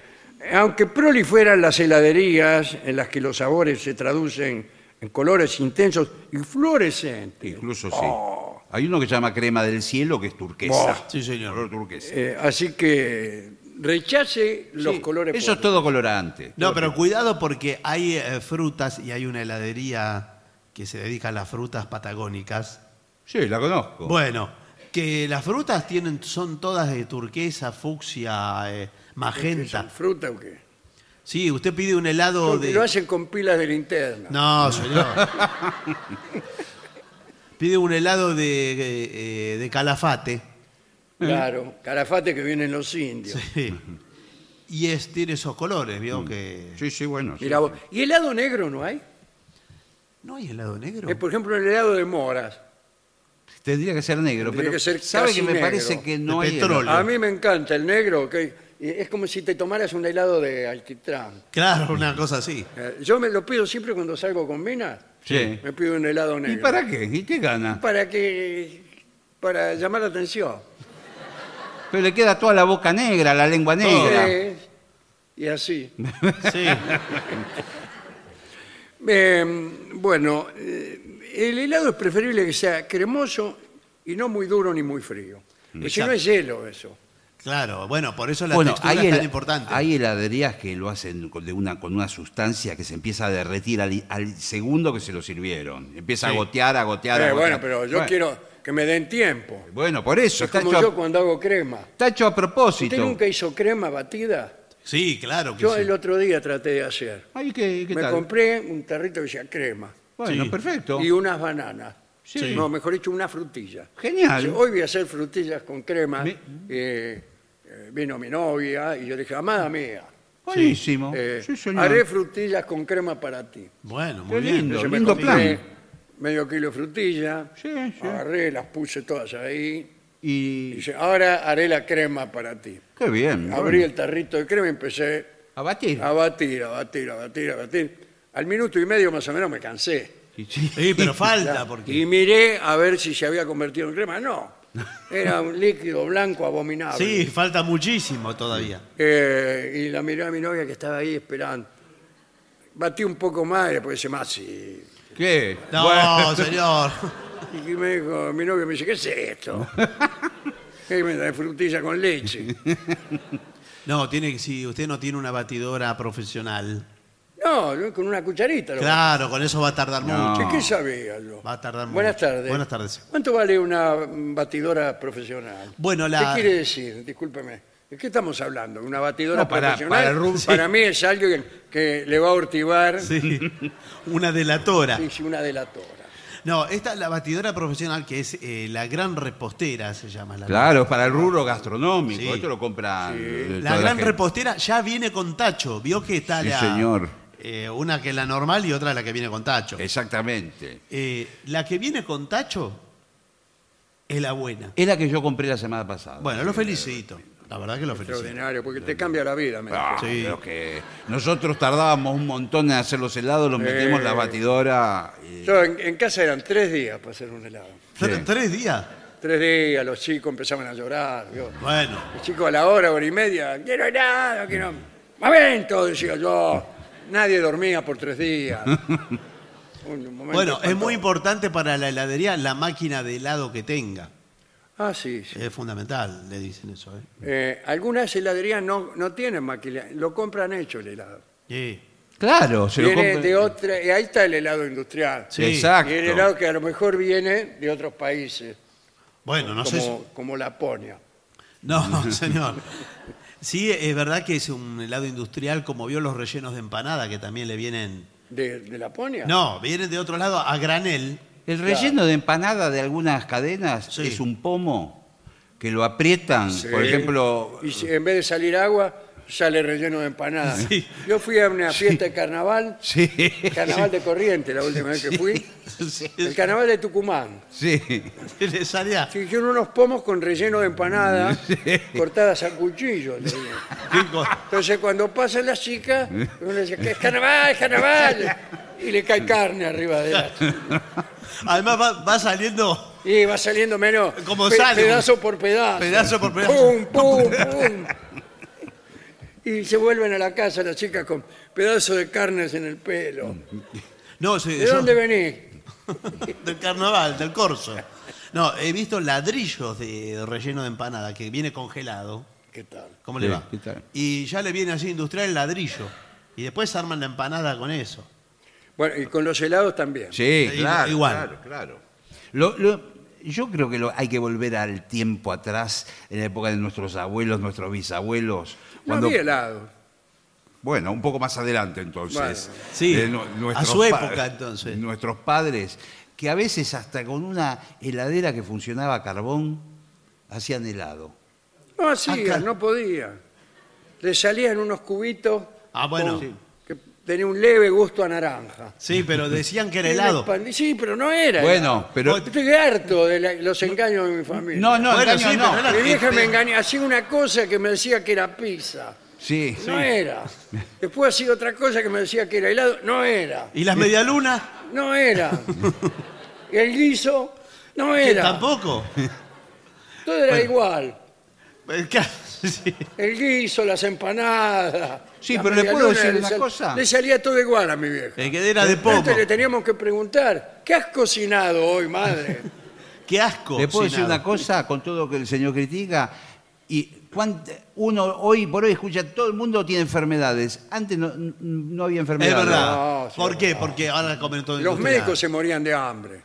Speaker 2: aunque proliferan las heladerías en las que los sabores se traducen en colores intensos y fluorescentes,
Speaker 5: Incluso sí.
Speaker 2: Oh.
Speaker 5: Hay uno que se llama crema del cielo que es turquesa.
Speaker 3: Sí, señor.
Speaker 5: Color turquesa.
Speaker 2: eh, así que rechace los
Speaker 5: Sí,
Speaker 2: colores.
Speaker 5: Eso es
Speaker 2: fuertes.
Speaker 5: todo colorante.
Speaker 3: No, pero cuidado porque hay eh, frutas y hay una heladería que se dedica a las frutas patagónicas.
Speaker 5: Sí, la conozco.
Speaker 3: Bueno, que las frutas tienen, son todas de turquesa, fucsia, eh,
Speaker 2: ¿Son
Speaker 3: magenta.
Speaker 2: fruta o qué?
Speaker 3: Sí, usted pide un helado
Speaker 2: Porque Lo
Speaker 3: de...
Speaker 2: hacen con pilas de linterna.
Speaker 3: No, señor. Pide un helado de, eh, eh, de calafate.
Speaker 2: Claro, carafate que vienen los indios.
Speaker 3: Sí. Y es, tiene esos colores, vio que...
Speaker 5: Sí, sí, bueno. sí.
Speaker 2: Mirá vos. ¿Y helado negro no hay?
Speaker 3: ¿No hay helado negro?
Speaker 2: Eh, por ejemplo, el helado de moras.
Speaker 5: Tendría que ser negro,
Speaker 2: Tendría
Speaker 5: pero
Speaker 2: que ser
Speaker 5: sabe
Speaker 2: casi
Speaker 5: que me
Speaker 2: negro.
Speaker 5: parece que no
Speaker 3: De
Speaker 5: hay
Speaker 3: petróleo.
Speaker 2: A mí me encanta el negro, que es como si te tomaras un helado de alquitrán.
Speaker 3: Claro, una cosa así.
Speaker 2: Eh, Yo me lo pido siempre cuando salgo con minas.
Speaker 5: Sí.
Speaker 2: Me pido un helado negro.
Speaker 5: ¿Y para qué? ¿Y qué gana?
Speaker 2: Para que para llamar la atención.
Speaker 5: Pero le queda toda la boca negra, la lengua negra.
Speaker 2: Eh, y así.
Speaker 3: Sí.
Speaker 2: Eh, bueno, eh, el helado es preferible que sea cremoso y no muy duro ni muy frío. Porque si no es hielo eso.
Speaker 3: Claro, bueno, por eso la
Speaker 5: bueno,
Speaker 3: textura
Speaker 5: hay,
Speaker 3: es tan
Speaker 5: hela-
Speaker 3: importante.
Speaker 5: hay heladerías que lo hacen con, de una, con una sustancia que se empieza a derretir al, al segundo que se lo sirvieron. Empieza a
Speaker 3: Sí.
Speaker 5: gotear, a gotear, a
Speaker 2: Eh,
Speaker 5: gotear.
Speaker 2: bueno, pero yo
Speaker 5: Bueno,
Speaker 2: quiero que me den tiempo.
Speaker 5: Bueno, por eso,
Speaker 2: Es
Speaker 5: está
Speaker 2: como
Speaker 5: hecho, a-
Speaker 2: yo cuando hago crema.
Speaker 5: está hecho a
Speaker 2: ¿Usted
Speaker 5: propósito.
Speaker 2: nunca hizo crema batida?
Speaker 3: Sí, claro que
Speaker 2: Yo
Speaker 3: sí.
Speaker 2: el otro día traté de hacer.
Speaker 5: Ay, ¿qué, qué
Speaker 2: me
Speaker 5: tal?
Speaker 2: compré un tarrito que decía crema
Speaker 5: Bueno,
Speaker 3: Sí.
Speaker 5: perfecto.
Speaker 2: y unas bananas.
Speaker 5: Sí.
Speaker 2: No, mejor dicho, una frutilla.
Speaker 5: Genial.
Speaker 2: Dice, Hoy voy a hacer frutillas con crema.
Speaker 5: Me-
Speaker 2: Eh, eh, vino mi novia y yo le dije, amada mía,
Speaker 5: Buenísimo.
Speaker 2: eh,
Speaker 5: Sí, señor.
Speaker 2: haré frutillas con crema para ti.
Speaker 3: Bueno,
Speaker 5: Qué
Speaker 3: muy bien.
Speaker 5: lindo.
Speaker 2: Entonces me
Speaker 5: lindo
Speaker 2: compré
Speaker 5: plan.
Speaker 2: medio kilo de frutilla,
Speaker 5: Sí, sí.
Speaker 2: agarré, las puse todas ahí. Y
Speaker 5: Y
Speaker 2: dice, ahora haré la crema para ti.
Speaker 5: qué bien.
Speaker 2: Abrí
Speaker 5: bueno.
Speaker 2: el Ah. tarrito de crema y empecé
Speaker 5: A batir.
Speaker 2: a batir, a batir, a batir, a batir. Al minuto y medio más o menos me cansé.
Speaker 5: Sí, sí.
Speaker 3: Sí, pero falta,
Speaker 2: Y
Speaker 3: porque...
Speaker 2: miré a ver si se había convertido en crema. No, era un líquido blanco abominable.
Speaker 3: Sí, falta muchísimo todavía.
Speaker 2: Eh, y la miré a mi novia que estaba ahí esperando. Batí un poco más y después hice más. Y,
Speaker 5: ¿Qué?
Speaker 3: No, señor.
Speaker 2: y me dijo, mi novia me dice, ¿qué es esto? Y me da frutilla con leche.
Speaker 3: No, tiene que, si usted no tiene una batidora profesional,
Speaker 2: No, yo con una cucharita. lo-
Speaker 3: claro, con eso va a tardar
Speaker 5: No.
Speaker 2: ¿Qué-
Speaker 3: mucho.
Speaker 2: ¿Qué sabía yo?
Speaker 3: Va a tardar
Speaker 2: Buenas
Speaker 3: mucho.
Speaker 2: tardes.
Speaker 3: Buenas tardes.
Speaker 2: ¿Cuánto vale una batidora profesional?
Speaker 3: Bueno, la-
Speaker 2: ¿Qué quiere decir? Discúlpeme. ¿De qué estamos hablando? ¿Una batidora
Speaker 5: No, para-
Speaker 2: profesional?
Speaker 5: para el rum- sí.
Speaker 2: Para mí es alguien que le va a ortivar
Speaker 3: Sí, una delatora.
Speaker 2: y si una delatora.
Speaker 3: No, esta es la batidora profesional que es eh, la gran repostera, se llama. La,
Speaker 5: Claro, para el rubro gastronómico.
Speaker 3: Sí.
Speaker 5: Esto lo compra eh,
Speaker 3: la
Speaker 5: toda
Speaker 3: gran
Speaker 5: gente.
Speaker 3: repostera ya viene con tacho. Vio que está
Speaker 5: Sí,
Speaker 3: la.
Speaker 5: señor.
Speaker 3: eh, una que es la normal y otra la que viene con tacho.
Speaker 5: Exactamente.
Speaker 3: Eh, la que viene con tacho es la buena.
Speaker 5: Es la que yo compré la semana pasada.
Speaker 3: Bueno, lo felicito. La verdad que lo felicito.
Speaker 2: Extraordinario, porque te cambia la vida. me
Speaker 5: Ah,
Speaker 3: Sí.
Speaker 5: pero que nosotros tardábamos un montón en hacer los helados, los metimos en
Speaker 2: Eh.
Speaker 5: la batidora.
Speaker 2: dijo.
Speaker 5: y-
Speaker 2: Yo en, en casa eran tres días para hacer un helado.
Speaker 3: Tre-
Speaker 5: Sí.
Speaker 3: ¿Tres días?
Speaker 2: Tres días, los chicos empezaban a llorar. ¿vio?
Speaker 3: Bueno,
Speaker 2: Los chicos a la hora, hora y media, quiero helado, quiero... ¡Momento! decía yo. Nadie dormía por tres días. Un momento
Speaker 3: bueno es muy
Speaker 2: espantoso.
Speaker 3: importante para la heladería la máquina de helado que tenga.
Speaker 2: Ah, sí, sí.
Speaker 3: Es fundamental, le dicen eso. ¿eh?
Speaker 2: Eh, algunas heladerías no, no tienen maquila, lo compran hecho el helado.
Speaker 3: Sí.
Speaker 5: Claro, se lo
Speaker 2: Viene
Speaker 5: compré.
Speaker 2: de otra, y ahí está el helado industrial.
Speaker 3: Sí.
Speaker 5: Exacto.
Speaker 2: Y el helado que a lo mejor viene de otros países,
Speaker 3: Bueno, no sé.
Speaker 2: como,
Speaker 3: si-
Speaker 2: como Laponia.
Speaker 3: No, señor. Sí, es verdad que es un helado industrial, como vio los rellenos de empanada, que también le vienen.
Speaker 2: ¿De, de Laponia?
Speaker 3: No, vienen de otro lado a granel.
Speaker 5: El relleno de empanada de algunas cadenas
Speaker 3: Sí.
Speaker 5: es un pomo que lo aprietan, por ejemplo.
Speaker 2: Y si- en vez de salir agua, sale relleno de empanadas.
Speaker 3: Sí.
Speaker 2: Yo fui a una fiesta de carnaval,
Speaker 5: Sí,
Speaker 2: carnaval de corriente, la última vez que fui.
Speaker 3: Sí,
Speaker 2: El carnaval de Tucumán.
Speaker 5: sí.
Speaker 3: le salía.
Speaker 2: Se hicieron unos pomos con relleno de empanadas cortadas a cuchillo. le digo.
Speaker 3: Qué co-
Speaker 2: Entonces cuando pasa la chica, uno le dice, "Que es carnaval, es carnaval. Y le cae carne arriba de la
Speaker 3: Además va, va saliendo
Speaker 2: Y va saliendo menos
Speaker 3: Como sale.
Speaker 2: pedazo por pedazo.
Speaker 3: pedazo por pedazo.
Speaker 2: Pum, pum, pum. Y se vuelven a la casa las chicas con pedazos de carnes en el pelo.
Speaker 3: No, sí,
Speaker 2: ¿De
Speaker 3: Mm. yo-
Speaker 2: dónde venís?
Speaker 3: del carnaval, del corso. No, he visto ladrillos de relleno de empanada que viene congelado.
Speaker 2: ¿Qué tal?
Speaker 3: ¿Cómo
Speaker 5: Sí,
Speaker 3: le va?
Speaker 5: ¿qué tal?
Speaker 3: Y ya le viene así industrial el ladrillo. Y después arman la empanada con eso.
Speaker 2: Bueno, y con los helados también.
Speaker 5: Sí,
Speaker 3: Sí,
Speaker 5: claro,
Speaker 3: igual.
Speaker 5: claro, claro. Lo- lo- yo creo que lo- hay que volver al tiempo atrás, en la época de nuestros abuelos, nuestros bisabuelos.
Speaker 2: No
Speaker 5: Cuando,
Speaker 2: había helado.
Speaker 5: Bueno, un poco más adelante entonces.
Speaker 2: Bueno.
Speaker 3: Sí,
Speaker 5: nu-
Speaker 3: a
Speaker 5: nuestros
Speaker 3: su
Speaker 5: pa-
Speaker 3: época, entonces.
Speaker 5: Nuestros padres, que a veces hasta con una heladera que funcionaba a carbón, hacían helado.
Speaker 2: No hacía,
Speaker 3: Acá.
Speaker 2: no podía. Le salían unos cubitos
Speaker 3: Ah, bueno.
Speaker 2: con- que tenía un leve gusto a naranja.
Speaker 3: Sí, pero decían que era
Speaker 2: Era
Speaker 3: helado.
Speaker 2: expandi- Sí, pero no era.
Speaker 5: Bueno, pero...
Speaker 2: Estoy harto de la- los engaños de mi familia.
Speaker 5: No, no,
Speaker 3: Bueno,
Speaker 5: engaño
Speaker 3: sí,
Speaker 5: no.
Speaker 3: pero era-
Speaker 2: Mi vieja me engañó, hacía una cosa que me decía que era pizza.
Speaker 5: Sí.
Speaker 2: No era. Después hacía otra cosa que me decía que era helado. No era.
Speaker 3: ¿Y las medialunas?
Speaker 2: No era. Y el guiso. No
Speaker 3: Que
Speaker 2: era.
Speaker 3: Tampoco.
Speaker 2: Todo era
Speaker 3: Bueno.
Speaker 2: igual.
Speaker 3: Eh, claro, sí.
Speaker 2: El guiso, las empanadas.
Speaker 5: Sí,
Speaker 2: las
Speaker 5: pero le puedo
Speaker 2: medialunas,
Speaker 5: decir
Speaker 2: le
Speaker 5: una
Speaker 2: sal-
Speaker 5: cosa.
Speaker 2: Le salía todo igual a mi vieja.
Speaker 3: Eh, que era de poco.
Speaker 2: Antes le teníamos que preguntar, ¿qué has cocinado hoy, madre?
Speaker 3: Qué asco.
Speaker 5: ¿Le puedo decir
Speaker 3: sin
Speaker 5: una
Speaker 3: agua.
Speaker 5: cosa con todo lo que el señor critica? Y cuánt- uno hoy por hoy escucha, todo el mundo tiene enfermedades. Antes no, n- no había
Speaker 3: Es
Speaker 5: enfermedades.
Speaker 3: verdad.
Speaker 2: No, sí,
Speaker 3: ¿Por
Speaker 2: es
Speaker 3: qué?
Speaker 2: verdad.
Speaker 3: Porque ahora comen todo
Speaker 2: Los
Speaker 3: industrial.
Speaker 2: médicos se morían de hambre,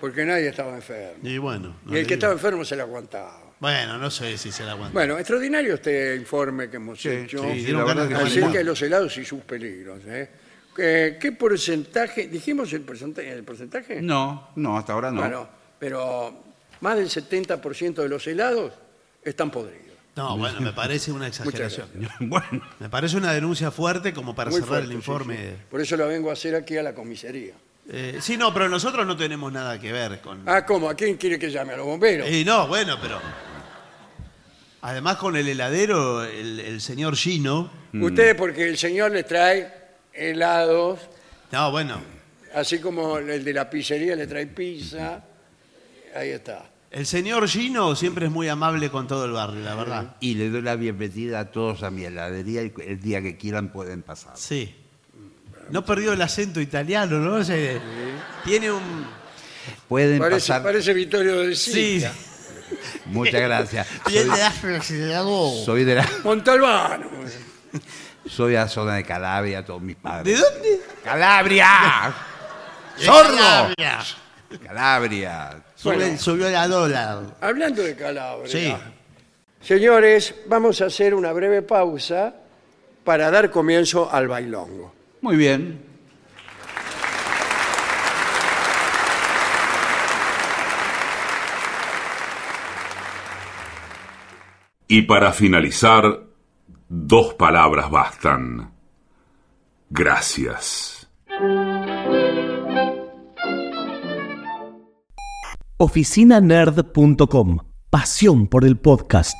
Speaker 2: porque nadie estaba enfermo.
Speaker 3: Y bueno. no
Speaker 2: Y el que
Speaker 3: le digo.
Speaker 2: estaba enfermo se la aguantaba.
Speaker 3: Bueno, no sé si se la aguanta.
Speaker 2: Bueno, extraordinario este informe que hemos hecho.
Speaker 3: sí,
Speaker 5: sí,
Speaker 3: dieron
Speaker 5: la
Speaker 3: ganas
Speaker 5: verdad
Speaker 3: de
Speaker 5: que sí.
Speaker 2: acerca de los helados y sus peligros. ¿eh? Eh, ¿Qué porcentaje? ¿Dijimos el porcentaje? El porcentaje?
Speaker 5: No, no, hasta ahora no.
Speaker 2: Bueno, pero más del 70% de los helados están podridos.
Speaker 3: No, bueno, me parece una
Speaker 2: Muchas
Speaker 3: exageración.
Speaker 2: gracias.
Speaker 5: Bueno,
Speaker 3: Me parece una denuncia fuerte como para
Speaker 2: Muy
Speaker 3: cerrar
Speaker 2: fuerte,
Speaker 3: el
Speaker 2: sí,
Speaker 3: informe.
Speaker 2: sí. Por eso lo vengo a hacer aquí a la comisaría.
Speaker 3: Eh, sí, no, pero nosotros no tenemos nada que ver con.
Speaker 2: Ah, ¿cómo? ¿A quién quiere que llame? ¿A los bomberos?
Speaker 3: Y no, bueno, pero. Además, con el heladero, el, el señor Gino.
Speaker 2: Ustedes, porque el señor les trae helados,
Speaker 3: No, bueno.
Speaker 2: así como el de la pizzería le trae pizza. Ahí está.
Speaker 3: El señor Gino siempre es muy amable con todo el barrio, la verdad.
Speaker 5: y le doy la bienvenida a todos a mi heladería y el día que quieran pueden pasar.
Speaker 3: Sí. No perdió el acento italiano, ¿no? O sea, Tiene un.
Speaker 5: Pueden
Speaker 2: Parece,
Speaker 5: pasar.
Speaker 2: parece Vittorio de
Speaker 3: Sí.
Speaker 2: Sica.
Speaker 5: Muchas gracias.
Speaker 3: Tiene
Speaker 5: Soy,
Speaker 3: acento-
Speaker 5: soy de la,
Speaker 2: Montalbano.
Speaker 5: soy de la zona de Calabria, todos mis padres.
Speaker 3: ¿De dónde?
Speaker 5: ¡Calabria! ¡Sordo!
Speaker 3: Calabria.
Speaker 5: Calabria.
Speaker 3: Sube-
Speaker 2: Bueno.
Speaker 3: Subió la dólar.
Speaker 2: Hablando de Calabria.
Speaker 3: Sí.
Speaker 2: Señores, vamos a hacer una breve pausa para dar comienzo al bailongo.
Speaker 5: Muy bien.
Speaker 7: Y para finalizar, dos palabras bastan. Gracias.
Speaker 8: oficinanerd.com. Pasión por el podcast.